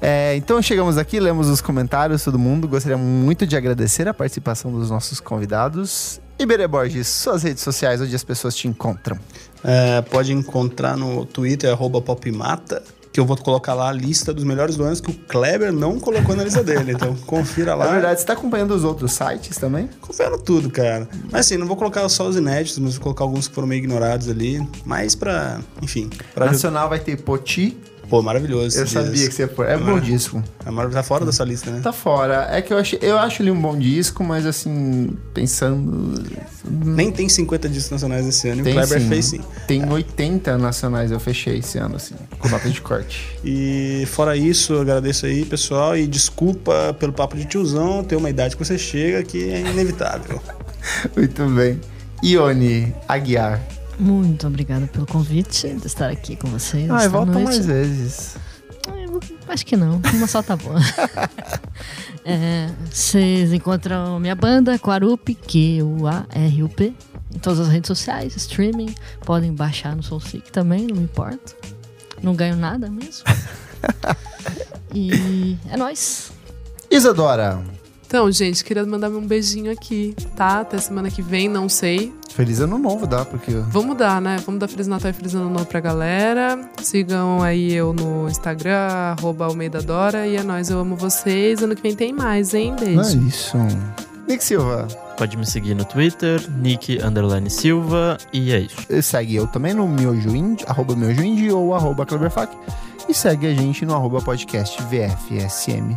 É, então chegamos aqui, lemos os comentários, todo mundo. Gostaria muito de agradecer a participação dos nossos convidados. Iberê Borges, suas redes sociais, onde as pessoas te encontram. É, pode encontrar no Twitter, arroba popmata, que eu vou colocar lá a lista dos melhores do ano que o Kleber não colocou na lista dele. (laughs) Então, confira lá. Na verdade, você tá acompanhando os outros sites também? Confere tudo, cara. Mas assim, não vou colocar só os inéditos, mas vou colocar alguns que foram meio ignorados ali. Mas pra, enfim, pra... Nacional vai ter Poti. Pô, maravilhoso. Eu esses sabia dias. que você foi. É bom disco. É maravilhoso. Tá fora da sua lista, né? Tá fora. É que eu, achei, eu acho ele um bom disco, mas assim, pensando. Nem tem 50 discos nacionais esse ano, e o Tem Kleber sim. fez sim. Tem 80 nacionais eu fechei esse ano, assim, com data de (laughs) corte. E fora isso, eu agradeço aí, pessoal, e desculpa pelo papo de tiozão, ter uma idade que você chega que é inevitável. Muito bem. Ione Aguiar. Muito obrigada pelo convite de estar aqui com vocês. Ai, esta Ah, volta noite. mais vezes. Ah, eu Acho que não, uma só (laughs) tá boa. É, Vocês encontram minha banda, Quarup, Q-U-A-R-U-P, em todas as redes sociais, streaming. Podem baixar no Soulseek também, não me importo. Não ganho (laughs) nada mesmo. E é nóis. Isadora. Então, gente, queria mandar um beijinho aqui, tá? Até semana que vem, não sei. Feliz ano novo, dá, porque. Vamos dar, né? Vamos dar Feliz Natal e Feliz Ano Novo pra galera. Sigam aí eu no Instagram, arroba Almeida Dora. E é nóis, eu amo vocês. Ano que vem tem mais, hein? Beijo. Não é isso. Nick Silva, Pode me seguir no Twitter, Nick Underline Silva, e é isso. eh, segue eu também no miojoindie, arroba miojoindie ou arroba cleverfac. E segue a gente no arroba podcast VFSM.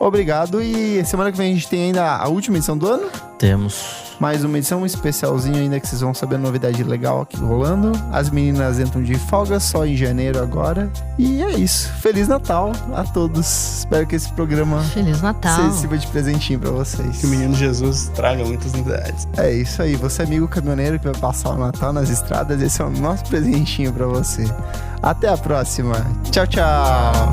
Obrigado e semana que vem a gente tem ainda a última edição do ano. Temos. Mais uma edição especialzinha ainda que vocês vão saber a novidade legal aqui rolando. As meninas entram de folga só em janeiro agora. E é isso. Feliz Natal a todos. Espero que esse programa Feliz Natal. se- sirva de presentinho pra vocês. Que o menino Jesus traga muitas novidades. É isso aí. Você, amigo caminhoneiro que vai passar o Natal nas estradas, esse é o nosso presentinho pra você. Até a próxima. Tchau, tchau.